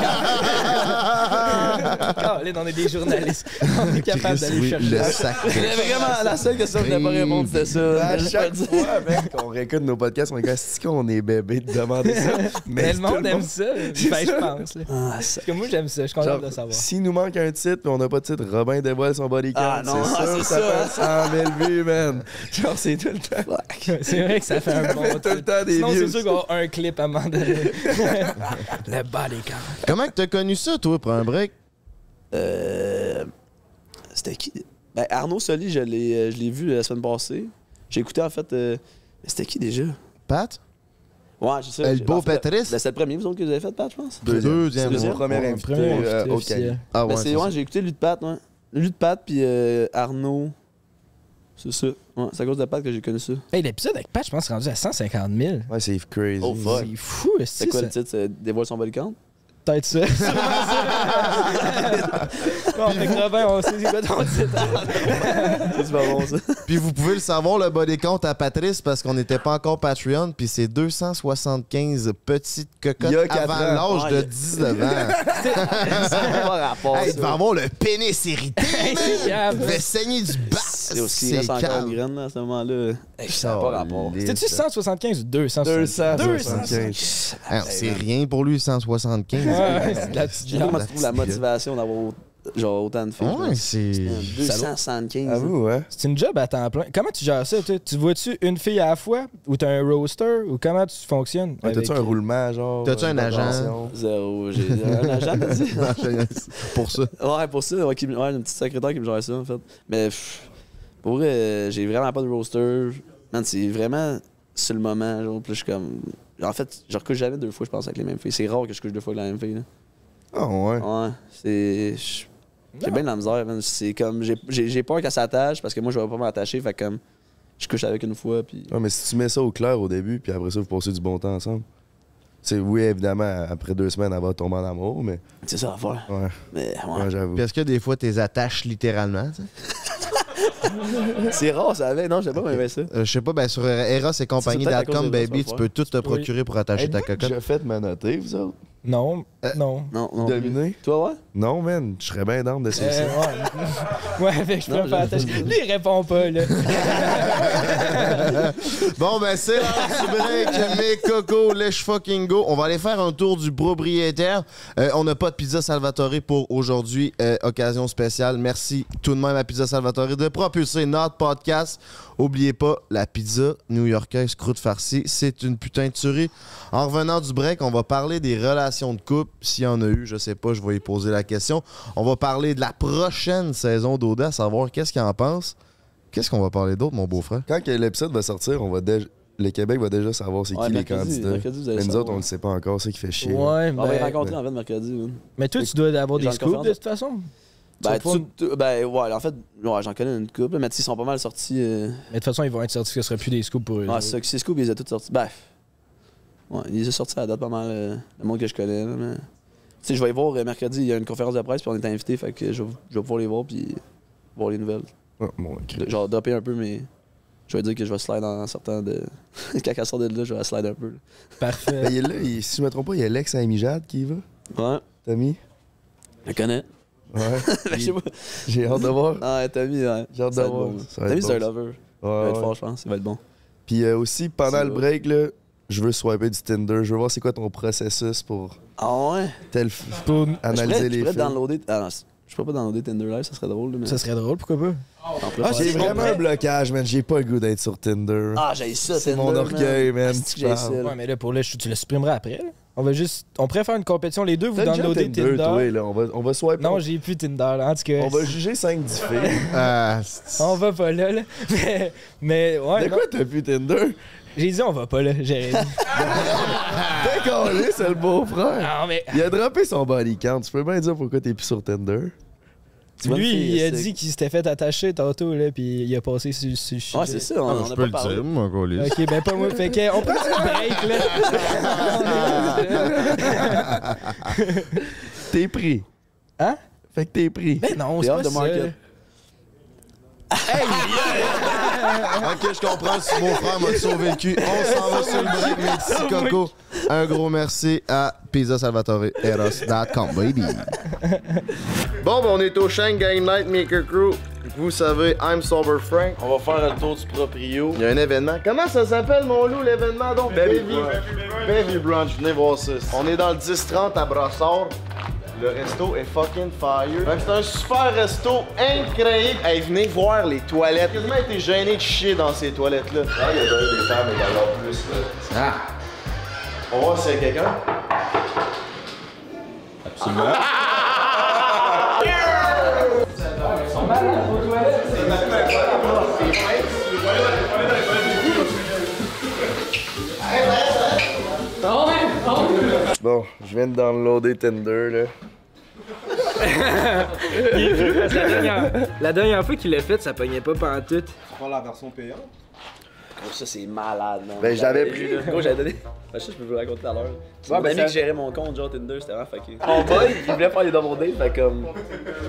Speaker 4: Ah, là, on est des journalistes. On est capable
Speaker 2: Chris,
Speaker 4: d'aller
Speaker 2: oui,
Speaker 4: chercher.
Speaker 2: le
Speaker 4: ça.
Speaker 2: sac.
Speaker 3: Mais vraiment, la seule question que je n'ai pas répondu, c'était ça.
Speaker 1: À
Speaker 3: Je vais
Speaker 1: chaque
Speaker 3: le dire.
Speaker 1: fois, mec, qu'on réécoute nos podcasts, on est comme, c'est qu'on est bébé de demander ça.
Speaker 4: Mais
Speaker 1: Mais
Speaker 4: le
Speaker 1: tout
Speaker 4: monde aime ça. Ben, je pense. là.
Speaker 3: Ah, ça-
Speaker 4: Parce que moi, j'aime ça. Je suis content
Speaker 1: Genre,
Speaker 4: de le savoir.
Speaker 1: S'il nous manque un titre puis on n'a pas de titre, Robin dévoile son body count.
Speaker 3: Ah, non,
Speaker 1: c'est
Speaker 3: ah,
Speaker 1: sûr,
Speaker 3: c'est
Speaker 1: ça,
Speaker 3: ça,
Speaker 1: passe 100 000 vues, man. Genre, c'est tout le temps.
Speaker 3: Fuck.
Speaker 4: C'est vrai que ça fait un bon
Speaker 1: Tout le
Speaker 4: titre.
Speaker 1: temps des
Speaker 4: Sinon,
Speaker 1: views.
Speaker 4: c'est sûr qu'on a un clip à un moment donné. Le bas des camps.
Speaker 2: Comment que t'as connu ça, toi, pour un break?
Speaker 3: Euh, C'était qui? Ben, Arnaud Soli, je l'ai euh, je l'ai vu la semaine passée. J'ai écouté en fait. euh, mais C'était qui déjà?
Speaker 2: Pat?
Speaker 3: Ouais, je sais.
Speaker 2: Euh, le
Speaker 3: j'ai-
Speaker 2: beau
Speaker 3: en fait,
Speaker 2: Patrice?
Speaker 3: ben, c'est le premier, vous autres, que vous avez fait, Pat, je pense.
Speaker 2: Deuxième.
Speaker 1: C'est le
Speaker 3: Deuxième?
Speaker 1: premier
Speaker 4: Ouais,
Speaker 1: invité.
Speaker 4: premier
Speaker 1: euh,
Speaker 4: invité
Speaker 1: au
Speaker 4: officiel.
Speaker 1: Cali.
Speaker 2: Ah
Speaker 3: Ben,
Speaker 2: ouais.
Speaker 3: c'est
Speaker 2: c'est
Speaker 3: ouais, j'ai écouté lui de Pat, ouais. Lui de Pat, puis euh, Arnaud. C'est ça. Ouais, c'est à cause de Pat que j'ai connu ça.
Speaker 4: Hey, L'épisode avec Pat, je pense, est rendu à 150 000.
Speaker 1: Ouais, c'est crazy.
Speaker 3: Oh, fuck.
Speaker 4: C'est fou,
Speaker 3: C'est
Speaker 4: c'est
Speaker 3: quoi
Speaker 4: ça.
Speaker 3: le titre C'est Dévoile son volcan
Speaker 4: Peut-être ça. bon, fait que Robin, on sait c'est quoi ton titre.
Speaker 3: C'est super bon, ça.
Speaker 2: Puis vous pouvez le savoir, le bas des comptes à Patrice, parce qu'on n'était pas encore Patreon, puis c'est 275 petites
Speaker 1: Il y a
Speaker 2: cocottes
Speaker 1: quatre
Speaker 2: avant
Speaker 3: ans.
Speaker 2: l'âge de
Speaker 3: Ouais,
Speaker 2: 19 ans.
Speaker 3: Ça n'a pas rapport.
Speaker 2: Hey,
Speaker 3: ça.
Speaker 2: tu vas avoir le pénis irrité,
Speaker 4: Hey, c'est
Speaker 2: man!
Speaker 4: grave.
Speaker 2: Tu vas saigner du bas!
Speaker 3: C'est aussi, il reste encore une graine là, à ce moment-là. Hey, ça n'a pas rapport.
Speaker 4: C'était-tu 175 ou 275?
Speaker 1: 200.
Speaker 4: 275.
Speaker 2: Ah, c'est rien pour lui, 175.
Speaker 4: Ouais, Ah, c'est de la petite
Speaker 3: Je sais pas
Speaker 4: viande.
Speaker 3: comment tu trouves la motivation d'avoir au- genre, autant de filles.
Speaker 2: Ouais, c'est.
Speaker 3: genre. 275.
Speaker 1: À vous, hein?
Speaker 4: C'est une job à temps plein. Comment tu gères ça? toi? Tu vois-tu une fille à la fois ou t'as un roaster ou comment tu fonctionnes?
Speaker 1: Ouais, T'as-tu
Speaker 4: avec-
Speaker 1: un roulement, genre?
Speaker 2: T'as-tu
Speaker 1: euh,
Speaker 2: un agent?
Speaker 1: d'attention?
Speaker 3: Zéro. J'ai un agent, t'as dit?
Speaker 2: Non, je- pour ça.
Speaker 3: Ouais, pour ça, ouais, qui me- ouais, une petite secrétaire qui me gère ça, en fait. Mais pff, pour vrai, euh, j'ai vraiment pas de roster. Man, c'est vraiment sur le moment, genre, plus je suis comme. En fait, je recouche jamais deux fois, je pense, avec les mêmes filles. C'est rare que je couche deux fois avec la même fille, là.
Speaker 1: Ah, ouais.
Speaker 3: Ouais, c'est. je- J'ai bien de la misère, man. C'est comme. j'ai- J'ai j'ai peur qu'elle s'attache parce que moi, je vais pas m'attacher, fait que, comme. Je couche avec une fois, puis.
Speaker 1: Ouais, mais si tu mets ça au clair au début, puis après ça, vous passez du bon temps ensemble. C'est oui, évidemment, après deux semaines, elle va tomber en amour, mais
Speaker 3: C'est ça à faire.
Speaker 1: ouais,
Speaker 3: Mais ouais.
Speaker 1: ouais, j'avoue.
Speaker 2: Puis est-ce que des fois, t'es attaches littéralement? tu sais?
Speaker 3: C'est rare, ça avait. Non, j'aime pas mais ça.
Speaker 2: Euh, je sais pas, ben sur Eros et
Speaker 3: peut-être à cause
Speaker 2: compagnie.com,
Speaker 3: des
Speaker 2: baby,
Speaker 3: autres
Speaker 2: tu peux tout te procurer pour attacher ta
Speaker 1: J'ai
Speaker 2: cocotte.
Speaker 1: déjà fait ma notée, vous autres?
Speaker 4: Non,
Speaker 1: Euh,
Speaker 4: non.
Speaker 3: Non, non.
Speaker 1: Dominé?
Speaker 3: Toi, ouais?
Speaker 1: Non, man, je serais bien d'âme d'essayer ça.
Speaker 4: Euh, ouais. ouais, fait que je peux
Speaker 3: Non,
Speaker 4: me faire
Speaker 3: je-
Speaker 4: attacher. Lui, il répond pas, là.
Speaker 2: Bon, ben c'est l'heure du break, mes cocos, let's fucking go. On va aller faire un tour du propriétaire. Euh, on n'a pas de pizza Salvatore pour aujourd'hui, euh, occasion spéciale. Merci tout de même à Pizza Salvatore de propulser notre podcast. Oubliez pas, la pizza new-yorkaise croûte farcie, c'est une putain de tuerie. En revenant du break, on va parler des relations de couple. S'il y en a eu, je sais pas, je vais y poser la question. On va parler de la prochaine saison d'Audace, savoir qu'est-ce qu'il en pense. Qu'est-ce qu'on va parler d'autre, mon beau-frère?
Speaker 1: Quand que l'épisode va sortir, on va déjà- le Québec va déjà savoir c'est
Speaker 3: Ouais,
Speaker 1: qui les
Speaker 3: mercredi,
Speaker 1: candidats.
Speaker 3: mercredi, vous allez
Speaker 1: Mais nous
Speaker 3: savoir.
Speaker 1: autres, on le sait pas encore, c'est qui fait chier.
Speaker 4: Ouais,
Speaker 3: On va les
Speaker 4: mais,
Speaker 3: rencontrer en fait mercredi. man.
Speaker 4: mais toi, tu dois avoir
Speaker 3: J'en
Speaker 4: des scoops
Speaker 3: confirme.
Speaker 4: de toute façon.
Speaker 3: Ben,
Speaker 4: Tu vas
Speaker 3: tu- tu- ben, ouais, en fait, ouais, j'en connais une couple, mais tu sais, ils sont pas mal sortis. euh,
Speaker 4: Mais de toute façon, ils vont être sortis que ce sera plus des scoops pour eux.
Speaker 3: Ouais,
Speaker 4: autres.
Speaker 3: c'est ça, que c'est Scoob, ils les a tous sortis. Ben, ouais, ils les a sortis à la date pas mal, euh, le monde que je connais. là, mais- Tu sais, je vais les voir euh, mercredi, il y a une conférence de presse, puis on est invité, fait que je vais, je vais pouvoir les voir, puis voir les nouvelles.
Speaker 1: Oh, mon Dieu.
Speaker 3: De- genre, dropper un peu, mais je vais dire que je vais slide en sortant de. Quand elle sort de là, je vais slide un peu.
Speaker 1: Ben,
Speaker 4: Parfait.
Speaker 1: il est là, il- si je me trompe pas, il y a l'ex à Amy Jade qui y va,
Speaker 3: Ouais,
Speaker 1: Tommy.
Speaker 3: je le connais.
Speaker 1: Ouais.
Speaker 3: Je sais pas.
Speaker 1: J'ai hâte de voir.
Speaker 3: Ah, Tommy, ouais.
Speaker 1: J'ai hâte
Speaker 3: Ça
Speaker 1: de
Speaker 3: va être
Speaker 1: voir.
Speaker 3: bon, là.
Speaker 1: Ça va être
Speaker 3: Tommy,
Speaker 1: bon,
Speaker 3: c'est un
Speaker 1: ça.
Speaker 3: lover. Il
Speaker 1: Ouais,
Speaker 3: va être
Speaker 1: ouais.
Speaker 3: fort, je pense. Il va être bon.
Speaker 1: Puis euh, aussi, pendant
Speaker 3: Ça
Speaker 1: le
Speaker 3: va.
Speaker 1: break, là, je veux swiper du Tinder. Je veux voir c'est quoi ton processus pour
Speaker 3: Ah ouais?
Speaker 1: tel f-
Speaker 4: Pour-
Speaker 1: analyser
Speaker 3: je
Speaker 1: les
Speaker 3: pourrais
Speaker 1: films.
Speaker 3: downloader. Ah non, c'est- je pourrais pas downloader Tinder Live, ça serait drôle. là, Mais...
Speaker 4: Ça serait drôle, pourquoi pas?
Speaker 3: On pourrait
Speaker 1: Ah,
Speaker 3: faire
Speaker 1: j'ai
Speaker 3: ça.
Speaker 1: vraiment un blocage, man. J'ai pas le goût d'être sur Tinder.
Speaker 3: Ah, j'ai ça,
Speaker 1: C'est
Speaker 3: Tinder.
Speaker 1: mon orgueil, man.
Speaker 3: Ah, c'est que j'ai ça. là.
Speaker 4: Ouais, mais là, pour là, je- tu le supprimeras après. là. On va juste. On pourrait faire une compétition, les deux, vous
Speaker 1: T'as déjà
Speaker 4: downloadez Tinder.
Speaker 1: toi, là. On va, on va swiper.
Speaker 4: Non, j'ai plus Tinder, là. En tout cas,
Speaker 1: on va juger 5-10 filles.
Speaker 2: Ah, c'est-
Speaker 4: on va pas là, là. Mais, mais ouais,
Speaker 1: De
Speaker 4: non.
Speaker 1: quoi t'as pu Tinder?
Speaker 4: j'ai dit on va pas là, j'ai rien dit.
Speaker 1: T'es
Speaker 4: Ah.
Speaker 1: collé, c'est le beau-frère.
Speaker 4: Non, Ah, mais
Speaker 1: Il a droppé son body count. Tu peux bien dire pourquoi t'es plus sur Tinder?
Speaker 3: Tu vois,
Speaker 4: lui,
Speaker 3: une fille,
Speaker 4: il a
Speaker 3: c'est-
Speaker 4: dit qu'il s'était fait attacher tantôt, là, puis il a passé sur sur le sujet.
Speaker 3: Ouais, c'est ça, on,
Speaker 2: Ah,
Speaker 3: on
Speaker 2: je
Speaker 3: a
Speaker 2: peux
Speaker 3: pas
Speaker 2: le
Speaker 3: parlé.
Speaker 2: dire, mon colis.
Speaker 4: Ok, ben pas moi. Fait que, on prend un break, là.
Speaker 1: T'es pris.
Speaker 4: Hein?
Speaker 1: Fait que t'es pris.
Speaker 4: Mais non,
Speaker 3: T'es
Speaker 4: c'est
Speaker 3: hors
Speaker 4: pas
Speaker 3: de
Speaker 4: ça.
Speaker 3: market.
Speaker 2: Ok, je comprends si mon frère m'a sauvé le cul. On s'en va sur le break, mes petits cocos. Un gros merci à Pizza Salvatore Eros.com, baby. Bon, ben, on est au Shanghai Night Maker Crew. Vous savez, I'm Sober Frank. On va faire le tour du proprio. Il y a un événement. Comment ça s'appelle, mon loup, l'événement donc? Baby, Brunch. Baby Brunch, venez voir ça. On est dans le 10-30 à Brossard. Le resto est fucking fire. Fait que C'est un super resto incroyable. Hey, venez voir les toilettes. J'ai quasiment été gêné de chier dans ces toilettes-là. Ah, il y a des femmes également plus. Ah! On va voir s'il y a quelqu'un.
Speaker 1: Bon, je viens de downloader Tinder, là.
Speaker 4: Il est vieux, parce que la dernière, la dernière fois qu'il l'a fait, ça pognait pas pantoute.
Speaker 3: Gros, ça, c'est malade, man.
Speaker 1: Ben, je l'avais
Speaker 3: J'avais-
Speaker 1: pris.
Speaker 3: Gros, j'avais donné. Ben, ça, je peux vous le raconter tout à l'heure. C'est mon
Speaker 7: ben,
Speaker 3: ami
Speaker 7: ça-
Speaker 3: qui gérait mon compte, genre Tinder, c'était vraiment fucké. Mon boy, il voulait faire des double dates, fait comme.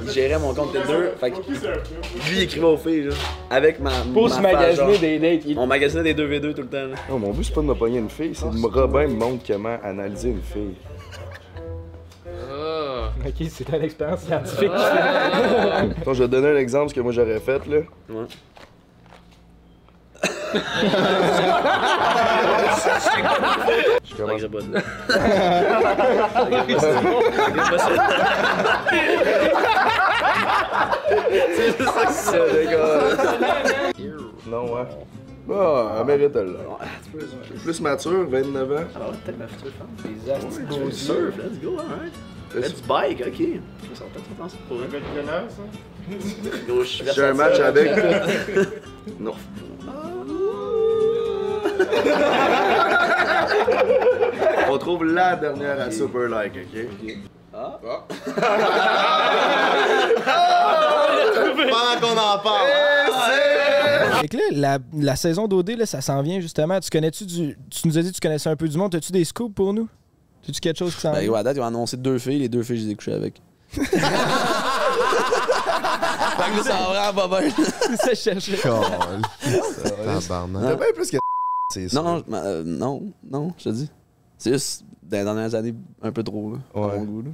Speaker 3: Il gérait mon compte Tinder, fait que. Lui, il écrivait aux filles, là. Avec ma.
Speaker 7: Pour
Speaker 3: ma
Speaker 7: se
Speaker 3: page,
Speaker 7: magasiner
Speaker 3: genre.
Speaker 7: des dates. il-
Speaker 3: On magasinait des 2v2 tout le temps, là.
Speaker 2: Oh,
Speaker 1: Non, mon but, c'est pas de me pogner une fille, c'est de Robin me montre comment analyser une fille.
Speaker 5: Ah.
Speaker 7: Ok, c'est une expérience scientifique.
Speaker 1: Attends, je vais te donner un exemple, ce que moi j'aurais fait, là.
Speaker 3: Ouais.
Speaker 1: Je
Speaker 3: Fait que
Speaker 1: commence.
Speaker 3: j'ai pas de- Fait que j'ai pas de- C'est juste ça que c'est, les gars.
Speaker 1: Non, ouais. Ah, elle mérite là. Plus mature, 29 ans.
Speaker 3: Ah, ouais, peut-être ma future femme. Des astis de beaux surf, let's go, alright. Let's bike, ok. Je sens peut-être pas pour un gars de Gauche, je suis
Speaker 1: J'ai un match
Speaker 3: versatile.
Speaker 1: avec. non. On trouve la dernière à Super Like, ok?
Speaker 2: Pendant qu'on en parle.
Speaker 4: Fait que là, la, la saison d'OD, là, ça s'en vient justement. Tu connais-tu du. Tu nous as dit que tu connaissais un peu du monde. As-tu des scoops pour nous? As-tu quelque chose qui s'en
Speaker 3: Ben,
Speaker 4: vient?
Speaker 3: gros, à date, ils ont annoncé deux filles, les deux filles, je les ai couchées avec. fait que là, ça va vraiment pas bien.
Speaker 4: Ça, je cherchais.
Speaker 2: Tabarnak.
Speaker 1: T'as bien plus que. C'est sûr.
Speaker 3: Non, non, je- ma- euh, non, non, je te dis. C'est juste, dans les dernières années, un peu trop, là. à
Speaker 1: Ouais.
Speaker 3: mon goût, là.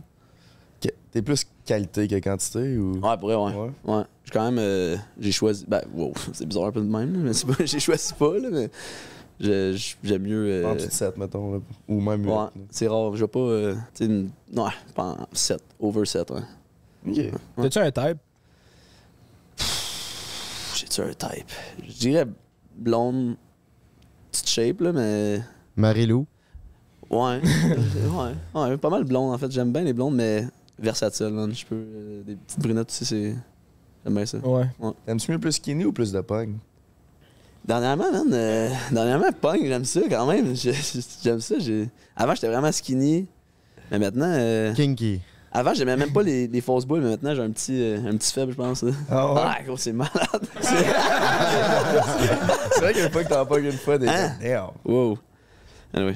Speaker 1: Que- T'es plus qualité que quantité ou.
Speaker 3: Ouais, pour vrai, ouais.
Speaker 1: Ouais.
Speaker 3: Ouais. J'ai quand même. euh, j'ai choisi. Ben, wow, c'est bizarre un peu de même, là, mais c'est pas. J'ai choisi pas, là, mais. je- je- J'aime mieux. euh,
Speaker 1: En dessous de 7, mettons, là, ou même 8.
Speaker 3: ouais, c'est rare. Je vais pas. euh, tu sais, une- non, pas en 7. Over 7, ouais.
Speaker 4: T'as-tu un type?
Speaker 3: Pff, J'ai-tu un type? Je dirais blonde, petite shape, là, mais.
Speaker 2: Marie-Lou.
Speaker 3: Ouais. ouais. Ouais, pas mal blonde, en fait. J'aime bien les blondes, mais versatiles, man. Je peux. euh, des petites brunettes aussi, c'est. J'aime bien ça.
Speaker 4: Ouais.
Speaker 1: T'aimes-tu mieux plus skinny ou plus de pogne?
Speaker 3: Dernièrement, man, euh, dernièrement, punk, j'aime ça quand même. Je- je- J'aime ça. j'ai- Avant, j'étais vraiment skinny. Mais maintenant, euh,
Speaker 2: Kinky.
Speaker 3: avant, j'aimais même pas les, les fausses boules, mais maintenant, j'ai un petit, euh, un petit faible, je pense. là.
Speaker 1: Ah ouais?
Speaker 3: gros, c'est malade.
Speaker 1: C'est vrai qu'une fois que t'en pognes une fois, des.
Speaker 3: Hein?
Speaker 1: Damn.
Speaker 3: Wow. Anyway.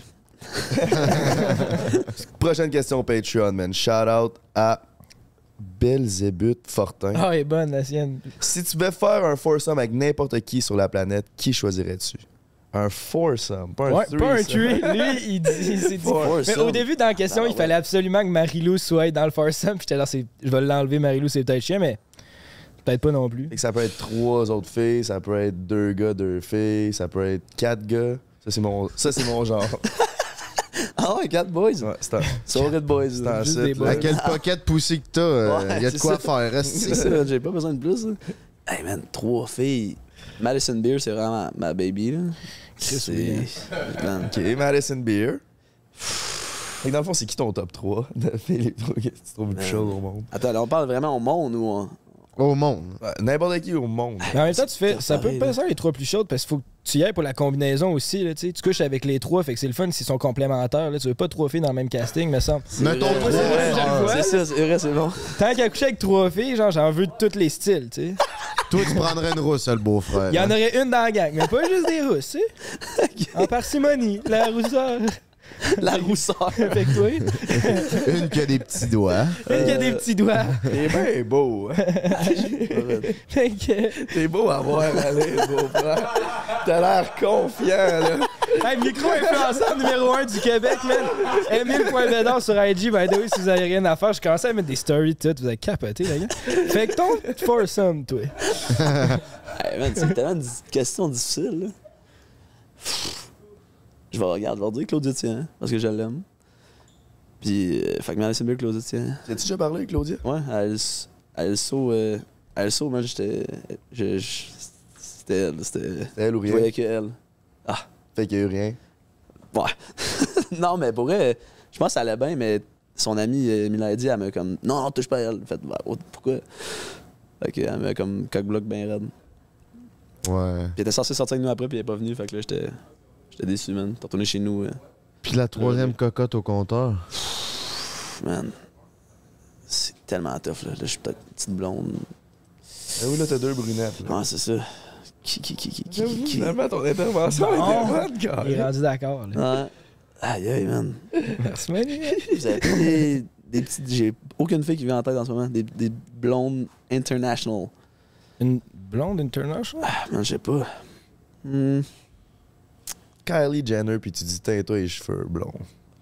Speaker 1: Prochaine question Patreon, man. Shout out à Belzébuth Fortin.
Speaker 4: Ah, elle est bonne, la sienne.
Speaker 1: Si tu devais faire un foursome avec n'importe qui sur la planète, qui choisirais-tu? Un foursome, pas un
Speaker 4: Ouais,
Speaker 1: threesome.
Speaker 4: pas un tué. Lui, il, dit, il s'est dit. Mais au début, dans la question,
Speaker 3: Ah,
Speaker 4: il
Speaker 3: ouais.
Speaker 4: fallait absolument que Marilou soit dans le foursome. Puis j'étais là, c'est- je vais l'enlever, Marilou, c'est peut-être chiant, mais peut-être pas non plus.
Speaker 1: Fait que ça peut être trois autres filles, ça peut être deux gars, deux filles, ça peut être quatre gars. Ça, c'est mon, ça, c'est mon genre.
Speaker 3: Ah ouais, 4 boys.
Speaker 1: Ouais, c'est un,
Speaker 3: Soirée de boys.
Speaker 1: c'est un
Speaker 4: Juste
Speaker 1: site,
Speaker 4: des
Speaker 1: là.
Speaker 2: À quel pocket poussé que t'as, euh,
Speaker 3: Ouais,
Speaker 2: y a de
Speaker 3: c'est
Speaker 2: quoi
Speaker 3: ça.
Speaker 2: faire. reste
Speaker 3: C'est ça, j'ai pas besoin de plus. là. Hey man, trois filles. Madison Beer, c'est vraiment ma baby. là.
Speaker 4: Chris, oui, hein.
Speaker 3: Man,
Speaker 1: OK, Madison Beer. Fait que dans le fond, c'est qui ton top 3 de filles les trois que tu trouves le plus chaudes au monde?
Speaker 3: Attends, là, on parle vraiment au monde ou on...
Speaker 2: Au monde.
Speaker 1: Ouais, N'importe qui au monde.
Speaker 4: Mais en même temps, tu fais, ça peut
Speaker 3: pareil,
Speaker 4: pas être les trois plus chaudes parce qu'il faut que tu y ailles pour la combinaison aussi. Là, tu sais. Tu couches avec les trois, fait que c'est le fun s'ils sont complémentaires. Là. Tu veux pas trois filles dans le même casting, mais ça.
Speaker 2: Mettons
Speaker 3: vrai,
Speaker 2: trois.
Speaker 3: c'est vrai,
Speaker 4: je le vois.
Speaker 3: C'est ça, c'est vrai, c'est bon.
Speaker 4: Tant qu'à coucher avec trois filles, genre j'en veux de tous les styles. tu sais.
Speaker 2: Toi, tu prendrais une rousse, le beau-frère.
Speaker 4: Il y en aurait une dans la gang, mais pas juste des rousses. tu sais. En parcimonie, la rousseur.
Speaker 3: La rousseur.
Speaker 4: Fait que toi,
Speaker 2: Une qui a des petits doigts.
Speaker 4: il y a des petits doigts.
Speaker 1: T'es bien beau, hein?
Speaker 4: Fait que-
Speaker 1: T'es beau à voir aller, beau frère. T'as l'air confiant, là.
Speaker 4: Hey, micro-influenceur numéro 1 du Québec, man. Emile.vedor sur IG, by the way, si vous avez rien à faire, je commençais à mettre des stories toutes, vous avez capoté, les gars. Fait que ton foursome, toi.
Speaker 3: Hey, man, c'est tellement une question difficile. là. Pfff. Je vais regarder, je vais dire Claude Etienne, parce que je l'aime. Puis, euh, fait que Madison Beer, Claude Etienne.
Speaker 1: T'as-tu déjà parlé avec Claudia?
Speaker 3: Ouais, à Elso, à Elso, euh, à Elso man, j'étais. je- je- C'était elle, c'était.
Speaker 1: Elle ou
Speaker 3: Je
Speaker 1: rien?
Speaker 3: voyais que elle.
Speaker 1: Fait qu'il y a eu rien.
Speaker 3: Ouais. non, mais pour vrai, je pense que ça allait bien, mais son amie euh, Milady, elle m'a comme. Non, non, touche pas à elle. Fait, bah, oh, pourquoi? Fait qu'elle m'a comme coq-bloc bien raide.
Speaker 2: Ouais.
Speaker 3: Puis elle était censée sortir avec nous après, puis elle est pas venue. Fait que là, j'étais. J'étais déçu, man. T'es retourné chez nous, euh,
Speaker 1: Euh,
Speaker 2: Puis la troisième cocotte au compteur.
Speaker 3: man. C'est tellement tough, là. Là, je suis peut-être une petite blonde.
Speaker 1: Ah oui, là, t'as deux brunettes.
Speaker 4: Ah,
Speaker 1: là.
Speaker 3: Ouais, c'est ça. Qui, qui, qui, qui,
Speaker 1: Ben
Speaker 3: qui, qui, qui. Ouais.
Speaker 1: Finalement, ton intervention
Speaker 4: Bon.
Speaker 1: était bonne,
Speaker 4: Il est
Speaker 1: gars.
Speaker 4: rendu d'accord. là.
Speaker 3: Aïe, aïe, man.
Speaker 4: Merci, Manuel.
Speaker 3: Vous avez pas des, des petites. J'ai aucune fille qui vient en tête en ce moment. Des, des blondes international.
Speaker 4: Une blonde international?
Speaker 3: Ah, man, je sais pas. Hmm.
Speaker 1: Kylie Jenner, puis tu dis teint toi les cheveux blonds.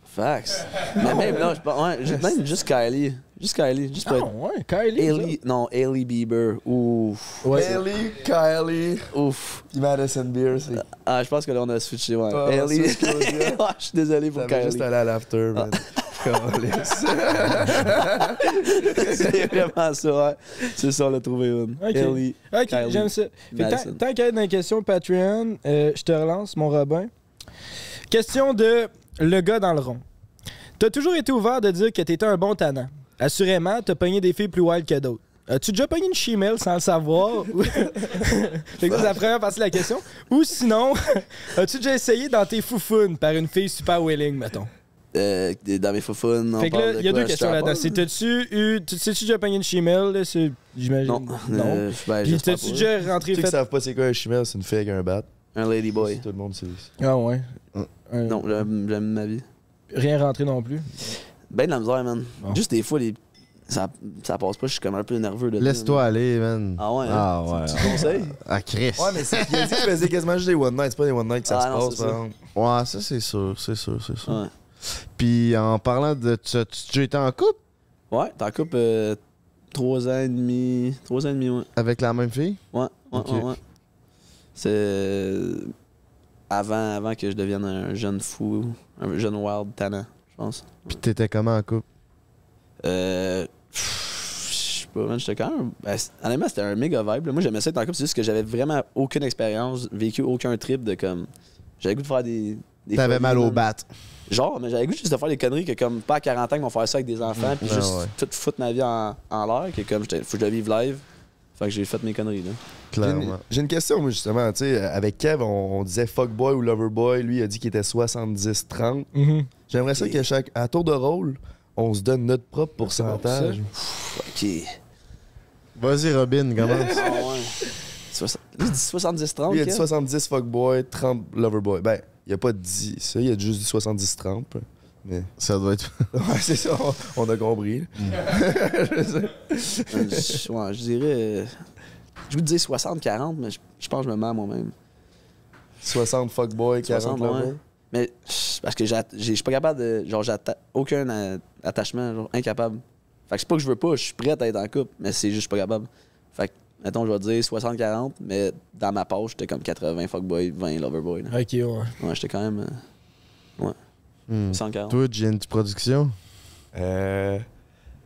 Speaker 3: Facts. Mais même là, je pense. Ouais, ju- même juste Kylie. Juste Kylie. Juste
Speaker 4: Ah,
Speaker 3: pas.
Speaker 4: ouais, Kylie. ça.
Speaker 3: Hailey- non, Hailey Bieber. Ouf.
Speaker 4: Ouais, c'est-
Speaker 1: Kylie, Kylie,
Speaker 3: Ouf.
Speaker 1: puis Madison Beer, c'est.
Speaker 3: Ah, je pense que là, on a switché. Ouais.
Speaker 1: Ah,
Speaker 3: Hailey.
Speaker 1: ça, c'est
Speaker 3: Ah, je suis désolé pour
Speaker 1: T'avais
Speaker 3: Kylie.
Speaker 1: juste allé à l'after, man. Câlisse.
Speaker 3: C'est vraiment ça, ouais. C'est ça, on l'a trouvé une.
Speaker 4: Ok.
Speaker 3: Hailey.
Speaker 4: Ok,
Speaker 3: Kylie.
Speaker 4: j'aime ça. Fait que
Speaker 3: Madison.
Speaker 4: tant tant qu'à être dans les questions Patreon, euh, je te relance, mon Robin. Question de le gars dans le rond. T'as toujours été ouvert de dire que t'étais un bon tannant. Assurément, t'as pogné des filles plus wild que d'autres. As-tu déjà pogné une chimelle sans le savoir? Ou- fait que ça, c'est la première partie de la question. Ou sinon, as-tu déjà essayé dans tes foufounes par une fille super willing, mettons?
Speaker 3: Euh, dans mes foufounes, on
Speaker 4: fait que
Speaker 3: parle
Speaker 4: là,
Speaker 3: de
Speaker 4: il y a
Speaker 3: quoi,
Speaker 4: deux
Speaker 3: un
Speaker 4: questions là-dedans.
Speaker 3: strap-on?
Speaker 4: C'est t'as-tu eu. tu- Sais-tu déjà pogné une chimelle? là, c'est- J'imagine.
Speaker 3: Non. Euh, ben,
Speaker 4: Puis
Speaker 3: j'espère
Speaker 4: t'as-tu
Speaker 3: pas.
Speaker 4: déjà rentré
Speaker 1: Ceux qui
Speaker 4: fait
Speaker 1: savent pas c'est quoi un chimel, c'est une fille avec un bat.
Speaker 3: Un ladyboy.
Speaker 1: Tout le monde sait.
Speaker 4: Ah ouais.
Speaker 3: Mm.
Speaker 4: Euh,
Speaker 3: Non, j'aime j'aime ma vie.
Speaker 4: Rien rentré non plus.
Speaker 3: Ben de la misère, man.
Speaker 4: Bon.
Speaker 3: Juste des fois, les... ça, ça passe pas, je suis comme un peu nerveux de
Speaker 2: Laisse-toi aller, man.
Speaker 3: Ah ouais, hein?
Speaker 2: Ah ouais.
Speaker 3: Tu conseilles?
Speaker 2: Ah, Chris.
Speaker 1: Ouais, mais c'est. Il a dit qu'il faisait quasiment juste des one night, c'est pas des one night que ça
Speaker 3: Ah,
Speaker 1: se
Speaker 3: non,
Speaker 1: passe, Ah.
Speaker 3: c'est
Speaker 1: par
Speaker 3: ça.
Speaker 1: exemple.
Speaker 2: Ouais, ça, c'est sûr, c'est sûr, c'est sûr.
Speaker 3: Ouais.
Speaker 2: Puis en parlant de. Tu tu- tu étais en couple
Speaker 3: Ouais, t'en coupes euh, trois ans et demi. Trois ans et demi, ouais.
Speaker 2: avec la même fille
Speaker 3: Ouais, ouais,
Speaker 2: Ok.
Speaker 3: ouais, ouais. C'est. euh, Avant, avant que je devienne un jeune fou, un jeune wild talent, je pense.
Speaker 2: Puis t'étais comment en couple
Speaker 3: Euh. pff, Je sais pas, man, j'étais quand même. ben, c'est- honnêtement, c'était un méga vibe. là. Moi, j'aimais ça être en couple, c'est juste que j'avais vraiment aucune expérience, vécu aucun trip de comme. J'avais le goût de faire des. des
Speaker 2: T'avais
Speaker 3: folies,
Speaker 2: mal au
Speaker 3: man.
Speaker 2: bat.
Speaker 3: Genre, mais j'avais le goût juste de faire des conneries que, comme, pas à 40 ans, qui vont faire ça avec des enfants, puis
Speaker 2: ben
Speaker 3: juste
Speaker 2: ouais.
Speaker 3: tout foutre ma vie en, en l'air, que, comme, j'étais- faut que je la vive live. Fait que j'ai fait mes conneries, là.
Speaker 1: J'ai une-
Speaker 2: Clairement.
Speaker 1: J'ai une question, moi, justement. Tu sais, avec Kev, on, on disait fuckboy ou loverboy. Lui, il a dit qu'il était 70-30.
Speaker 2: Mhm.
Speaker 1: J'aimerais ça que chaque. À tour de rôle, on se donne notre propre pourcentage.
Speaker 3: Ok.
Speaker 2: Vas-y, Robin, commence.
Speaker 3: Ah ouais. Soix- Lui, il dit 70 30
Speaker 1: Lui, il a dit 70 fuckboy, 30 loverboy. Ben, il a pas dit ça, il a juste dit 70-30. Mais.
Speaker 2: ça doit être.
Speaker 1: Ouais, c'est ça, on, on a compris.
Speaker 3: ouais, Euh, je dirais. euh, Je vous dis 60-40, mais je, je pense que je me mets à moi-même.
Speaker 1: 60 fuckboy, 40
Speaker 3: 60,
Speaker 1: loverboy.
Speaker 3: ouais. Mais je- parce que j'atta- j'ai- je suis pas capable de. Genre, j'atta- aucun euh, attachement, genre, incapable. Fait que c'est pas que je veux pas, je suis prêt à être en couple, mais c'est juste que je suis pas capable. Fait que, mettons, je vais dire 60-40, mais dans ma poche, j'étais comme 80 fuckboy, 20 loverboy. là.
Speaker 4: Ok, ouais.
Speaker 3: Ouais, j'étais quand même. euh, ouais. 60-40.
Speaker 2: Toi, Gin, tu production
Speaker 1: Euh.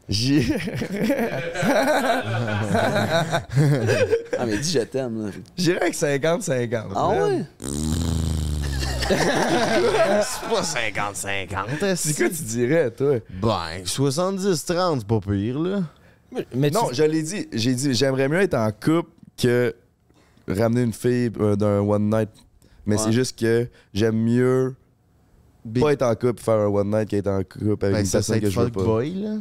Speaker 1: J'ai.
Speaker 3: Ah, mais dis, je t'aime, là.
Speaker 1: J'irais avec 50-50.
Speaker 3: Ah
Speaker 1: man.
Speaker 3: ouais?
Speaker 2: C'est pas 50-50.
Speaker 1: C'est quoi tu dirais, toi?
Speaker 2: Ben, 70-30, c'est pas pire, là.
Speaker 4: Mais
Speaker 1: Non, je l'ai dit. J'ai dit, j'aimerais mieux être en couple que ramener une fille euh, d'un one night. Mais
Speaker 3: Ouais.
Speaker 1: c'est juste que j'aime mieux
Speaker 2: Big-
Speaker 1: pas être en couple faire un one night qu'être en couple avec
Speaker 2: Ben,
Speaker 1: une
Speaker 2: ça, c'est
Speaker 1: personne que
Speaker 2: être
Speaker 1: je veux pas.
Speaker 2: fuckboy, là.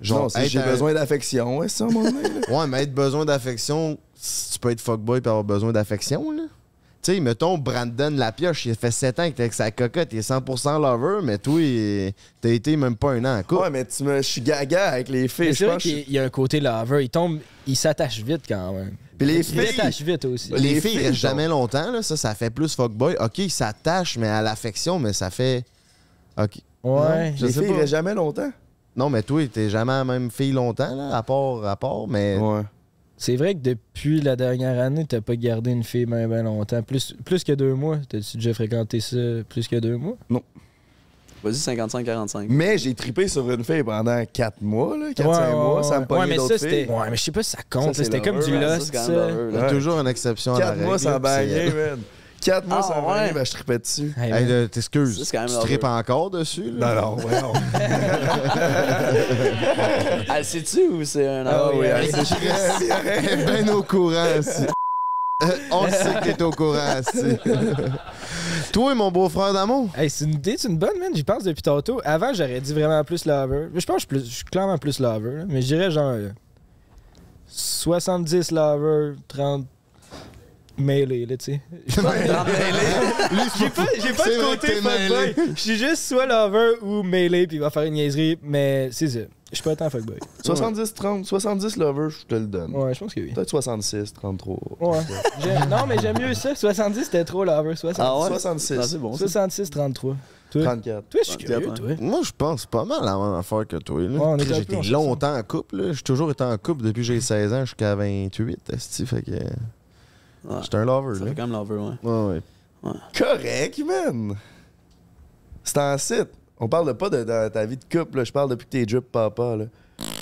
Speaker 1: Genre, c'est-
Speaker 2: être
Speaker 1: j'ai
Speaker 2: un-
Speaker 1: besoin d'affection, ouais, c'est ça, mon nez, là?
Speaker 2: Ouais, mais être besoin d'affection, si tu peux être fuckboy et avoir besoin d'affection, là. Tu sais, mettons, Brandon Lapioche, il fait 7 ans qu'il était avec sa cocotte, il est 100% lover, mais toi, il- t'as été même pas un an en couple.
Speaker 1: Ouais, mais tu me. Je suis gaga avec les filles.
Speaker 4: mais
Speaker 1: Je
Speaker 4: c'est vrai
Speaker 1: pense que
Speaker 4: qu'il y a un côté lover. Il tombe, il s'attache vite quand même.
Speaker 1: je- Puis les
Speaker 4: Il s'attache
Speaker 1: filles.
Speaker 4: vite aussi.
Speaker 1: Les
Speaker 2: les,
Speaker 1: filles,
Speaker 2: filles, restent
Speaker 1: genre.
Speaker 2: jamais longtemps, là. Ça, ça fait plus fuckboy. OK, ils s'attachent, mais à l'affection, mais ça fait... OK.
Speaker 4: Ouais.
Speaker 2: Non, je
Speaker 1: Les
Speaker 2: sais
Speaker 1: filles
Speaker 2: pas.
Speaker 1: restent jamais longtemps.
Speaker 2: Non, mais toi, t'es jamais la même fille longtemps, là, à part, à part, mais...
Speaker 1: Ouais.
Speaker 4: C'est vrai que depuis la dernière année, t'as pas gardé une fille bien ben longtemps. Plus, plus que deux mois. T'as-tu déjà fréquenté ça plus que deux mois?
Speaker 3: Vas-y, 55-45.
Speaker 1: Mais j'ai tripé sur une fille pendant 4 mois, là, 4-5
Speaker 4: ouais,
Speaker 1: mois,
Speaker 4: ouais,
Speaker 1: ça
Speaker 4: ouais.
Speaker 1: me pognait
Speaker 4: Ouais, mais ça,
Speaker 1: d'autres
Speaker 4: c'était-
Speaker 1: filles.
Speaker 4: Ouais, mais je sais pas si ça compte.
Speaker 1: Ça,
Speaker 4: là, c'était
Speaker 1: c'est
Speaker 4: comme du
Speaker 1: lover,
Speaker 3: Ah,
Speaker 4: lost.
Speaker 3: ça, c'est quand même
Speaker 4: ça.
Speaker 3: dangereux,
Speaker 2: Il y
Speaker 3: là.
Speaker 2: a toujours une exception à la
Speaker 1: 4 mois
Speaker 2: règle,
Speaker 1: sans
Speaker 2: là, puis
Speaker 1: baguer,
Speaker 2: c'est-
Speaker 1: man. 4 mois
Speaker 3: Ah,
Speaker 1: sans
Speaker 3: ouais.
Speaker 1: baguer, ben je tripais dessus.
Speaker 4: Hey,
Speaker 2: euh, Hey,
Speaker 4: man.
Speaker 2: de-
Speaker 3: Ça,
Speaker 2: t'excuses,
Speaker 3: c'est quand même
Speaker 2: tu
Speaker 3: lover.
Speaker 2: tripes encore dessus, là?
Speaker 1: Non, non, voyons.
Speaker 3: Ah, sais-tu ou c'est un
Speaker 1: Ah oui,
Speaker 3: aveu?
Speaker 4: hein.
Speaker 1: allez, c'est
Speaker 2: ben au courant, si. On le sait que t'es au courant, c'est. Toi, mon beau-frère d'amour.
Speaker 4: Hey, c'est une idée, c'est une bonne, man. J'y pense depuis tantôt. Avant, j'aurais dit vraiment plus lover. Je pense que je suis plus- je suis clairement plus lover, là. mais je dirais genre euh, 70 lover, 30 mêlé, là, tu sais. Je pense- J'ai pas, j'ai pas
Speaker 2: C'est vrai
Speaker 4: de
Speaker 2: que
Speaker 4: côté
Speaker 2: t'es
Speaker 4: fuckboy. Je suis juste soit lover ou mêlé, puis il va faire une niaiserie, mais c'est ça. Je suis pas tant fuckboy.
Speaker 1: 70-30, 70 lovers, je te le donne.
Speaker 4: Ouais, je pense que oui.
Speaker 1: Peut-être 66, 33.
Speaker 4: Ouais. J'aime- non, mais j'aime mieux ça. 70, c'était trop lover. 60
Speaker 3: Ah ouais?
Speaker 1: 66.
Speaker 3: Ah, c'est bon. ça.
Speaker 4: 66, 33. Toi,
Speaker 1: 34.
Speaker 4: toi je suis
Speaker 1: hein.
Speaker 4: curieux,
Speaker 3: 34,
Speaker 4: toi.
Speaker 2: Moi, je pense pas mal à la même affaire que toi. là.
Speaker 4: Ouais, on est
Speaker 2: Chris,
Speaker 4: un peu en
Speaker 2: J'étais
Speaker 4: chasse.
Speaker 2: longtemps en couple. là. J'ai toujours été en couple depuis que j'ai 16 ans jusqu'à 28. esti, fait que.
Speaker 3: Ouais.
Speaker 2: J'étais un lover.
Speaker 3: Ça
Speaker 2: Là.
Speaker 3: fait quand même lover, ouais.
Speaker 2: Ouais, ouais.
Speaker 1: Correct, man. C'est en site. On parle pas de dans ta vie de couple, là. je parle depuis que t'es drip papa. là.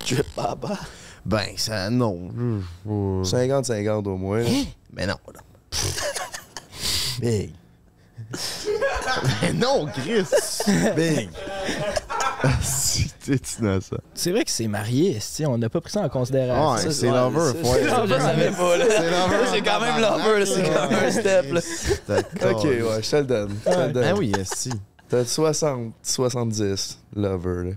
Speaker 3: Drip Baba.
Speaker 2: Ben, ça, non. Je- je-
Speaker 1: 50-50 au moins. là.
Speaker 2: Mais non, non. Big. Mais non, Chris! Big! C'était innocent.
Speaker 4: C'est vrai que c'est marié, esti, on n'a pas pris ça en considération.
Speaker 2: Ah, Ouais,
Speaker 3: Ça,
Speaker 2: c'est
Speaker 3: ouais,
Speaker 2: lover,
Speaker 3: ça,
Speaker 2: faut
Speaker 3: ça,
Speaker 2: être-
Speaker 3: Je le savais pas, là.
Speaker 2: C'est lover,
Speaker 3: C'est quand même
Speaker 2: tabarnak,
Speaker 3: lover, là, c'est
Speaker 2: là.
Speaker 3: quand même un step, là.
Speaker 2: D'accord.
Speaker 1: Ok, ouais, je te le donne. Je te le donne.
Speaker 2: Ben oui, si.
Speaker 1: T'as 60, 70 lovers. là.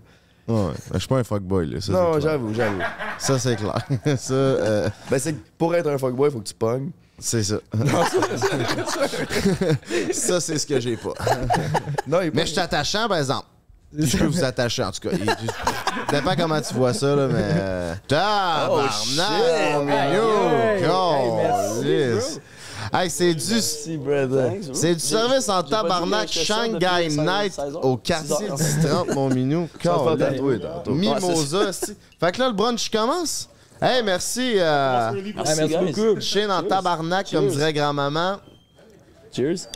Speaker 2: Ouais, ben, je suis pas un fuckboy, là. Ça,
Speaker 1: non,
Speaker 2: c'est clair.
Speaker 1: j'avoue, j'avoue.
Speaker 2: Ça, c'est clair. ça, euh,
Speaker 1: Ben, c'est que pour être un fuckboy, faut que tu pognes.
Speaker 2: c'est ça. ça, c'est ce que j'ai pas.
Speaker 1: Non, il
Speaker 2: Mais je suis attachant, par exemple. Puis je peux vous attacher, en tout cas. Il- je- Dépend comment tu vois ça, là, mais... euh, Tabarnak!
Speaker 4: Hey, Oh, hey, hey, merci,
Speaker 2: Calice. Hey, c'est du... C'est du service en
Speaker 4: euh,
Speaker 2: tabarnak
Speaker 3: j'ai pas dit que j'étais
Speaker 2: Shanghai
Speaker 3: ça depuis
Speaker 2: Night
Speaker 3: 16 heures.
Speaker 2: au quartier 10-30, mon minou.
Speaker 1: Ça va
Speaker 2: Calice.
Speaker 1: faire tatouer tantôt.
Speaker 2: Mimosa, si. Fait que là, le brunch commence. Hey, merci. Euh,
Speaker 4: Ah,
Speaker 3: Merci,
Speaker 4: merci
Speaker 3: guys.
Speaker 4: beaucoup.
Speaker 2: Chine en tabarnak, comme dirait grand-maman.
Speaker 3: Cheers.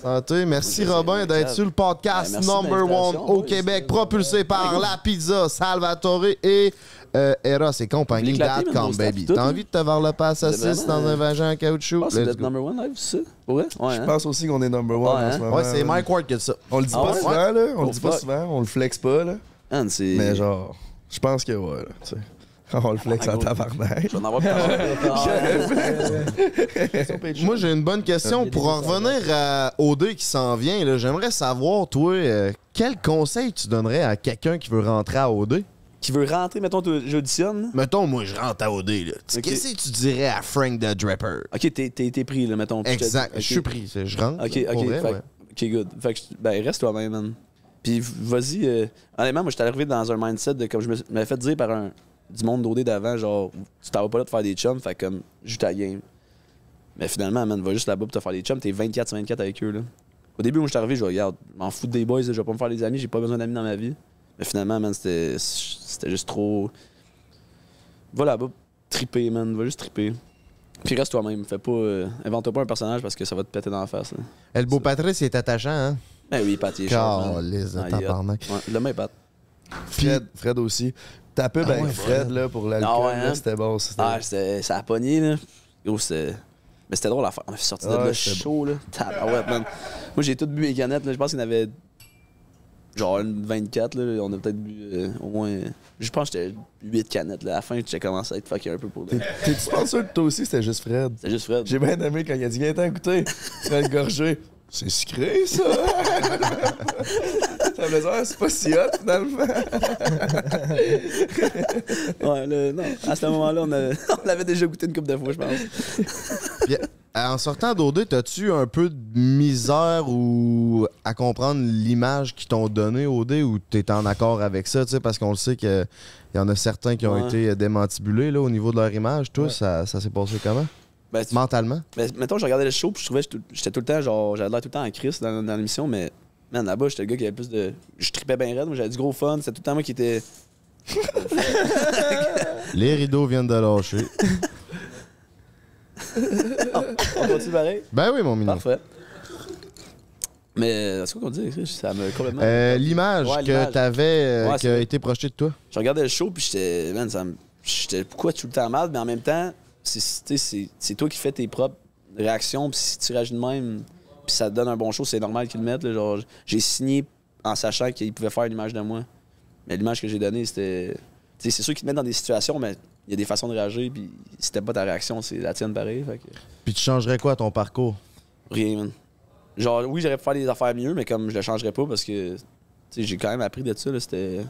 Speaker 2: Santé. Ah, Merci, Robin, d'être sur le podcast
Speaker 3: Ben, merci de
Speaker 2: number one
Speaker 3: l'invitation,
Speaker 2: au
Speaker 3: oui,
Speaker 2: Québec,
Speaker 3: c'est-
Speaker 2: propulsé par La Pizza, Salvatore et euh, Eros et compagnie.
Speaker 3: L'éclaté, man,
Speaker 2: com,
Speaker 3: nos staff
Speaker 2: baby.
Speaker 3: tout,
Speaker 2: T'as
Speaker 3: hein.
Speaker 2: envie de te voir le pas saucisse
Speaker 3: C'est
Speaker 2: dans
Speaker 3: vraiment, euh,
Speaker 2: un vagin en
Speaker 3: Je
Speaker 2: caoutchouc?
Speaker 3: pense que
Speaker 2: Let's
Speaker 3: c'est
Speaker 2: go.
Speaker 3: number one live, ça. Ouais? Ouais.
Speaker 1: Je
Speaker 3: hein?
Speaker 1: pense aussi qu'on est number one
Speaker 3: Ouais,
Speaker 1: en
Speaker 3: hein?
Speaker 1: ce moment.
Speaker 2: Ouais, c'est Mike Ward qui a dit hein? ça.
Speaker 1: On le dit
Speaker 3: Ah
Speaker 1: pas
Speaker 3: ouais?
Speaker 1: souvent, là. On
Speaker 3: Oh,
Speaker 1: le dit pas
Speaker 3: fuck.
Speaker 1: souvent. On le flexe pas, là.
Speaker 3: Man, c'est.
Speaker 1: Mais genre, je pense que ouais, là, tu sais. On le flex en
Speaker 3: gros.
Speaker 1: tabarnak.
Speaker 3: On en voit plus tard.
Speaker 2: Moi, j'ai une bonne question. Pour en revenir à OD qui s'en vient, là, j'aimerais savoir, toi, euh, quel conseil tu donnerais à quelqu'un qui veut rentrer à OD?
Speaker 3: Qui veut rentrer, mettons, tu- j'auditionne. là.
Speaker 2: Mettons, moi, je rentre à OD. là. Tu-
Speaker 3: Ok.
Speaker 2: Qu'est-ce que tu dirais à Frank the Draper?
Speaker 3: Ok, t'es- t'es t'es pris, là, mettons.
Speaker 2: Exact.
Speaker 3: Ok.
Speaker 2: Je suis pris. c'est- Je rentre.
Speaker 3: Ok,
Speaker 2: là,
Speaker 3: ok.
Speaker 2: pour vrai,
Speaker 3: fait-
Speaker 2: ouais.
Speaker 3: Ok, good. Fait que, je- ben, reste toi-même, man. Puis, v- vas-y. euh, honnêtement, moi, j'étais arrivé dans un mindset de, comme je me suis- m'avais fait dire par un du monde d'OD d'avant, genre, tu t'en vas pas là de faire des chums, fait comme, joue ta game. Mais finalement, man, va juste là-bas pour te faire des chums, t'es 24 sur 24 avec eux, là. Au début, moi, j'étais arrivé, je regarde, je m'en fous des boys, là, je vais pas me faire des amis, j'ai pas besoin d'amis dans ma vie. Mais finalement, man, c'était c'était juste trop. Va là-bas, triper, man, va juste triper. Puis reste toi-même, fais pas. euh, invente pas un personnage parce que ça va te péter dans la face, là.
Speaker 2: El beau Patrice il est attachant, hein?
Speaker 3: Ben oui, Pat, il est sharp, man.
Speaker 2: Calisse,
Speaker 3: Ah, il est hot.
Speaker 2: tabarnak.
Speaker 3: Ouais, le même Pat.
Speaker 1: Fred, Fred aussi. Ta pub avec Ah Fred, là, pour l'alcool,
Speaker 3: Ah ouais,
Speaker 1: là,
Speaker 3: hein?
Speaker 1: c'était bon. c'était-
Speaker 3: Ah, c'était- ça a pogné, là. Gros, c'était. Mais c'était drôle à faire. On a fait sortir de
Speaker 1: Ouais,
Speaker 3: là
Speaker 1: c'était
Speaker 3: chaud, là. Tabarouette, man. Moi, j'ai tout bu mes canettes, là. Je pense qu'il y en avait. Genre une 24, là. On a peut-être bu euh, au moins. Je pense que j'étais 8 canettes, là. À la fin, j'ai commencé à être fucké un peu pour. le-
Speaker 1: T'es-tu pas sûr que toi aussi, c'était juste Fred?
Speaker 3: C'était juste Fred.
Speaker 1: J'ai bien aimé quand il a dit Viens t'en goûter. Fred gorgé. C'est sucré, ça! ça me faisait, Ah, c'est pas si hot, finalement.
Speaker 3: Ouais, là, non. À ce moment-là, on, a- on l'avait déjà goûté une coupe de fois, je pense.
Speaker 2: Puis, en sortant d'OD, t'as-tu un peu de misère ou à comprendre l'image qu'ils t'ont donnée OD ou t'es en accord avec ça, tu sais, parce qu'on le sait qu'il y en a certains qui ont
Speaker 3: Ouais.
Speaker 2: été démantibulés là, au niveau de leur image. Toi, ça, ça s'est passé comment?
Speaker 3: Ben, tu-
Speaker 2: Mentalement?
Speaker 3: Mais mettons, je regardais le show, puis je trouvais que j'étais- j'étais tout le temps, genre, j'avais l'air tout le temps en crise dans, dans l'émission, mais man, là-bas, j'étais le gars qui avait plus de. Je tripais bien raide, moi, j'avais du gros fun, c'était tout le temps moi qui était.
Speaker 2: Les rideaux viennent de lâcher.
Speaker 3: On continue pareil?
Speaker 2: ben oui, mon mignon.
Speaker 3: Parfait. Mais euh, c'est quoi qu'on dit, Chris? ça me complètement.
Speaker 2: Euh, l'image
Speaker 3: Ouais,
Speaker 2: que
Speaker 3: l'image.
Speaker 2: t'avais, euh,
Speaker 3: Ouais,
Speaker 2: qui
Speaker 3: c'est
Speaker 2: a
Speaker 3: vrai.
Speaker 2: été projetée de toi.
Speaker 3: Je regardais le show, puis j'étais. Man, ça me. J'étais pourquoi tout le temps mal, mais en même temps, c'est- tu sais, c'est c'est toi qui fais tes propres réactions, puis si tu réagis de même, puis ça te donne un bon show, c'est normal qu'ils le mettent. là, genre, j'ai signé en sachant qu'ils pouvaient faire une image de moi. Mais l'image que j'ai donnée, c'était. tu sais, c'est sûr qu'ils te mettent dans des situations, mais il y a des façons de réagir, puis si t'as pas ta réaction, c'est la tienne pareil. Fait que,
Speaker 2: Puis tu changerais quoi à ton parcours?
Speaker 3: rien, man. Genre, oui, j'aurais pu faire des affaires mieux, mais comme je le changerais pas parce que, tu sais, j'ai quand même appris de ça, là, c'était.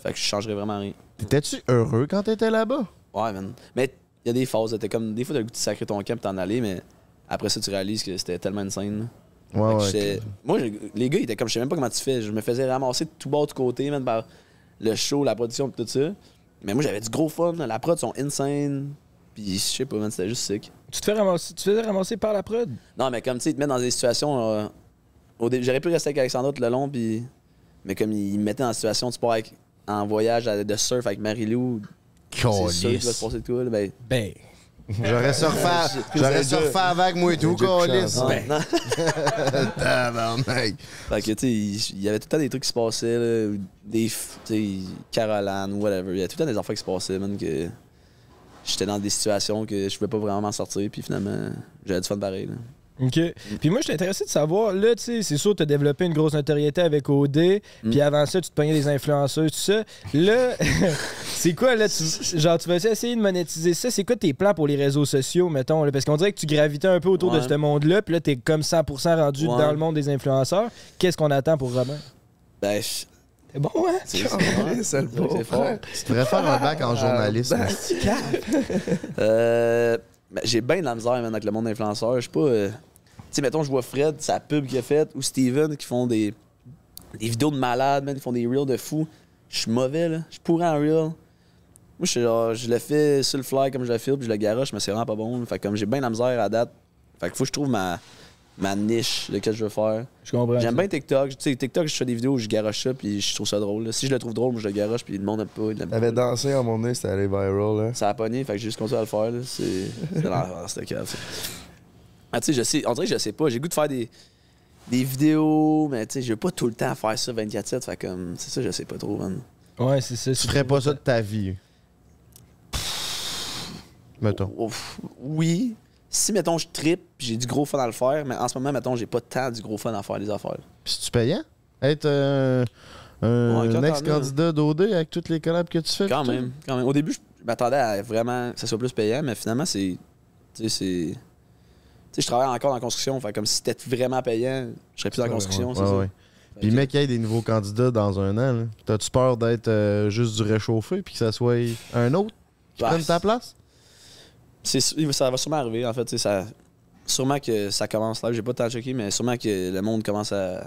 Speaker 3: Fait que je changerais vraiment rien.
Speaker 2: T'étais-tu heureux quand t'étais là-bas?
Speaker 3: Ouais, man. Mais il y a des phases, là, t'es comme. Des fois, t'as le goût de sacrer ton camp et t'en aller, mais après ça, tu réalises que c'était tellement insane. là.
Speaker 2: Ouais,
Speaker 3: Fait que
Speaker 2: ouais.
Speaker 3: j'étais- Moi, j'ai- les gars, ils étaient comme, je sais même pas comment tu fais. Je me faisais ramasser de tout bord, de tout côté, même par le show, la production, pis tout ça. Mais moi, j'avais du gros fun. là. La prod, sont insane. Puis je sais pas, man, c'était juste sick.
Speaker 4: Tu te fais ramasser, tu te faisais ramasser par la prod.
Speaker 3: Non, mais comme, tu sais, ils te mettent dans des situations. euh, au début, j'aurais pu rester avec Alexandre tout le long, puis. Mais comme ils me mettaient dans la situation, tu pars avec- en voyage à- de surf avec Marie-Lou. C'est sûr que tu vas te
Speaker 2: Calice.
Speaker 3: passer de quoi, là, ben.
Speaker 4: Ben,
Speaker 2: J'aurais surfé, à- j'aurais surfé avec moi et tout,
Speaker 1: j'ai déjà
Speaker 2: calice.
Speaker 1: changé.
Speaker 3: non.
Speaker 2: Tabarnak.
Speaker 3: Fait que, tu sais, il il y avait tout le temps des trucs qui se passaient, là, ou des, f- tu sais, Caroline, whatever. Il y a tout le temps des affaires qui se passaient, man, que j'étais dans des situations que je pouvais pas vraiment m'en sortir, puis finalement, j'avais du fun pareil, là.
Speaker 4: OK. Puis moi, je suis intéressé de savoir, là, tu sais, c'est sûr, tu as développé une grosse notoriété avec OD, puis avant ça, tu te pognais des influenceuses, tout ça. Là, c'est quoi, là, tu, genre, tu vas essayer de monétiser ça? C'est quoi tes plans pour les réseaux sociaux, mettons? là? Parce qu'on dirait que tu gravitais un peu autour de
Speaker 3: Ouais.
Speaker 4: ce monde-là, puis là, t'es comme 100% rendu
Speaker 3: Ouais.
Speaker 4: dans le monde des influenceurs. Qu'est-ce qu'on attend pour Robin?
Speaker 3: Ben, c'est
Speaker 4: C'est bon, hein?
Speaker 3: c'est- ouais,
Speaker 1: C'est le
Speaker 3: c'est vrai que c'est
Speaker 1: beau frère.
Speaker 3: fort.
Speaker 2: Tu devrais faire un bac en journalisme.
Speaker 3: Euh, ben, j'ai bien de la misère, man, avec le monde influenceur. Je suis pas. euh, Tu sais, mettons, je vois Fred, sa pub qu'il a faite, ou Steven qui font des, des vidéos de malades, man, ils font des reels de fou. Je suis mauvais, là. Je suis pourri en reel. Moi, je suis genre, je le fais sur le fly comme je le filme, puis je le garoche, mais c'est vraiment pas bon. Fait que comme j'ai bien de la misère à date, fait que faut que je trouve ma, ma niche de que je veux faire.
Speaker 4: Je comprends.
Speaker 3: J'aime bien TikTok. Tu sais, TikTok, je fais des vidéos où je garoche ça, puis je trouve ça drôle. là. Si je le trouve drôle, moi, je le garoche, puis le monde n'aime pas. il l'aime
Speaker 1: T'avais
Speaker 3: pas.
Speaker 1: dansé à mon nez, c'était allé viral. hein. Là.
Speaker 3: Ça a pogné, fait que j'ai juste continué à le faire. là. C'est c'est dans dans cette cave. ça. Ah, tu sais, je sais, on dirait que je sais pas. J'ai le goût de faire des, des vidéos, mais tu sais, je veux pas tout le temps faire ça 24-7. Fait comme, c'est ça, je sais pas trop, man.
Speaker 4: Ouais, c'est ça.
Speaker 2: Tu
Speaker 4: c'est-
Speaker 2: ferais pas ça de ta vie. Mettons.
Speaker 3: Ouf, oui. Si, mettons, je trippe, puis j'ai du gros fun à le faire, mais en ce moment, mettons, j'ai pas tant du gros fun à faire des affaires.
Speaker 2: Puis si tu payant? Être euh,
Speaker 3: Ouais, quand
Speaker 2: un
Speaker 3: t'en
Speaker 2: ex-candidat d'OD avec toutes les collabs que tu fais.
Speaker 3: Quand
Speaker 2: pis tout.
Speaker 3: même, quand même. Au début, je m'attendais à vraiment que ça soit plus payant, mais finalement, c'est. Tu sais, c'est. Tu sais, je travaille encore dans la construction. Fait comme si c'était vraiment payant, je serais plus dans la construction, c'est
Speaker 2: Ouais,
Speaker 3: ça.
Speaker 2: ouais.
Speaker 3: Fait
Speaker 2: Puis
Speaker 3: que-
Speaker 2: mec, il y a des nouveaux candidats dans un an. là. T'as-tu peur d'être euh, juste du réchauffé puis que ça soit un autre qui
Speaker 3: Bah,
Speaker 2: prenne ta place?
Speaker 3: C'est sûr- ça va sûrement arriver en fait, tu sais, ça sûrement que ça commence là, j'ai pas tant checké mais sûrement que le monde commence à,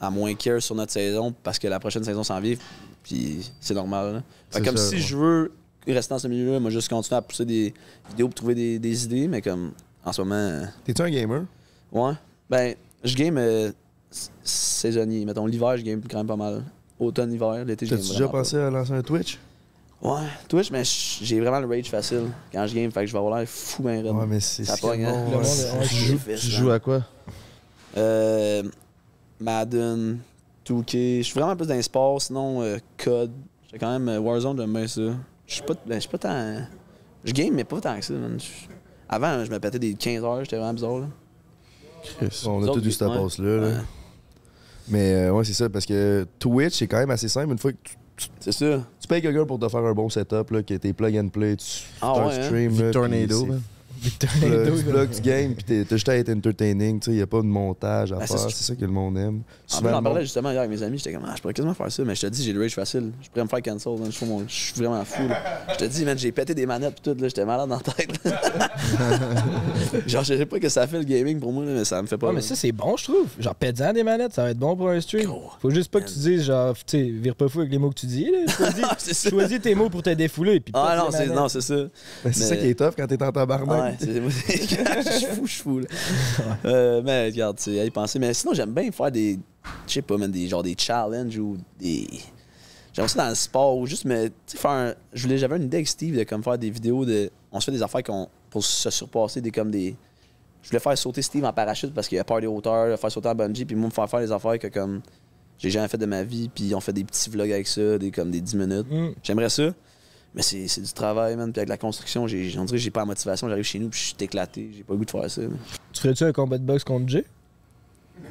Speaker 3: à moins care sur notre saison parce que la prochaine saison s'en vient puis c'est normal. là. Fait
Speaker 2: C'est
Speaker 3: comme
Speaker 2: ça,
Speaker 3: si
Speaker 2: ouais.
Speaker 3: je veux rester dans ce milieu-là, moi juste continuer à pousser des vidéos pour trouver des, des idées mais comme en ce moment euh,
Speaker 1: T'es-tu un gamer?
Speaker 3: ouais, ben je game euh, s- saisonnier, mettons l'hiver je game quand même pas mal. Automne, hiver, l'été, je game
Speaker 1: T'as-tu déjà
Speaker 3: vraiment pas.
Speaker 1: pensé à lancer un Twitch?
Speaker 3: Ouais, Twitch, mais j- j'ai vraiment le rage facile quand je game, fait que je vais avoir l'air fou ben raide.
Speaker 1: Ouais, mais c'est
Speaker 3: Ça
Speaker 1: c'est
Speaker 3: pogne, hein.
Speaker 1: bon,
Speaker 4: Le
Speaker 1: ouais.
Speaker 4: monde est- ouais,
Speaker 2: Tu
Speaker 4: c'est-
Speaker 2: joues,
Speaker 3: fais
Speaker 1: hein.
Speaker 2: tu
Speaker 3: ça.
Speaker 2: joues à quoi?
Speaker 3: Euh, Madden, 2K. Je suis vraiment plus dans les sports, sinon euh, COD. J'ai quand même euh, Warzone, j'aime bien ça. Je suis pas, ben, je suis pas tant. Je game, mais pas tant que ça, man. Je- Avant, je me pétais des 15 heures, j'étais vraiment bizarre. Là.
Speaker 1: On
Speaker 3: Nous
Speaker 1: a
Speaker 3: autres,
Speaker 1: tout eu cette
Speaker 3: ouais.
Speaker 1: passe-là. là.
Speaker 3: Ouais.
Speaker 1: Mais euh, ouais, c'est ça, parce que Twitch, c'est quand même assez simple. Une fois que tu,
Speaker 3: C'est ça.
Speaker 1: tu payes quelqu'un pour te faire un bon setup, là, que t'es plug and play, tu
Speaker 3: Ah
Speaker 1: t'as un
Speaker 3: ouais, hein?
Speaker 1: stream. là,
Speaker 2: Tornado.
Speaker 1: puis c'est-
Speaker 2: là.
Speaker 1: là, Tu bloques du game, puis t'es t'as juste à être entertaining. Il n'y a pas de montage à
Speaker 3: Ben, c'est Ah,
Speaker 1: faire.
Speaker 3: sûr.
Speaker 1: C'est ça que le monde aime.
Speaker 3: En
Speaker 1: Souvent,
Speaker 3: plus,
Speaker 1: le
Speaker 3: j'en
Speaker 1: monde-
Speaker 3: parlais justement hier avec mes amis, j'étais comme, ah, je pourrais quasiment faire ça, mais je te dis, j'ai le rage facile. Je pourrais me faire cancel, man. je suis mon- je suis vraiment fou. là. Je te dis, man, j'ai pété des manettes pis tout, là, j'étais malade dans la tête. là. Genre, je sais pas que ça fait le gaming pour moi, là, mais ça me fait pas.
Speaker 4: Ouais, mais ça, c'est bon, je trouve. Genre, pète-en des manettes, ça va être bon pour un stream.
Speaker 3: Gros,
Speaker 4: Faut juste pas que tu dises, genre, tu sais, vire pas fou avec les mots que tu dis. Là. Choisis,
Speaker 3: C'est ça.
Speaker 4: choisis tes mots pour te défouler. Puis
Speaker 3: Ah
Speaker 4: pète
Speaker 3: non,
Speaker 4: les
Speaker 3: c'est
Speaker 4: manettes.
Speaker 3: non, c'est ça.
Speaker 1: Ben, c'est
Speaker 3: Mais-
Speaker 1: ça qui est tough quand t'es en
Speaker 3: Ouais,
Speaker 1: tabarnak.
Speaker 3: c'est moi, c'est- quand je suis fou, je suis fou. là. Euh, mais regarde, tu sais, à y penser. Mais sinon, j'aime bien faire des, je sais pas, man, des genre des challenges ou des. J'aime ça dans le sport ou juste me, tu sais, faire. un- je voulais, j'avais une idée avec Steve de comme faire des vidéos de, on se fait des affaires qu'on pour se surpasser des comme des. Je voulais faire sauter Steve en parachute parce qu'il a peur des hauteurs, le faire sauter en bungee, puis moi me faire faire des affaires que comme j'ai jamais fait de ma vie, puis on fait des petits vlogs avec ça, des comme des 10 minutes.
Speaker 4: Mm.
Speaker 3: J'aimerais ça. Mais c'est c'est du travail, man. Puis avec la construction, j'ai- on dirait que j'ai pas la motivation. J'arrive chez nous, puis je suis éclaté. J'ai pas le goût de faire ça. man.
Speaker 4: Tu ferais-tu un combat de boxe contre Jay?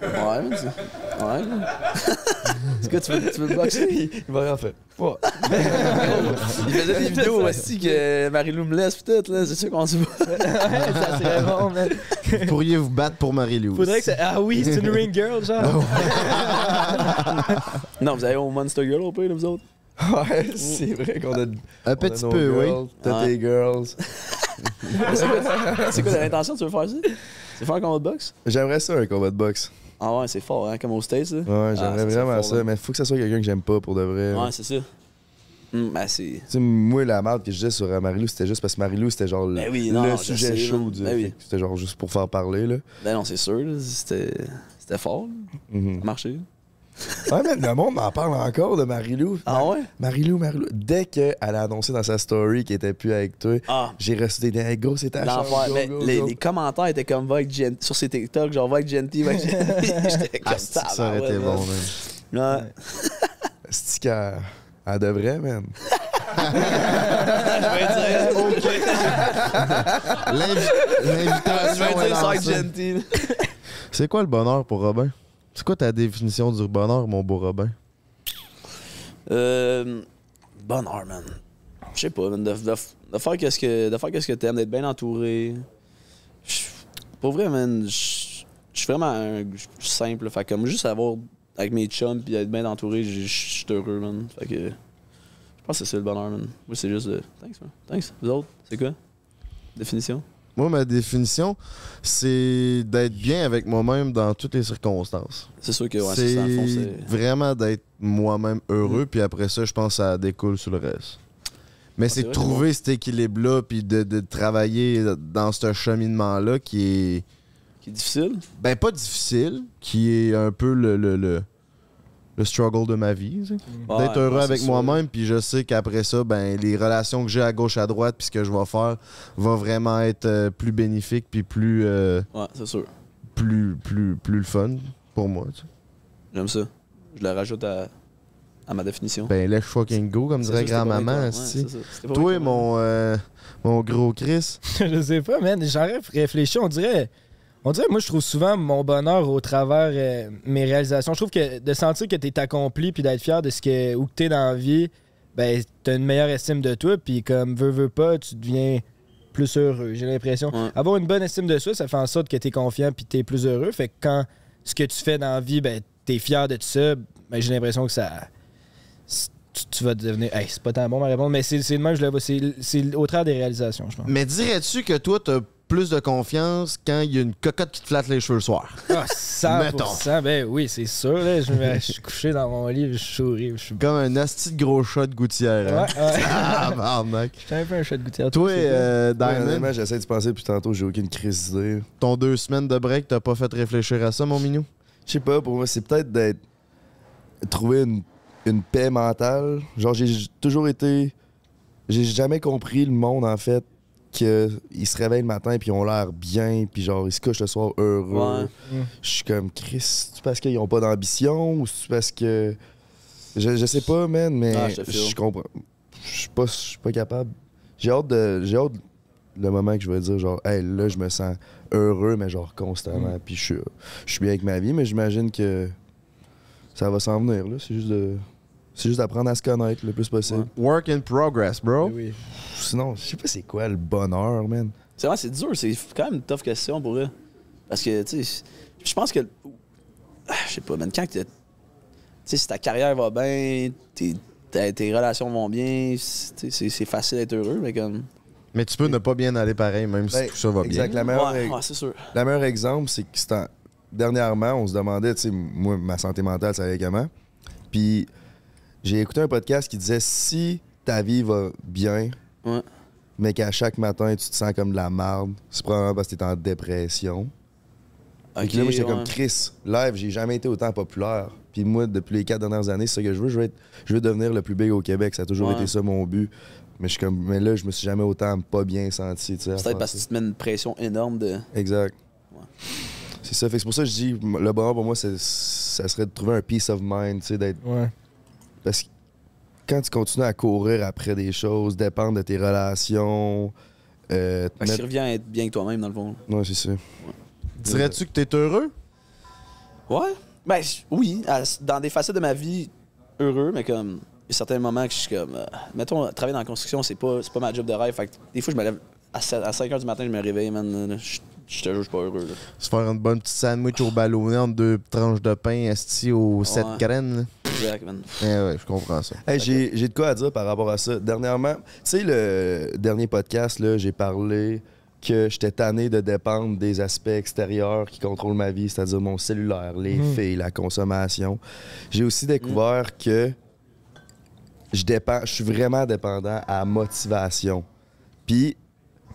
Speaker 3: Ouais, man, c'est- Ouais. C'est quoi, tu veux, tu veux le boxer?
Speaker 1: Il va rien faire. Ouais.
Speaker 3: Il faisait des vidéos aussi que Marie-Lou me laisse, peut-être, là. C'est sûr qu'on se voit.
Speaker 4: Ouais, ça serait bon, man.
Speaker 2: Vous pourriez vous battre pour Marie-Lou.
Speaker 4: Faudrait que ça... Ah oui, c'est une ring girl, genre.
Speaker 3: Non, vous allez au Monster Girl au pays, là, vous autres?
Speaker 1: Ouais, c'est vrai qu'on a.
Speaker 2: Un petit peu, oui.
Speaker 1: T'as
Speaker 3: Ouais.
Speaker 1: des girls.
Speaker 3: C'est quoi, t'as l'intention, tu veux faire ça? C'est faire un combat de boxe?
Speaker 1: J'aimerais ça, un combat de boxe.
Speaker 3: Ah ouais, c'est fort, hein, comme aux States, là.
Speaker 1: Ouais, j'aimerais
Speaker 3: ça serait
Speaker 1: vraiment
Speaker 3: fort,
Speaker 1: ça.
Speaker 3: là.
Speaker 1: Mais faut que ça soit quelqu'un que j'aime pas pour de vrai.
Speaker 3: Ouais, c'est ça. Hum, ben, c'est.
Speaker 1: Tu sais, moi, la merde que je disais sur euh, Marilou, c'était juste parce que Marilou, c'était genre le,
Speaker 3: Ben oui, non,
Speaker 1: le
Speaker 3: je
Speaker 1: sujet
Speaker 3: sais,
Speaker 1: chaud.
Speaker 3: là.
Speaker 1: du-
Speaker 3: Ben oui.
Speaker 1: fait que C'était genre juste pour faire parler, là.
Speaker 3: Ben non, c'est sûr, là. C'était. C'était fort, là.
Speaker 1: Mhm.
Speaker 3: Ça a marché.
Speaker 1: Ouais, mais le monde m'en parle encore de Marilou.
Speaker 3: Ah ouais?
Speaker 1: Marilou, Marilou. Dès qu'elle a annoncé dans sa story qu'elle était plus avec toi,
Speaker 3: Ah.
Speaker 1: j'ai reçu des dents. Go, c'était à
Speaker 3: L'enfer. Mais les, les commentaires étaient comme va avec Gen- sur ses TikTok, genre va avec Genty, va avec Genty. J'étais comme
Speaker 2: Ah, c'est
Speaker 3: ça.
Speaker 2: que ça aurait été bon, man.
Speaker 3: Là,
Speaker 1: Sticker. Elle devrait, man.
Speaker 3: je vais dire,
Speaker 2: L'invi-
Speaker 3: je vais
Speaker 2: L'invitation est
Speaker 3: dire ça va avec
Speaker 2: lancée.
Speaker 3: Genty. là.
Speaker 2: C'est quoi le bonheur pour Robin? C'est quoi ta définition du bonheur, mon beau Robin?
Speaker 3: Euh, bonheur, man. Je sais pas, man. De, de, de faire qu'est-ce que, de faire qu'est-ce que t'aimes, d'être bien entouré. Je- Pour vrai, man, je je suis vraiment un- je suis simple. Fait comme juste avoir avec mes chums puis être bien entouré, je je- je suis heureux, man. Fait que je pense que c'est ça le bonheur, man. Moi, c'est juste de thanks, man. Thanks. Vous autres, c'est quoi? Définition?
Speaker 2: Moi, ma définition, c'est d'être bien avec moi-même dans toutes les circonstances.
Speaker 3: C'est sûr que ouais, c'est
Speaker 2: c'est
Speaker 3: ça, dans le fond, c'est. Mm.
Speaker 2: vraiment d'être moi-même heureux, puis après ça, je pense que ça découle sur le reste. Mais
Speaker 3: Ah, c'est
Speaker 2: c'est
Speaker 3: vrai,
Speaker 2: trouver cet équilibre-là, puis de, de travailler dans ce cheminement-là qui est,
Speaker 3: qui est difficile.
Speaker 2: ben pas difficile, qui est un peu le, le, le, le struggle de ma vie. tu sais.
Speaker 3: Ouais,
Speaker 2: d'être heureux
Speaker 3: ouais,
Speaker 2: avec
Speaker 3: c'est
Speaker 2: moi-même, puis je sais qu'après ça, ben, les relations que j'ai à gauche, à droite, puis ce que je vais faire, va vraiment être euh, plus bénéfique, puis plus, euh,
Speaker 3: sûr. Ouais, c'est sûr.
Speaker 2: plus, plus, plus le fun pour moi. tu sais.
Speaker 3: J'aime ça. Je le rajoute à, à ma définition.
Speaker 2: Ben, let's fucking go, comme
Speaker 3: C'est
Speaker 2: dirait
Speaker 3: sûr, c'était pas
Speaker 2: grand-maman.
Speaker 3: vrai, quoi.
Speaker 2: asti.
Speaker 3: Ouais, c'est ça. C'était pas vrai,
Speaker 2: Toi,
Speaker 3: quoi.
Speaker 2: mon, euh, mon gros Chris,
Speaker 4: je sais pas, man. J'en réfléchis, on dirait. On dirait, moi, je trouve souvent mon bonheur au travers euh, mes réalisations. Je trouve que de sentir que t'es accompli puis d'être fier de ce que, où que t'es dans la vie, ben, t'as une meilleure estime de toi. Puis comme veux, veux pas, tu deviens plus heureux, j'ai l'impression.
Speaker 3: Ouais.
Speaker 4: Avoir une bonne estime de soi, ça fait en sorte que t'es confiant puis t'es plus heureux. Fait que quand ce que tu fais dans la vie, ben, t'es fier de tout ça, ben, j'ai l'impression que ça. c'est- Tu, tu vas devenir. Hey, c'est pas tant bon ma réponse, mais c'est c'est le même, je le vois. C'est c'est au travers des réalisations, je pense.
Speaker 2: mais dirais-tu que toi, t'as plus de confiance quand il y a une cocotte qui te flatte les cheveux le soir?
Speaker 4: Ah, 100%,
Speaker 2: Mettons.
Speaker 4: ben oui, c'est sûr. Là, je, me- je suis couché dans mon lit, je souris. Je suis
Speaker 2: Comme un asti de gros chat de gouttière.
Speaker 4: ouais,
Speaker 2: hein?
Speaker 4: ouais.
Speaker 2: Tabarnak.
Speaker 4: J'étais un peu un chat de gouttière.
Speaker 2: Toi,
Speaker 4: c'est vrai.
Speaker 2: euh,
Speaker 1: Ouais,
Speaker 2: Diamond,
Speaker 1: honnêtement, j'essaie de penser depuis tantôt, j'ai aucune crise d'idée.
Speaker 2: ton deux semaines de break, t'as pas fait réfléchir à ça, mon minou?
Speaker 1: Je sais pas, pour moi, c'est peut-être d'être. trouver une, une paix mentale. Genre, j'ai j- toujours été. J'ai jamais compris le monde, en fait, qu'ils se réveillent le matin, puis ils ont l'air bien, puis genre, ils se couchent le soir heureux.
Speaker 4: Ouais. Mm.
Speaker 1: Je suis comme, Chris, c'est parce qu'ils ont pas d'ambition ou c'est parce que. Je, je sais pas, man, mais
Speaker 3: Ah, je te feel.
Speaker 1: je comprends. Je suis pas, je suis pas capable. J'ai hâte de. J'ai hâte le moment que je vais dire genre hey là je me sens heureux mais genre constamment
Speaker 3: Mm.
Speaker 1: puis je suis je suis bien avec ma vie mais j'imagine que ça va s'en venir là c'est juste de c'est juste d'apprendre à se connaître le plus possible
Speaker 2: Work in progress, bro.
Speaker 4: Oui.
Speaker 1: sinon je sais pas c'est quoi le bonheur man
Speaker 3: C'est vrai, c'est dur. C'est quand même une tough question pour eux. Parce que, tu sais, je pense que. Ah, Je sais pas, man. Quand que t'as- tu sais, si ta carrière va bien, tes, t'as- tes relations vont bien, c'est tu sais, c'est- c'est facile d'être heureux, mais comme.
Speaker 2: Mais tu peux ne pas bien aller pareil, même si
Speaker 1: Ben,
Speaker 2: tout ça va
Speaker 1: exact, la
Speaker 2: bien.
Speaker 1: meilleure
Speaker 3: ouais, ouais, c'est sûr.
Speaker 1: La meilleure exemple, c'est que c'est en- dernièrement, on se demandait, tu sais, moi, ma santé mentale, ça allait comment. Puis j'ai écouté un podcast qui disait si ta vie va bien,
Speaker 3: Ouais.
Speaker 1: mais qu'à chaque matin, tu te sens comme de la merde, c'est probablement parce que t'es en dépression. Puis là, moi, j'étais
Speaker 3: ouais.
Speaker 1: comme Chris, live, j'ai jamais été autant populaire. Puis moi, depuis les quatre dernières années, c'est ce que je veux. Je veux, être- je veux devenir le plus big au Québec. Ça a toujours
Speaker 3: Ouais.
Speaker 1: été ça mon but. Mais, je suis comme, mais là, je me suis jamais autant pas bien senti. tu sais, à
Speaker 3: C'est
Speaker 1: faire
Speaker 3: peut-être parce
Speaker 1: ça.
Speaker 3: que tu te mets une pression énorme de.
Speaker 1: Exact.
Speaker 3: Ouais.
Speaker 1: C'est ça. Fait que c'est pour ça que je dis, m- le bonheur pour moi, c'est- ça serait de trouver un peace of mind, tu sais, d'être.
Speaker 4: Ouais.
Speaker 1: Parce que quand tu continues à courir après des choses, dépendre de tes relations, euh, te
Speaker 3: Fait que tu
Speaker 1: mettre-
Speaker 3: reviens à être bien que toi-même, dans le fond.
Speaker 1: Ouais, c'est ça.
Speaker 2: Dirais-tu que t'es heureux?
Speaker 3: Ouais, Ben, je- oui, à- dans des facettes de ma vie, heureux, mais comme, il y a certains moments que je suis comme. euh, mettons, travailler dans la construction, c'est pas, c'est pas ma job de rêve. Fait que des fois, je me lève à 7 à 5 h du matin, je me réveille, man. là, Je je te jure, je suis pas heureux. là.
Speaker 2: Se faire une bonne petite sandwich au ballonnet entre deux tranches de pain esti aux sept
Speaker 3: Ouais.
Speaker 2: graines. là.
Speaker 3: Exact, man.
Speaker 2: Eh ouais, je comprends ça.
Speaker 1: Hey, j'ai, j'ai de quoi à dire par rapport à ça. Dernièrement, tu sais, le dernier podcast, là, j'ai parlé que j'étais tanné de dépendre des aspects extérieurs qui contrôlent ma vie, c'est-à-dire mon cellulaire, les filles, la consommation. J'ai aussi découvert que je dépends, je suis vraiment dépendant à motivation. Puis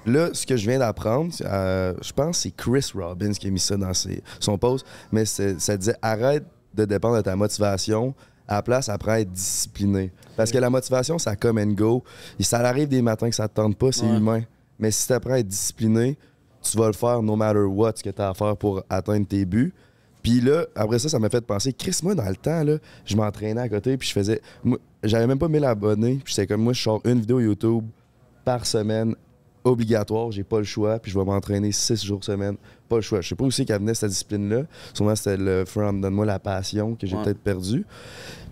Speaker 1: là, ce que je viens d'apprendre, euh, je pense que c'est Chris Robbins qui a mis ça dans ses- son post, mais c'est- ça disait arrête de dépendre de ta motivation. À la place, apprends à être discipliné. Parce que la motivation, ça come and go. Et ça arrive des matins que ça te tente pas, c'est
Speaker 3: Ouais.
Speaker 1: humain. Mais si tu apprends à être discipliné, tu vas le faire no matter what ce que tu as à faire pour atteindre tes buts. Puis là, après ça, ça m'a fait penser, Chris, moi, dans le temps, là, je m'entraînais à côté, puis je faisais. moi, J'avais même pas 1000 abonnés, puis c'était comme moi, je sors une vidéo YouTube par semaine obligatoire, j'ai pas le choix, puis je vais m'entraîner six jours semaine, pas le choix. Je sais pas aussi qu'elle venait cette discipline-là. Sûrement c'était le front, donne-moi la passion que j'ai
Speaker 3: Ouais.
Speaker 1: peut-être perdue.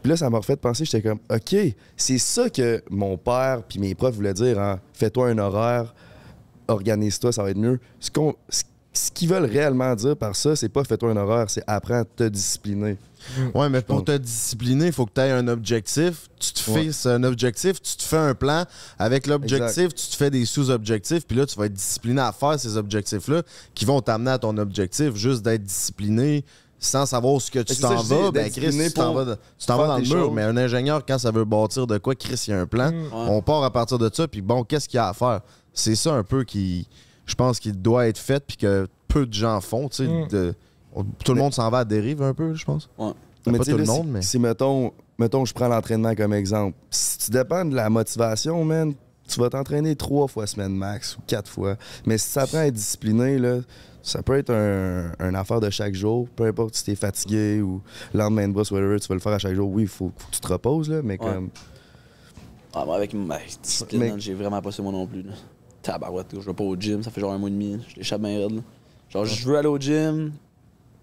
Speaker 1: Puis là, ça m'a refait penser, j'étais comme, OK, c'est ça que mon père puis mes profs voulaient dire, hein, fais-toi un horaire, organise-toi, ça va être mieux. Ce qu'on- ce- ce qu'ils veulent réellement dire par ça, c'est pas fais-toi un horaire, c'est apprends à te discipliner.
Speaker 2: Ouais, mais pour
Speaker 1: pense.
Speaker 2: te discipliner, il faut que tu aies un objectif. Tu te
Speaker 1: Ouais.
Speaker 2: fixes un objectif, tu te fais un plan. Avec l'objectif, tu te fais des sous-objectifs. Puis là, tu vas être discipliné à faire ces objectifs-là qui vont t'amener à ton objectif. Juste d'être discipliné sans savoir ce que tu
Speaker 1: c'est ça,
Speaker 2: t'en
Speaker 1: je dis,
Speaker 2: vas,
Speaker 1: d'être
Speaker 2: ben Chris,
Speaker 1: discipliné
Speaker 2: tu t'en
Speaker 1: pour
Speaker 2: vas, dans- tu t'en vas
Speaker 1: faire
Speaker 2: dans le
Speaker 1: tes
Speaker 2: mur.
Speaker 1: choses. Mm.
Speaker 2: Mais un ingénieur, quand ça veut bâtir de quoi, Chris, il y a un plan. On part à partir de ça, puis bon, qu'est-ce qu'il y a à faire? C'est ça un peu qui, je pense, qui doit être fait, puis que peu de gens font. tu sais,
Speaker 4: Mm.
Speaker 2: de- on- tout le monde s'en va à dérive un peu, je pense.
Speaker 3: Ouais.
Speaker 2: Ben, pas
Speaker 1: tu sais,
Speaker 2: tout le
Speaker 1: là, si-
Speaker 2: monde, mais-
Speaker 1: Si, mettons, mettons, je prends l'entraînement comme exemple. Si tu dépends de la motivation, man, tu vas t'entraîner trois fois semaine max ou quatre fois. Mais si ça prend à être discipliné, là, ça peut être un, un affaire de chaque jour. Peu importe si t'es fatigué ou lendemain de brosse, whatever, tu vas le faire à chaque jour. Oui, il faut, faut que tu te reposes, là, mais
Speaker 3: Ouais.
Speaker 1: comme.
Speaker 3: Ah, moi, avec ma discipline,
Speaker 1: Mais-
Speaker 3: man, j'ai vraiment pas ça moi non plus. là. Tabarouette, gros, je vais pas au gym, ça fait genre un mois et demi, je l'échappe bien raide. là. Genre, je veux aller au gym,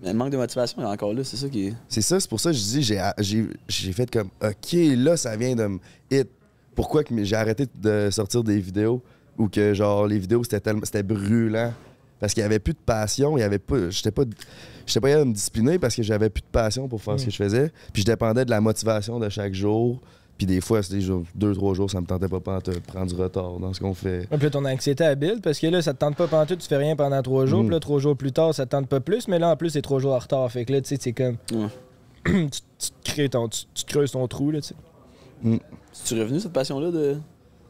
Speaker 3: mais le manque de motivation est encore là, c'est ça qui est.
Speaker 1: C'est ça, c'est pour ça que je dis, j'ai- j'ai j'ai fait comme, OK, là, ça vient de me hit. Pourquoi que j'ai arrêté de sortir des vidéos ou que, genre, les vidéos, c'était tellement- c'était brûlant? Parce qu'il n'y avait plus de passion, il y avait pas. J'étais pas. J'étais pas capable de me discipliner parce que j'avais plus de passion pour faire ce que je faisais. Puis je dépendais de la motivation de chaque jour. Puis des fois, c'était des jours- deux, trois jours, ça me tentait pas pas de prendre du retard dans ce qu'on fait.
Speaker 4: Ouais, puis là, ton anxiété habile, parce que là, ça te tente pas pantoute, tu fais rien pendant trois jours,
Speaker 1: Mm.
Speaker 4: puis là, trois jours plus tard, ça te tente pas plus, mais là, en plus, c'est trois jours en retard. Fait que là, tu sais, c'est comme.
Speaker 3: Ouais.
Speaker 4: tu, tu te crées ton, tu, tu te creuses ton trou, là, tu sais.
Speaker 3: Tu revenu cette passion-là de.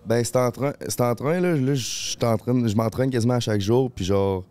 Speaker 1: Ben, c'est en train, c'est en train là, là je suis en train- je m'entraîne quasiment à chaque jour, puis genre,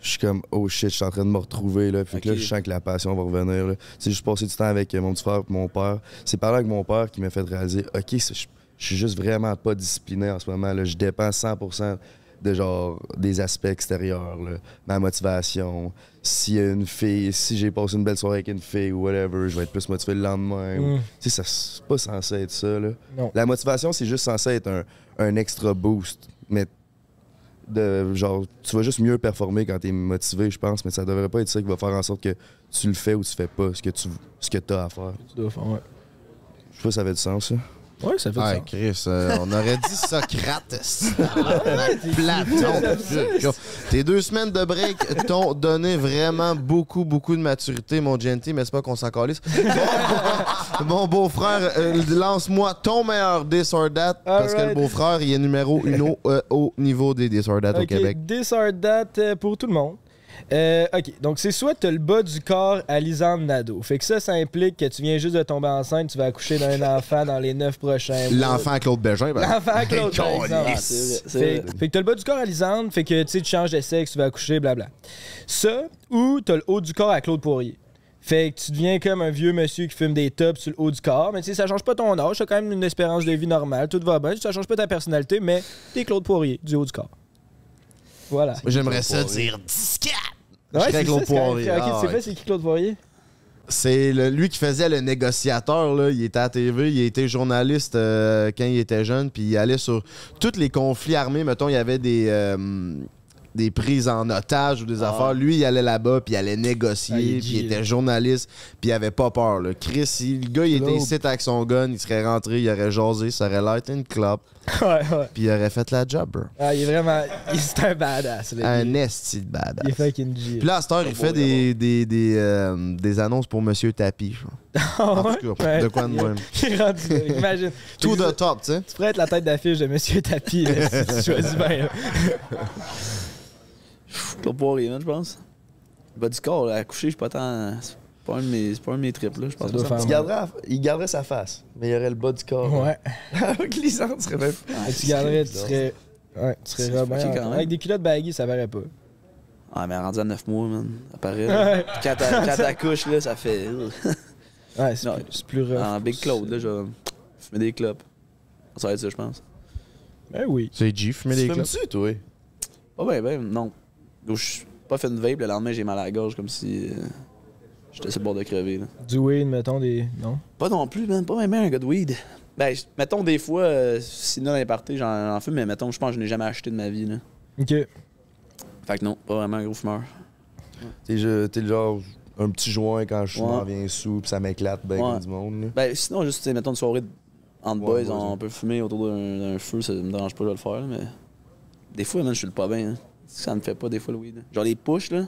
Speaker 1: je suis comme, oh shit, je suis en train de me retrouver, là, puis que là,
Speaker 3: Ok.
Speaker 1: je sens que la passion va revenir, là. Tu sais, je passé du temps avec euh, mon petit frère, puis mon père. C'est parlant avec mon père qui m'a fait réaliser, ok, c'est- je je suis juste vraiment pas discipliné en ce moment, là. Je dépends 100% de genre des aspects extérieurs, là. ma motivation, s'il y a une fille, si j'ai passé une belle soirée avec une fille ou whatever, je vais être plus motivé le lendemain. ou-
Speaker 4: Mm.
Speaker 1: Tu sais, ça- c'est pas censé être ça, là.
Speaker 4: Non.
Speaker 1: La motivation, c'est juste censé être un, un extra boost. Mais de genre, tu vas juste mieux performer quand tu es motivé, je pense, mais ça devrait pas être ça qui va faire en sorte que tu le fais ou tu fais pas ce que tu ce que as à faire.
Speaker 4: ouais.
Speaker 1: Je sais pas si ça avait du sens, ça.
Speaker 4: Ouais, ça Ah, fait du
Speaker 2: Ah,
Speaker 4: sens.
Speaker 2: Chris, euh, on aurait dit Socrate. Platon. Tes deux semaines de break t'ont donné vraiment beaucoup, beaucoup de maturité, mon gentil, mais c'est pas qu'on s'en calisse. Bon, Mon beau-frère, euh, lance-moi ton meilleur This or That, parce que le
Speaker 4: Alright.
Speaker 2: beau-frère, il est numéro uno euh, au niveau des This or That au
Speaker 4: Ok,
Speaker 2: Québec.
Speaker 4: This or that euh, pour tout le monde. Euh, ok, donc c'est soit t'as le bas du corps à Lisanne Nadeau. Fait que ça, ça implique que tu viens juste de tomber enceinte, tu vas accoucher d'un enfant dans les neuf prochains mois.
Speaker 2: L'enfant Claude Bégin, ben,
Speaker 4: L'enfant à Claude, par exemple.
Speaker 3: Ah, c'est vrai, c'est
Speaker 4: Fait,
Speaker 3: vrai.
Speaker 4: fait que t'as le bas du corps à Lisande, fait que tu sais, tu changes de sexe, tu vas accoucher, blabla. Ça, ou t'as le haut du corps à Claude Poirier. Fait que tu deviens comme un vieux monsieur qui fume des tops sur le haut du corps, mais tu sais, ça change pas ton âge, t'as quand même une espérance de vie normale, tout va bien, ça change pas ta personnalité, mais t'es Claude Poirier, du haut du corps. Voilà.
Speaker 2: j'aimerais ça dire disquette.
Speaker 4: Ouais,
Speaker 2: serais
Speaker 4: c'est
Speaker 2: Claude
Speaker 4: ça, c'est quand même-
Speaker 2: Poirier.
Speaker 4: Ok,
Speaker 2: Ah,
Speaker 4: tu sais
Speaker 2: ouais.
Speaker 4: pas c'est qui Claude Poirier?
Speaker 2: C'est le- lui qui faisait le négociateur. Là. Il était à TV, il était journaliste euh, quand il était jeune, puis il allait sur tous les conflits armés. Mettons, il y avait des. euh, des prises en otage ou des affaires. Lui, il allait là-bas, puis il allait négocier,
Speaker 4: Ah, il est
Speaker 2: puis
Speaker 4: G,
Speaker 2: il
Speaker 4: là.
Speaker 2: était journaliste, puis il avait pas peur. Là. Chris, si le gars, il était ici avec son gun, il serait rentré, il aurait jasé, ça aurait light une clope,
Speaker 4: ouais, ouais.
Speaker 2: puis il aurait fait la job, bro.
Speaker 4: Ah, il est vraiment. il- C'est un badass. là.
Speaker 2: Un
Speaker 4: il,
Speaker 2: esti de badass.
Speaker 4: il est fucking G.
Speaker 2: Puis là, à cette heure, il fait des, des, des, euh, des annonces pour Monsieur Tapi. je crois.
Speaker 4: Ah,
Speaker 2: En
Speaker 4: ouais?
Speaker 2: tout cas,
Speaker 4: Ouais.
Speaker 2: de quoi de même.
Speaker 4: Il est rendu là, imagine.
Speaker 2: Tout
Speaker 4: Fait que
Speaker 2: de top, tu sais.
Speaker 4: Tu pourrais être la tête d'affiche de Monsieur Tapi là, si tu choisis bien. là.
Speaker 3: Claude Poirier, man, je pense. Bas du corps, là, à coucher, je suis pas tant. C'est pas un de mes, c'est pas un de mes trips, là. Je pense
Speaker 4: Ça doit
Speaker 3: pas
Speaker 4: faire
Speaker 1: Il
Speaker 4: mal.
Speaker 1: garderait, il garderait sa face, mais il y aurait le bas du corps.
Speaker 4: Ouais.
Speaker 1: La glissante serait même.
Speaker 4: Et tu garderais, tu serais. Ouais, tu
Speaker 3: Ah, C'est
Speaker 4: serais Robin.
Speaker 3: fucké quand
Speaker 4: hein.
Speaker 3: même.
Speaker 4: Avec des culottes baggy, ça verrait pas.
Speaker 3: Ah, mais rendu à 9 mois, man. Ça paraît. là. quand t'as- quand t'accouches, là, ça fait.
Speaker 4: Ouais, c'est
Speaker 3: Non.
Speaker 4: plus, c'est plus rough.
Speaker 3: en Big Claude, là, je vais fumer des clopes. Ça va être ça, je pense.
Speaker 4: Ben oui.
Speaker 2: C'est G, fumer
Speaker 1: Tu
Speaker 2: des clopes.
Speaker 1: fumes-tu, toi?
Speaker 3: Pas ben, ben, non. Donc, Je suis pas fait une vape, le lendemain, j'ai mal à la gorge, comme si. euh, J'étais sur le bord de crever, là.
Speaker 4: Du weed, mettons des. Non?
Speaker 3: Pas non plus, man. Pas même un gars de weed. Ben, j- mettons, des fois, euh, sinon, dans les parties, j'en j'en fume, mais mettons, je pense que je n'ai jamais acheté de ma vie, là.
Speaker 4: Ok.
Speaker 3: Fait que non, pas vraiment un gros fumeur.
Speaker 1: T'es, je- t'es le genre un petit joint quand je
Speaker 3: Ouais.
Speaker 1: m'en viens sous, puis ça m'éclate bien
Speaker 3: Ouais.
Speaker 1: comme du monde. là.
Speaker 3: Ben, sinon, juste, tu sais, mettons une soirée de- entre
Speaker 1: Ouais,
Speaker 3: boys,
Speaker 1: boys,
Speaker 3: on peut fumer autour d'un d'un feu, ça me dérange pas de le faire, là, mais. Des fois, man, je suis le pas bien. hein. Ça me fait pas, des fois, le weed. là. Genre les push, là.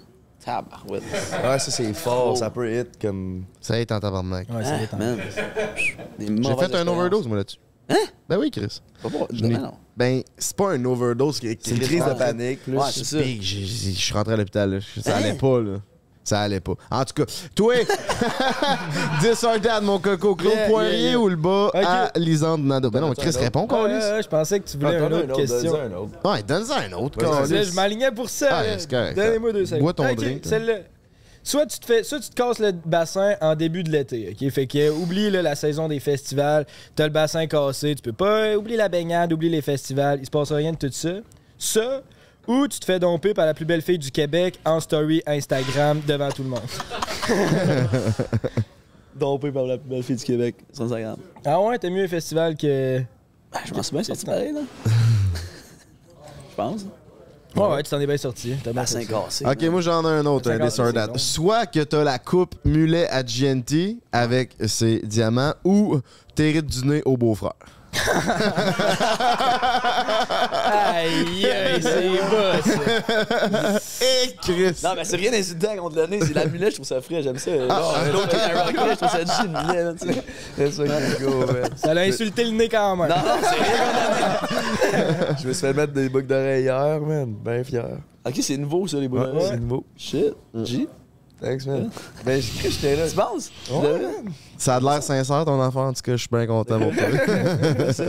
Speaker 3: Tabarouette.
Speaker 1: Ouais, Ah, ça c'est fort, ça peut hit comme.
Speaker 2: Ça est en tabarnak.
Speaker 4: Ouais, ça
Speaker 3: Ah,
Speaker 4: dépend.
Speaker 3: man. Des
Speaker 2: J'ai
Speaker 3: mauvaises
Speaker 2: fait un
Speaker 3: expériences.
Speaker 2: overdose, moi, là-dessus. Hein? Ben oui, Chris.
Speaker 3: Pas pour-
Speaker 2: Je n'ai-
Speaker 3: Ben non.
Speaker 2: Ben, c'est pas un overdose qui
Speaker 1: C'est une crise de
Speaker 3: ouais.
Speaker 1: panique, plus.
Speaker 3: Ouais, c'est ça.
Speaker 2: Big, j'ai- j'ai- je suis rentré à l'hôpital. là. Ça allait pas, là. Ça allait pas. En tout cas, toi, dis un dad, mon coco, Claude
Speaker 4: Yeah,
Speaker 2: Poirier
Speaker 4: yeah, yeah.
Speaker 2: ou le bas
Speaker 4: Ok.
Speaker 2: à Lisande Nado. Ben non, Chris,
Speaker 1: Attends,
Speaker 2: réponds,
Speaker 4: Ouais,
Speaker 2: Colis.
Speaker 4: ouais, ouais, je pensais que tu voulais
Speaker 1: Attends,
Speaker 4: une autre question.
Speaker 1: donne-en un autre.
Speaker 2: Ouais, donne-en un autre,
Speaker 1: Ouais,
Speaker 4: Je disais,
Speaker 2: Colis.
Speaker 4: je m'alignais pour ça.
Speaker 2: Ah,
Speaker 4: là.
Speaker 2: c'est correct.
Speaker 4: Donnez-moi deux secondes.
Speaker 2: Bois ton
Speaker 4: Ok,
Speaker 2: drink, là.
Speaker 4: Celle-là. Soit tu te fais, soit tu te casses le bassin en début de l'été, ok. Fait que euh, oublie là, la saison des festivals, t'as le bassin cassé, tu peux pas euh, oublie la baignade, oublie les festivals, il se passe rien de tout ça. Ça, ou tu te fais domper par la plus belle fille du Québec en story Instagram devant tout le monde.
Speaker 3: Dompé par la plus belle fille du Québec sur Instagram.
Speaker 4: Ah ouais, t'es mieux un festival que.
Speaker 3: Ben, je m'en suis bien sorti pareil, là. Je pense.
Speaker 4: Ouais ouais, tu t'en es bien sorti. T'as bien
Speaker 3: Bassin cassé.
Speaker 4: sorti.
Speaker 2: Ok, moi j'en ai un autre, un
Speaker 4: Cinquante,
Speaker 2: des Sir
Speaker 4: c'est
Speaker 2: Dad.
Speaker 4: bon.
Speaker 2: Soit que t'as la coupe mulet à GNT avec ses diamants ou t'hérites du nez au beau-frère.
Speaker 4: Aïe, aïe, c'est bas, ça.
Speaker 2: Et Chris!
Speaker 3: Non, mais c'est rien d'insultant contre le nez, c'est la mulet, je trouve ça frais, j'aime ça.
Speaker 2: Ah,
Speaker 3: Non, un autre qui a un rocklet, je trouve ça chill, une mulet, là, tu sais.
Speaker 1: Let's fucking go, man.
Speaker 4: Ça l'a insulté le nez quand même.
Speaker 3: Non, non, c'est rien contre le nez.
Speaker 1: Je me suis fait mettre des boucles d'oreilles hier, man. Ben fier.
Speaker 3: Ok, c'est nouveau, ça, les boules.
Speaker 1: Ouais, C'est nouveau.
Speaker 3: Shit, G.
Speaker 1: Thanks, man. Ben, je- j'étais là.
Speaker 3: Tu penses?
Speaker 2: Ça a de l'air sincère ton enfant, en tout cas, je suis bien content pour toi.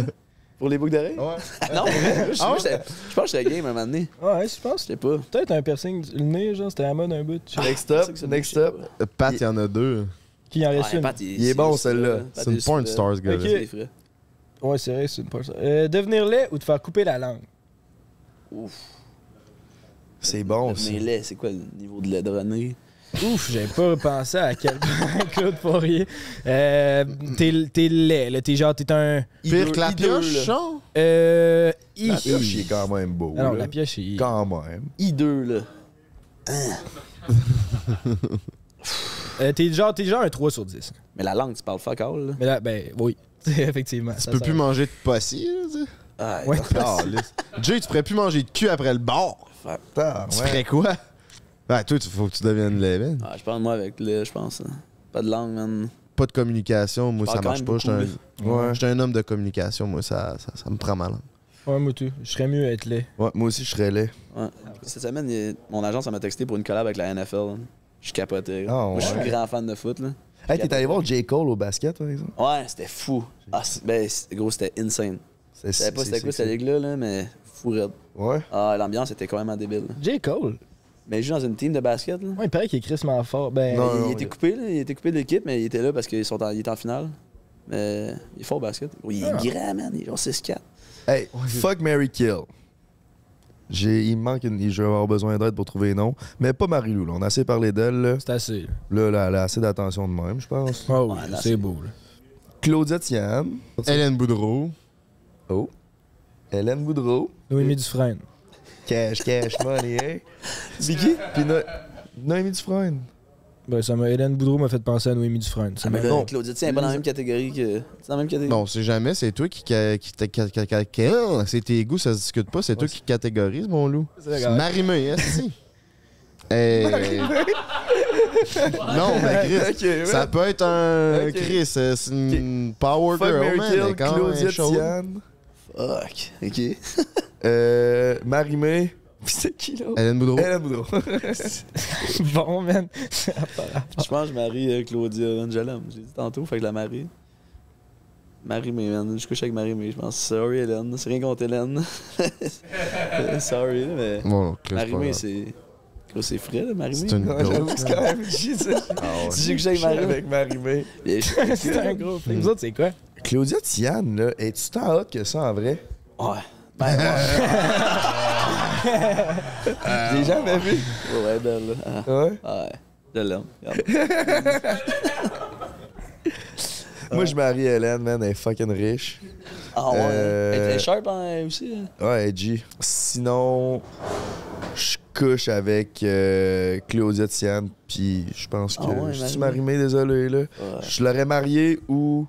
Speaker 3: Pour les boucles d'oreilles?
Speaker 2: Ah
Speaker 3: non, mais je, moi, j'étais- je pense que j'étais game à un moment donné.
Speaker 4: Ouais, je pense.
Speaker 3: Je sais pas.
Speaker 4: Peut-être un piercing du nez, genre, c'était à mode un bout. je sais pas.
Speaker 1: Next
Speaker 3: c'est
Speaker 1: up,
Speaker 3: que ça
Speaker 1: next
Speaker 3: me
Speaker 1: up.
Speaker 2: Euh, Pat, il y en a deux.
Speaker 4: Qui en reste
Speaker 3: Ouais,
Speaker 4: une.
Speaker 3: Pat,
Speaker 1: Il est bon, celui-là.
Speaker 3: Pat,
Speaker 2: C'est
Speaker 3: il
Speaker 2: une
Speaker 3: est
Speaker 2: porn
Speaker 3: super.
Speaker 2: star, ce gars-là.
Speaker 4: Ok.
Speaker 3: C'est frais.
Speaker 4: Ouais, c'est vrai, c'est une personne. Euh, devenir laid ou te faire couper la langue?
Speaker 1: C'est bon, ça.
Speaker 3: Mais lait, c'est quoi le niveau de lait de René?
Speaker 4: Ouf, j'ai pas pensé à quel point Claude Poirier. Euh, t'es, t'es laid, là. T'es genre, t'es un.
Speaker 2: Pire que la
Speaker 1: Hideux,
Speaker 2: pioche,
Speaker 1: là.
Speaker 2: genre?
Speaker 4: Euh. I.
Speaker 1: La pioche, il est quand même beau.
Speaker 4: Ah non,
Speaker 1: là.
Speaker 4: la pioche, il.
Speaker 1: Quand
Speaker 2: hein?
Speaker 1: même.
Speaker 3: I2, là.
Speaker 4: Euh, t'es, genre, t'es genre un 3 sur 10.
Speaker 3: Mais la langue, tu parles fuck all, là.
Speaker 4: Mais là, ben, oui. Effectivement.
Speaker 2: Tu peux plus manger de possi, là, tu sais.
Speaker 3: Ah,
Speaker 4: Ouais.
Speaker 2: Calisse. Jay, tu pourrais plus manger de cul après le bar.
Speaker 1: Ah, Putain,
Speaker 2: Tu
Speaker 1: ouais.
Speaker 2: ferais quoi? Ouais, toi, il faut que tu deviennes level.
Speaker 3: Ah, je parle moi avec le, je pense. hein. Pas de langue, man.
Speaker 2: Pas de communication, moi,
Speaker 3: Ah,
Speaker 2: ça
Speaker 3: quand
Speaker 2: marche
Speaker 3: même
Speaker 2: pas. Je suis
Speaker 3: beaucoup,
Speaker 2: un, je suis un homme de communication, moi, ça, ça, ça me prend mal.
Speaker 4: Ouais, Moutou. Je serais mieux à être laid.
Speaker 1: Ouais, Moi aussi, je serais laid.
Speaker 3: Ouais. Cette semaine, il- mon agence elle m'a texté pour une collab avec la NFL. là. Je capotais. là.
Speaker 1: Ah,
Speaker 3: Moi, je suis
Speaker 1: ouais.
Speaker 3: grand fan de foot, là.
Speaker 1: Hey, t'es allé voir J. Cole au basket, hein? par exemple?
Speaker 3: Ouais, c'était fou. Ah, c'est- ben, c'est- gros, c'était insane.
Speaker 1: C'est
Speaker 3: Je savais pas
Speaker 1: c'est-
Speaker 3: c'était quoi
Speaker 1: c'est-
Speaker 3: cette ligue-là, là, mais fou raide.
Speaker 1: Ouais.
Speaker 3: Ah, l'ambiance était quand même débile. là.
Speaker 4: J. Cole.
Speaker 3: Mais il joue dans une team de basket, là. Euh,
Speaker 4: Ouais, il paraît qu'il est crissement fort. Ben.
Speaker 1: Non.
Speaker 3: il, il était coupé, là. Il était coupé de l'équipe, mais il était là parce qu'il sont en, il est en finale. Mais il est fort au basket. Oh, il est grand, man. Il est genre 6-4.
Speaker 1: Hey, fuck Mary Kill. J'ai, il me manque une. Je vais avoir besoin d'aide pour trouver les noms. Mais pas Marie-Lou, là. On a assez parlé d'elle, là.
Speaker 4: C'est assez. là.
Speaker 1: Là, là, elle a assez d'attention de même, je pense.
Speaker 4: Ah oui,
Speaker 3: Ouais, là,
Speaker 4: c'est
Speaker 3: c'est-
Speaker 4: beau, là.
Speaker 1: Claudia Thiam.
Speaker 2: Hélène Boudreau.
Speaker 1: Oh. Hélène Boudreau.
Speaker 4: Noémie Dufresne.
Speaker 1: Cash, cash, money, hein?
Speaker 3: C'est qui?
Speaker 1: Puis no... Noémie Dufresne.
Speaker 4: Ben, ça m'a, Hélène Boudreau m'a fait penser à Noémie Dufresne. Ça
Speaker 3: Ah,
Speaker 4: m'a-
Speaker 3: mais là, Claudia, tiens, pas dans la même catégorie que. C'est dans la même catégorie.
Speaker 2: Non, c'est jamais, c'est toi qui. ca- qui, t'a- ca- ca- ca- ca- c'est tes goûts, ça se discute pas, c'est toi qui catégorise, mon loup. C'est marimé, hein, si. Eh. non, mais Chris,
Speaker 1: Ok, ouais.
Speaker 2: ça peut être un.
Speaker 1: Ok.
Speaker 2: Chris, euh, c'est une Power
Speaker 1: Fuck,
Speaker 2: Girl,
Speaker 1: Mary
Speaker 2: man,
Speaker 1: Kill,
Speaker 2: mais quand
Speaker 1: Claudia
Speaker 2: même chaude.
Speaker 1: Tian,
Speaker 3: Fuck. Ok.
Speaker 1: euh, Marie-Mé. Puis c'est qui, là? Euh,
Speaker 2: Hélène Boudreau.
Speaker 1: Hélène Eh, Boudreau.
Speaker 4: bon, man.
Speaker 3: Je pense que je marie euh, Claudia Angelum. J'ai dit tantôt, fait que je la marie. Marie mais man. Je couche avec Marie mais je pense. Sorry, Hélène. C'est rien contre Hélène. Euh, Sorry, mais.
Speaker 2: Bon, Chris,
Speaker 3: marie
Speaker 2: pas
Speaker 3: mais
Speaker 2: grave.
Speaker 3: c'est. Gros, c'est frais, là, marie
Speaker 2: C'est
Speaker 3: mais
Speaker 2: une
Speaker 1: Non, j'avoue que
Speaker 2: dope.
Speaker 1: c'est quand même chier, ça.
Speaker 3: Si j'ai couché avec
Speaker 1: Chier
Speaker 3: Marie.
Speaker 1: avec Hmm. Marie-Mé.
Speaker 3: Mais je-
Speaker 4: c'est un gros film. Vous autres, c'est quoi?
Speaker 1: Claudia Tian, là, es-tu tant hot que ça en vrai?
Speaker 3: Ouais. Ben, ouais. Ah.
Speaker 1: J'ai jamais vu.
Speaker 3: Ouais, ouais, belle, là. Ah.
Speaker 1: Ouais.
Speaker 3: Ouais. Je l'aime. Regarde.
Speaker 1: Moi, je marie Hélène, man, elle est fucking riche.
Speaker 3: Ah ouais.
Speaker 1: Euh,
Speaker 3: Elle était sharp hein, aussi. hein.
Speaker 1: Ouais, Edgy. Sinon, je couche avec euh, Claudia Tian, puis je pense que.
Speaker 3: Ah ouais,
Speaker 1: je suis
Speaker 3: Marie-Mé.
Speaker 1: marimé, désolé, là. Je l'aurais marié ou.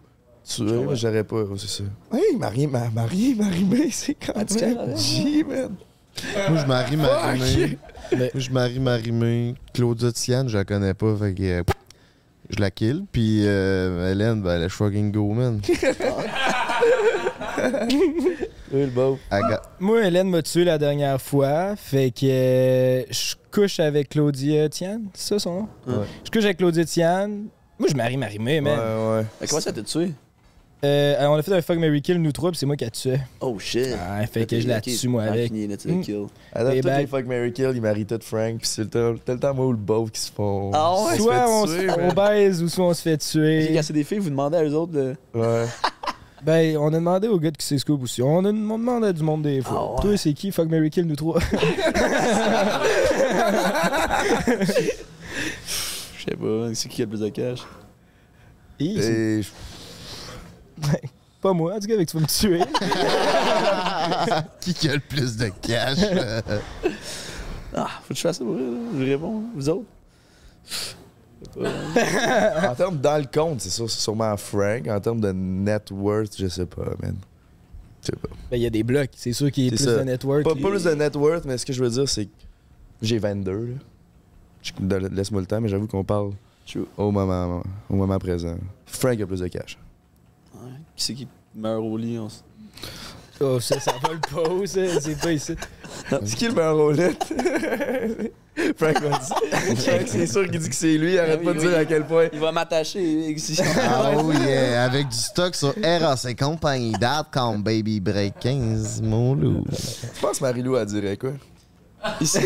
Speaker 1: Tu
Speaker 3: Ah
Speaker 1: vois,
Speaker 3: ouais.
Speaker 1: mais j'aurais pas. ouais, c'est ça. Hey, marié, ma, marié, marimé, c'est quand
Speaker 3: Ah, tu
Speaker 1: même.
Speaker 3: connais?
Speaker 1: Edgy, man.
Speaker 2: Moi, je marie Marimé.
Speaker 1: Fuck.
Speaker 2: Moi, je marie Marimé. Claudia Tiane, je la connais pas, fait que. euh, Je la kill, puis euh, Hélène, ben, elle est fucking go, man.
Speaker 1: Oui, le beau.
Speaker 2: I got-
Speaker 4: Moi, Hélène m'a tué la dernière fois. Fait que euh, je couche avec Claudia Tiane. C'est ça son nom?
Speaker 3: Ouais.
Speaker 4: Je couche avec Claudia Tiane. Moi, je marie Marie-Mé,
Speaker 1: Ouais,
Speaker 4: man.
Speaker 1: ouais.
Speaker 3: Mais Comment ça t'a tué?
Speaker 4: Euh, on a fait un fuck Mary Kill, nous trois, puis c'est moi qui la tuais.
Speaker 3: Oh shit.
Speaker 4: Ah, fait que je la
Speaker 3: Ok,
Speaker 4: tue, moi, avec.
Speaker 3: Rancunier, là, tu l'as
Speaker 4: Mm.
Speaker 3: kill.
Speaker 1: Adam,
Speaker 4: Et
Speaker 1: tous
Speaker 4: ben-
Speaker 1: les fuck Mary Kill, ils marient tout Frank, puis c'est le temps, c'est le temps, moi, ou le beau qui se font.
Speaker 3: Ah ouais?
Speaker 1: se
Speaker 4: Soit
Speaker 1: fait
Speaker 4: on,
Speaker 1: tuer,
Speaker 4: se-
Speaker 1: man.
Speaker 4: on baise ou soit on se fait
Speaker 3: J'ai
Speaker 4: tuer.
Speaker 3: cassé des filles, vous demandez à eux autres de.
Speaker 1: Ouais.
Speaker 4: Ben, on a demandé aux gars de qui c'est Scoop aussi. On a on demande à du monde des fois.
Speaker 3: Ah ouais.
Speaker 4: Toi, c'est qui Fuck Mary Kill, nous trois.
Speaker 3: Je sais pas, hein, c'est qui qui a le plus de cash?
Speaker 4: Hi, c'est-
Speaker 1: Et je-
Speaker 4: Pas moi, en tout cas, avec tu vas me tuer.
Speaker 2: Qui qui a le plus de cash?
Speaker 3: Ah, faut que je fasse ça pour vrai, là. Je vous réponds, là. vous autres.
Speaker 1: en termes dans le compte, c'est sûr, c'est sûrement Frank. En termes de net worth, je sais pas, man. Je sais pas.
Speaker 4: ben, il y a des blocs. C'est sûr qu'il y a
Speaker 1: C'est
Speaker 4: plus
Speaker 1: ça.
Speaker 4: de network.
Speaker 1: Pas, pas plus de net worth, mais ce que je veux dire, c'est que j'ai 22. Là. Je- de- Laisse-moi le temps, mais j'avoue qu'on parle
Speaker 3: True.
Speaker 1: au moment, au moment présent. Frank a plus de cash.
Speaker 3: Ouais. Qui c'est qui meurt au lit? On... s-
Speaker 4: Oh, ça, ça vole pas haut, ça. hein. C'est pas ici.
Speaker 1: C'est qui le meilleur au lit? Frank m'a dit. Frank, c'est sûr qu'il dit que c'est lui. Arrête
Speaker 3: Ah oui,
Speaker 1: pas de
Speaker 3: oui.
Speaker 1: dire à quel point.
Speaker 3: Il va m'attacher. euh, si-
Speaker 2: oh yeah, avec du stock sur raccompagnie.com, baby break 15, mon loup.
Speaker 1: Je pense que Marilou a dirait quoi?
Speaker 3: Ici.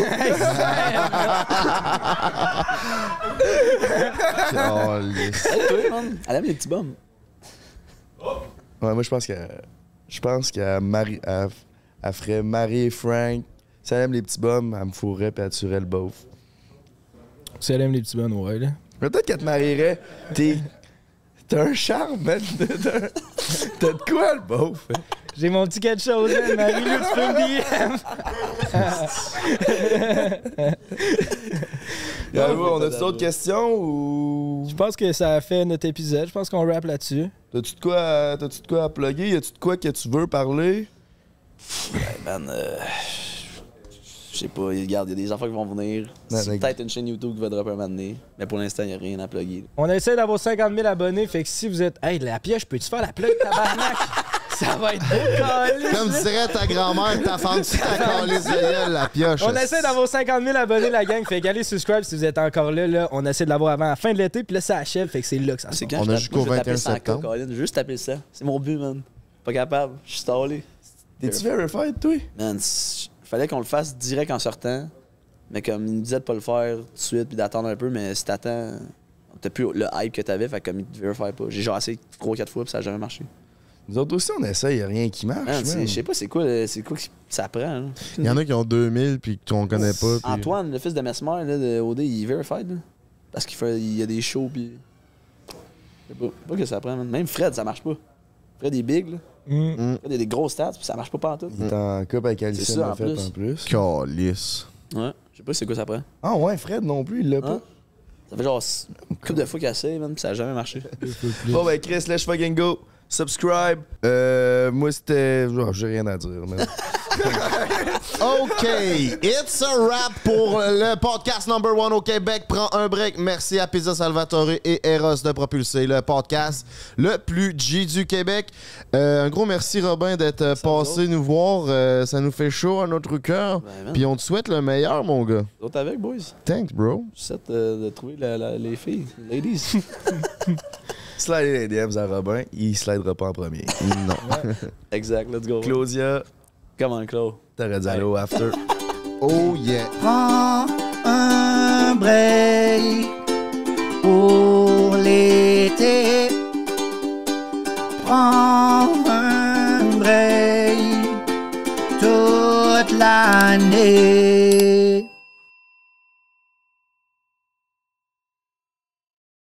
Speaker 2: Oh, lisse.
Speaker 3: Hey, toi, man. Elle aime les petits bums.
Speaker 1: Ouais, moi, je pense que. Je pense qu'elle mari- elle- elle ferait marier Frank. Si elle aime les petits bums, elle me fourrait puis elle tuerait le beauf.
Speaker 4: Si elle aime les petits bonnes, hein. ouais, là.
Speaker 1: Mais Peut-être qu'elle te marierait. T'es. T'as un charme, man. T'as- T'as t'as de quoi, le beauf? hein?
Speaker 4: J'ai mon petit quelque chose, hein, Marie-Lou, tu peux me DM.
Speaker 1: Ah ouais, on a d'autres questions ou.
Speaker 4: Je pense que ça a fait notre épisode. Je pense qu'on rappe là-dessus.
Speaker 1: T'as-tu de quoi à, t'as-tu de quoi à plugger? Y'a-tu de quoi que tu veux parler?
Speaker 3: Man, euh, je sais pas, regarde, il y a des enfants qui vont venir.
Speaker 1: Ouais,
Speaker 3: C'est
Speaker 1: mec.
Speaker 3: peut-être une chaîne YouTube qui va dropper un moment donné. Mais pour l'instant, il n'y a rien à plugger.
Speaker 4: On essaie d'avoir 50 000 abonnés. Fait que si vous êtes. Hey, la pioche, peux-tu faire la plug, tabarnak? ça va être beau,
Speaker 2: Comme dirait ta grand-mère, ta femme, tu ta calisse de gueule, la pioche.
Speaker 4: On essaie d'avoir 50 000 abonnés, la gang. Fait qu'allez subscribe si vous êtes encore là. là. On essaie de l'avoir avant la fin de l'été. Puis là, ça achève. Fait que c'est là que ça se
Speaker 3: Ah, C'est
Speaker 4: passe.
Speaker 3: quand
Speaker 2: On
Speaker 3: je
Speaker 2: a
Speaker 3: tape-
Speaker 2: jusqu'au
Speaker 3: moi, je vais taper
Speaker 2: 21
Speaker 3: 100K,
Speaker 2: septembre.
Speaker 3: Colin, Juste taper ça. C'est mon but, man. Pas capable. Je suis stallé.
Speaker 1: T'es-tu verified, toi?
Speaker 3: Man, c- fallait qu'on le fasse direct en sortant. Mais comme il me disait de pas le faire tout de suite puis d'attendre un peu, mais si t'attends, t'as plus le hype que t'avais, fait comme il te verifie pas. J'ai genre essayé 3-4 fois puis ça a jamais marché.
Speaker 1: Nous autres aussi, on essaye, y'a rien qui marche.
Speaker 3: Man, c'est-
Speaker 1: man.
Speaker 3: je sais pas c'est quoi, le- c'est quoi que ça prend. là.
Speaker 2: Il y en a qui ont 2000 puis qu'on connaît pas. puis-
Speaker 3: Antoine, le fils de Mesmer, là, de OD, il est verified, là. Parce qu'il fait, il y a des shows puis. Je sais pas, pas que ça prend, man. Même Fred, ça marche pas. Fred il est big, là. Il y a des grosses stats, puis ça marche pas partout.
Speaker 1: Il est en couple avec
Speaker 3: C'est
Speaker 1: Alison
Speaker 3: ça, en
Speaker 1: en fait
Speaker 3: plus.
Speaker 1: en plus.
Speaker 2: Calice.
Speaker 3: Ouais. Je sais pas c'est quoi ça prend.
Speaker 1: Ah ouais, Fred non plus, il l'a pas.
Speaker 3: Hein? Ça fait genre s- une couple de fois qu'il essaie, man, puis ça a jamais marché.
Speaker 1: Bon ben Chris, let's fucking go. Subscribe. Euh, moi c'était. oh, J'ai rien à dire, man.
Speaker 2: OK, it's a wrap pour le Euh, podcast number one au Québec. Prends un break. Merci à Pizza Salvatore et Eros de propulser le podcast le plus G du Québec. Euh, un gros merci, Robin, d'être euh, passé nous voir. Euh, ça nous fait chaud à notre cœur.
Speaker 3: Ben, man.
Speaker 2: Puis on te souhaite le meilleur, mon gars.
Speaker 3: Vous autres avec, boys?
Speaker 2: Thanks, bro.
Speaker 3: Je sais euh, de trouver la- la- les filles, ladies.
Speaker 1: Slide les DMs à Robin, il slidera pas en premier.
Speaker 2: Non.
Speaker 3: exact, let's go.
Speaker 1: Claudia,
Speaker 3: Come on, Claude.
Speaker 1: t'aurais dit allô after.
Speaker 2: Oh, yeah.
Speaker 6: prends un break pour l'été. Prends un break toute l'année.